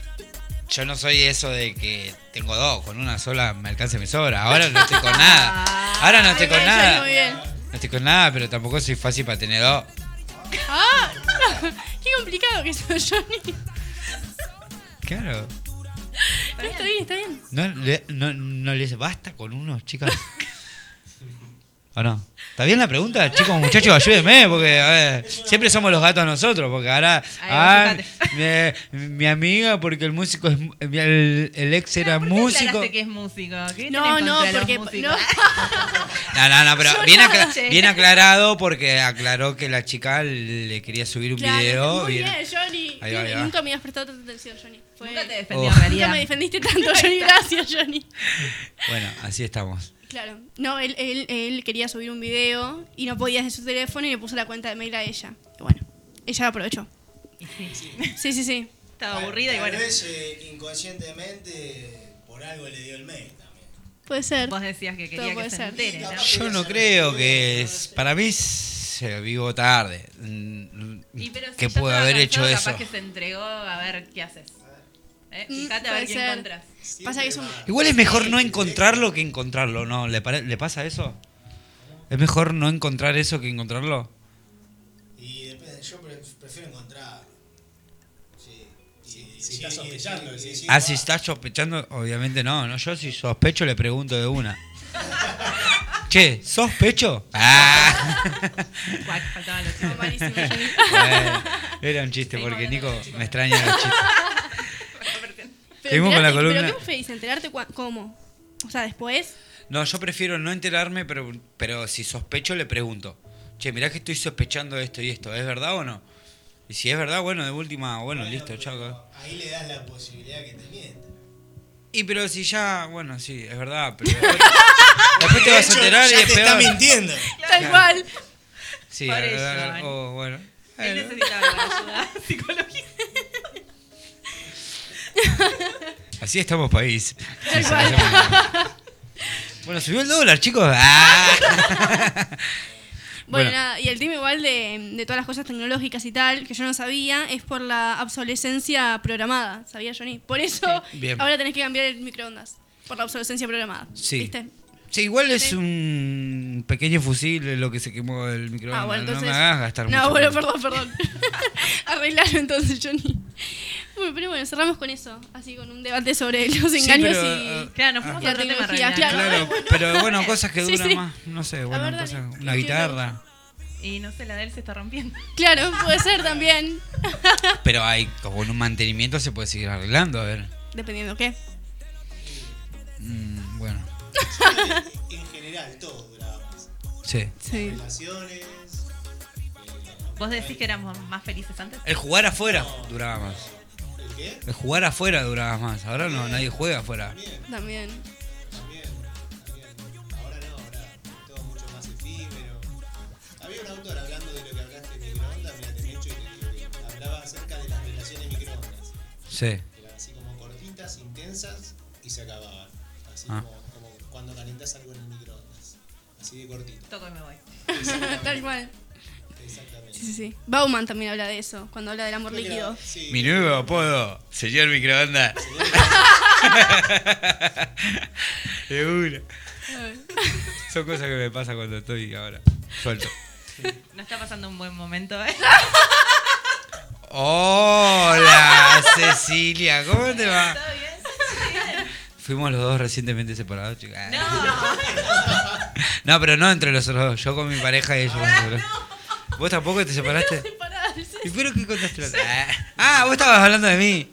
Speaker 7: Yo no soy eso de que tengo dos, con una sola me alcanza y me sobra. Ahahora no estoy con nada. Ahora no estoy con
Speaker 5: Ay, Johnny,
Speaker 7: nada.
Speaker 5: Muy bien.
Speaker 7: No estoy con nada, pero tampoco soy fácil para tener dos.
Speaker 5: Ah, no, qué complicado que sos, Johnny.
Speaker 7: Claro.
Speaker 5: No, está bien, está bien.
Speaker 7: ¿No, le- no, no les basta con uno, chicas? ¿O no? ¿Está bien la pregunta? Chicos, muchachos, ayúdenme, porque a ver, siempre somos los gatos nosotros, porque ahora, ah,
Speaker 18: Ahí va,
Speaker 7: mi, mi amiga, porque el músico es, mu- el, el ex era músico.
Speaker 18: que es músico? ¿Qué
Speaker 5: No,
Speaker 18: tenés
Speaker 5: no,
Speaker 18: contra los
Speaker 5: porque.
Speaker 18: músicos?
Speaker 5: No,
Speaker 7: No, no, no, pero
Speaker 5: Yo
Speaker 7: bien,
Speaker 5: no,
Speaker 7: acla-
Speaker 5: che.
Speaker 7: bien aclarado, porque aclaró que la chica le quería subir un
Speaker 5: claro,
Speaker 7: video.
Speaker 5: Muy
Speaker 7: bien.
Speaker 5: bien, Johnny.
Speaker 7: Ahí va, ahí va.
Speaker 5: Nunca me habías prestado tanta atención, Johnny. Fue-
Speaker 18: Nunca te defendí
Speaker 7: Oh.
Speaker 18: en realidad.
Speaker 5: Nunca me defendiste tanto, Johnny. Gracias, Johnny.
Speaker 7: Bueno, así estamos.
Speaker 5: Claro. No, él, él, él quería subir un video y no podía desde su teléfono y le puso la cuenta de mail a ella. Y bueno, ella aprovechó. Sí, sí, sí.
Speaker 18: Estaba aburrida y
Speaker 17: Tal
Speaker 18: bueno.
Speaker 17: vez eh, inconscientemente por algo le dio el mail también.
Speaker 5: Puede ser.
Speaker 6: Vos decías que quería que se entere, ¿no?
Speaker 7: Yo no creo que es. Para mí se vivo tarde. Mm,
Speaker 6: Y pero si
Speaker 7: Que
Speaker 6: ya
Speaker 7: puede
Speaker 6: estaba
Speaker 7: haber hecho
Speaker 6: cansado,
Speaker 7: eso.
Speaker 6: Capaz que se entregó a ver qué haces. ¿Eh?
Speaker 5: Mm,
Speaker 6: Fíjate a ver
Speaker 5: puede
Speaker 6: qué
Speaker 5: ser.
Speaker 6: encontrás.
Speaker 5: Pasa que es un.
Speaker 7: Igual es mejor no encontrarlo que encontrarlo, ¿no? ¿Le, pare- ¿Le pasa eso? ¿Es mejor no encontrar eso que encontrarlo?
Speaker 14: Y depende, yo pre- prefiero encontrar. Sí. Sí,
Speaker 15: si estás sospechando,
Speaker 14: sí,
Speaker 15: decís,
Speaker 14: sí.
Speaker 7: Ah, si estás sospechando, obviamente no, no. Yo si sospecho le pregunto de una. Che, ¿sospecho? Ah.
Speaker 6: Guac, faltaban los chistes.
Speaker 5: Buenísimo, Jenny.
Speaker 7: Bueno, era un chiste porque Nico me extraña los chistes.
Speaker 5: Pero
Speaker 7: Seguimos con la
Speaker 5: enterarte-
Speaker 7: columna.
Speaker 5: Pero qué feliz enterarte cua- cómo. O sea, después.
Speaker 7: No, yo prefiero no enterarme, pero, pero si sospecho le pregunto. Che, mirá que estoy sospechando esto y esto, ¿es verdad o no? Y si es verdad, bueno, de última, bueno, listo, chao.
Speaker 14: Ahí le das la posibilidad que te mientan.
Speaker 7: Y pero si ya, bueno, sí, es verdad, pero después, después te vas a
Speaker 14: De hecho,
Speaker 7: enterar
Speaker 14: ya
Speaker 7: y es
Speaker 14: te está
Speaker 7: peor.
Speaker 14: mintiendo.
Speaker 5: Tal
Speaker 7: Claro.
Speaker 5: cual.
Speaker 7: Sí,
Speaker 6: Por
Speaker 7: la verdad,
Speaker 6: ello,
Speaker 7: o bueno.
Speaker 6: Él
Speaker 7: bueno.
Speaker 6: necesitaba ayuda psicológica.
Speaker 7: Así estamos país.
Speaker 6: Tal
Speaker 7: Sí,
Speaker 6: cual.
Speaker 7: se me llama. bueno, subió el dólar, chicos. Ah.
Speaker 5: Bueno, nada, y el tema igual de, de todas las cosas tecnológicas y tal, que yo no sabía, es por la obsolescencia programada, ¿sabía Johnny? Por eso
Speaker 7: Bien.
Speaker 5: ahora tenés que cambiar el microondas, por la obsolescencia programada.
Speaker 7: Sí.
Speaker 5: ¿Viste?
Speaker 7: Sí, igual es un pequeño fusil lo que se quemó el micrófono.
Speaker 5: ah, bueno, entonces.
Speaker 7: no me hagas gastar
Speaker 5: No,
Speaker 7: mucho.
Speaker 5: bueno, perdón, perdón. Arreglalo entonces, Johnny. Bueno, pero bueno, cerramos con eso, así con un debate sobre los
Speaker 7: Sí,
Speaker 5: engaños
Speaker 7: pero,
Speaker 5: y.
Speaker 7: eh, Claro, nos
Speaker 5: y
Speaker 7: fuimos
Speaker 5: la
Speaker 7: a otro tema
Speaker 5: tecnología,
Speaker 7: Claro,
Speaker 5: claro.
Speaker 7: pero bueno, cosas que
Speaker 5: Sí,
Speaker 7: duran
Speaker 5: sí.
Speaker 7: más, no sé, bueno,
Speaker 5: ver, dale.
Speaker 7: cosas- una guitarra.
Speaker 6: Y no sé, la de él se está rompiendo.
Speaker 5: Claro, puede ser también.
Speaker 7: Pero hay, con un mantenimiento se puede seguir arreglando, a ver.
Speaker 5: Dependiendo qué.
Speaker 7: Mm, bueno,
Speaker 15: En general, todos durábamos.
Speaker 7: sí.
Speaker 5: Sí.
Speaker 15: Relaciones.
Speaker 6: Vos decís que éramos más felices antes.
Speaker 7: El jugar afuera duraba más. ¿El
Speaker 15: qué?
Speaker 7: El jugar afuera duraba más. Ahora no, nadie juega afuera.
Speaker 5: También.
Speaker 15: todo mucho más efímero. Había un autor hablando de lo que hablaste de microondas, mira, te me echo y te digo que hablaba acerca de las relaciones microondas.
Speaker 7: Sí.
Speaker 15: Eran así como cortitas, intensas y se acababan. Así
Speaker 7: Ah.
Speaker 15: como, como cuando calentás algo en el microondas. Así de cortito.
Speaker 6: Toco y me voy.
Speaker 5: Tal cual.
Speaker 15: Exactamente.
Speaker 5: Sí, sí, sí. Bauman también habla de eso, cuando habla del amor
Speaker 15: Creo que era-
Speaker 5: líquido.
Speaker 15: sí.
Speaker 7: Mi nuevo apodo, señor microondas. De una. Son cosas que me pasan cuando estoy ahora. Suelto.
Speaker 6: No está pasando un buen momento, ¿eh?
Speaker 7: Hola, Cecilia, ¿cómo te va? Fuimos los dos recientemente separados, chicas. No, pero no entre los dos, yo con mi pareja y ellos. ¿Vos tampoco te separaste? ¿Y pero qué contaste la otra? Ah, vos estabas hablando de mí.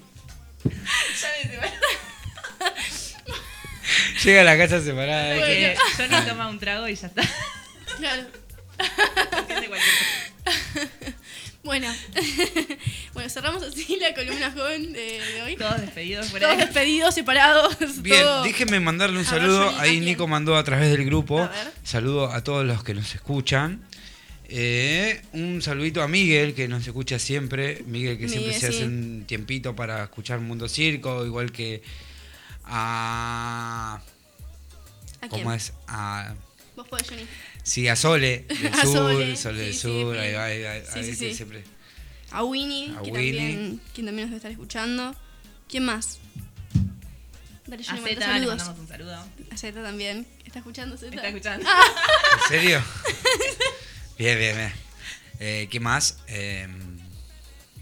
Speaker 7: Llega a la casa separada.
Speaker 6: Porque Johnny toma un trago y ya está.
Speaker 5: Claro. Bueno, bueno, cerramos así la columna joven de, de hoy.
Speaker 6: Todos despedidos por
Speaker 5: Todos
Speaker 6: ahí.
Speaker 5: despedidos, separados.
Speaker 7: Bien,
Speaker 5: todo.
Speaker 7: déjenme mandarle un
Speaker 5: A ver,
Speaker 7: saludo.
Speaker 5: Juli,
Speaker 7: Ahí
Speaker 5: ¿a
Speaker 7: Nico mandó a través del grupo.
Speaker 5: A ver.
Speaker 7: saludo a todos los que nos escuchan. Eh, un saludito a Miguel, que nos escucha siempre. Miguel, que siempre
Speaker 5: Miguel,
Speaker 7: se
Speaker 5: sí.
Speaker 7: hace un tiempito para escuchar Mundo Circo, igual que a.
Speaker 5: ¿A
Speaker 7: ¿Cómo
Speaker 5: quién?
Speaker 7: es? A.
Speaker 5: Vos podés, Johnny.
Speaker 7: Sí, a Sole del
Speaker 5: A
Speaker 7: Sur,
Speaker 5: Sole,
Speaker 7: Sole,
Speaker 5: sí,
Speaker 7: del
Speaker 5: sí,
Speaker 7: Sur,
Speaker 5: bien.
Speaker 7: ahí va, ahí va, ahí
Speaker 5: Sí,
Speaker 7: va,
Speaker 5: sí,
Speaker 7: que
Speaker 5: sí.
Speaker 7: siempre.
Speaker 5: A Winnie,
Speaker 7: A
Speaker 5: que,
Speaker 7: Winnie.
Speaker 5: También, que también nos debe estar escuchando. ¿Quién más? Dale,
Speaker 6: A
Speaker 5: Johnny, manda
Speaker 6: Zeta le
Speaker 5: saludos.
Speaker 6: mandamos un saludo.
Speaker 5: A Zeta también. ¿Está escuchando Zeta? Ah,
Speaker 6: Está escuchando.
Speaker 7: ¿En serio? Bien, bien, bien. Eh, ¿Qué más? Eh,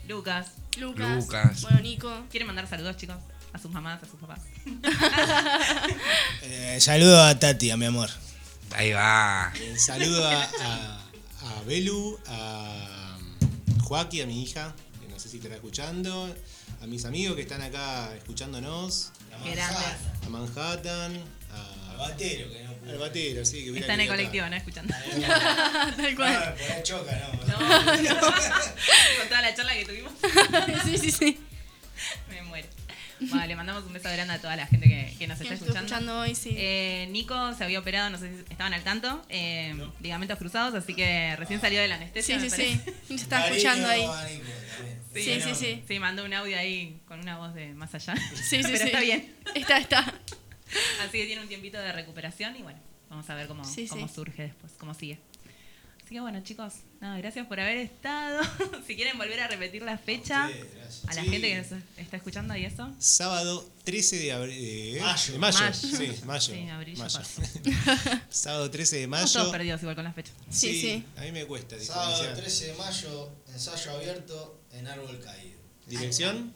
Speaker 6: Lucas.
Speaker 5: Lucas.
Speaker 7: Lucas.
Speaker 5: Bueno, Nico.
Speaker 6: ¿Quieren mandar saludos, chicos? A sus mamás, a sus papás.
Speaker 15: Eh, saludo a Tati, a mi amor.
Speaker 7: ahí va.
Speaker 15: Eh, saludo a, a, a Belu, a mm, Joaquín, a mi hija, que no sé si estará escuchando, a mis amigos que están acá escuchándonos, a Manhattan, a, al batero, que no Al batero, sí, que hubiera
Speaker 6: Están en el
Speaker 15: querido
Speaker 6: colectivo,
Speaker 15: acá.
Speaker 6: no escuchando.
Speaker 5: Tal cual.
Speaker 15: por ahí choca, ¿no?
Speaker 6: No,
Speaker 5: No.
Speaker 6: Con toda la charla que tuvimos.
Speaker 5: Sí, sí, sí.
Speaker 6: Me muero. Bueno, le mandamos un beso grande a toda la gente que, que nos
Speaker 5: Que nos estuvo
Speaker 6: está escuchando.
Speaker 5: escuchando hoy, sí.
Speaker 6: Eh, Nico se había operado, no sé si estaban al tanto, eh, ligamentos cruzados, así que recién salió de la anestesia.
Speaker 5: Sí,
Speaker 6: me
Speaker 5: sí, sí.
Speaker 6: parece.
Speaker 5: Se está escuchando ahí. Sí, sí,
Speaker 6: no.
Speaker 5: sí.
Speaker 6: Sí, mandó un audio ahí con una voz de más allá.
Speaker 5: Sí, sí,
Speaker 6: Pero
Speaker 5: sí.
Speaker 6: está bien.
Speaker 5: Está, está.
Speaker 6: Así que tiene un tiempito de recuperación y bueno, vamos a ver cómo,
Speaker 5: Sí,
Speaker 6: cómo
Speaker 5: sí.
Speaker 6: surge después, cómo sigue. Así que bueno, chicos, nada, gracias por haber estado. si quieren volver a repetir la fecha, a, la
Speaker 15: Sí.
Speaker 6: gente que nos está escuchando y eso.
Speaker 15: Sábado 13 de abril.
Speaker 6: Mayo.
Speaker 15: De mayo.
Speaker 6: Mayo.
Speaker 15: Sí, mayo.
Speaker 6: Sí, abril ya
Speaker 15: Mayo.
Speaker 6: pasó.
Speaker 15: Sábado 13 de mayo.
Speaker 6: Estamos todos perdidos igual con las fechas.
Speaker 15: Sí, A mí me cuesta.
Speaker 14: Sábado
Speaker 15: diferenciar.
Speaker 14: 13 de mayo, ensayo abierto en Árbol Caído.
Speaker 15: ¿Dirección?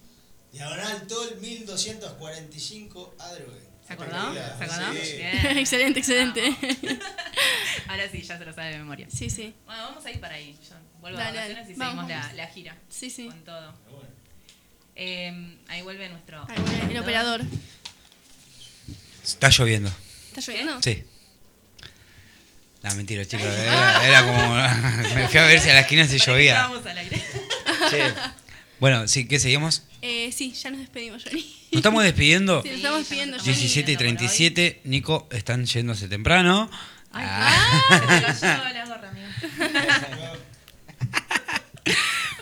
Speaker 14: Diagonal Tol 1245 Adrogué.
Speaker 6: ¿Se acordó? ¿Se acordó?
Speaker 14: Sí.
Speaker 6: Bien.
Speaker 5: excelente, excelente.
Speaker 6: Ahora sí, ya se lo sabe de memoria.
Speaker 5: Sí, sí.
Speaker 6: Bueno, vamos a ir para ahí. Yo vuelvo
Speaker 5: Dale,
Speaker 6: a
Speaker 5: dale.
Speaker 6: vacaciones y seguimos
Speaker 5: Vamos,
Speaker 6: la,
Speaker 5: vamos.
Speaker 6: la gira.
Speaker 5: Sí, sí.
Speaker 6: Con
Speaker 15: Ah,
Speaker 6: todo. Eh, ahí vuelve nuestro.
Speaker 5: Ahí vuelve el operador.
Speaker 7: Está lloviendo.
Speaker 5: ¿Está lloviendo?
Speaker 7: Sí. La mentira, chicos. Era, era como. Me fui a ver si a la esquina se llovía.
Speaker 5: Vamos al aire.
Speaker 7: Bueno, sí, ¿qué seguimos?
Speaker 5: Eh, sí, ya nos despedimos, Johnny.
Speaker 7: Nos estamos despidiendo.
Speaker 5: Sí, nos estamos despidiendo, Johnny.
Speaker 7: 17 y 37. Nico están yéndose temprano.
Speaker 6: Ay,
Speaker 7: Ah.
Speaker 6: se me cayó la gorra, amigo.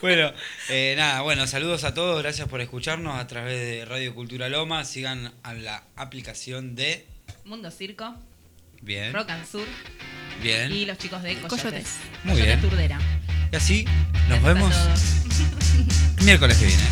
Speaker 7: Bueno, eh, nada, bueno, saludos a todos, gracias por escucharnos a través de Radio Cultura Loma. Sigan a la aplicación de.
Speaker 6: Mundo Circo,
Speaker 7: Bien.
Speaker 6: Rock and Sur
Speaker 7: Bien.
Speaker 6: y los chicos de Coyotes.
Speaker 5: Coyotes.
Speaker 7: Muy bien.
Speaker 6: Turdera.
Speaker 7: Y así nos vemos miércoles que viene.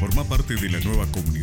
Speaker 16: Forma parte de la nueva comunidad.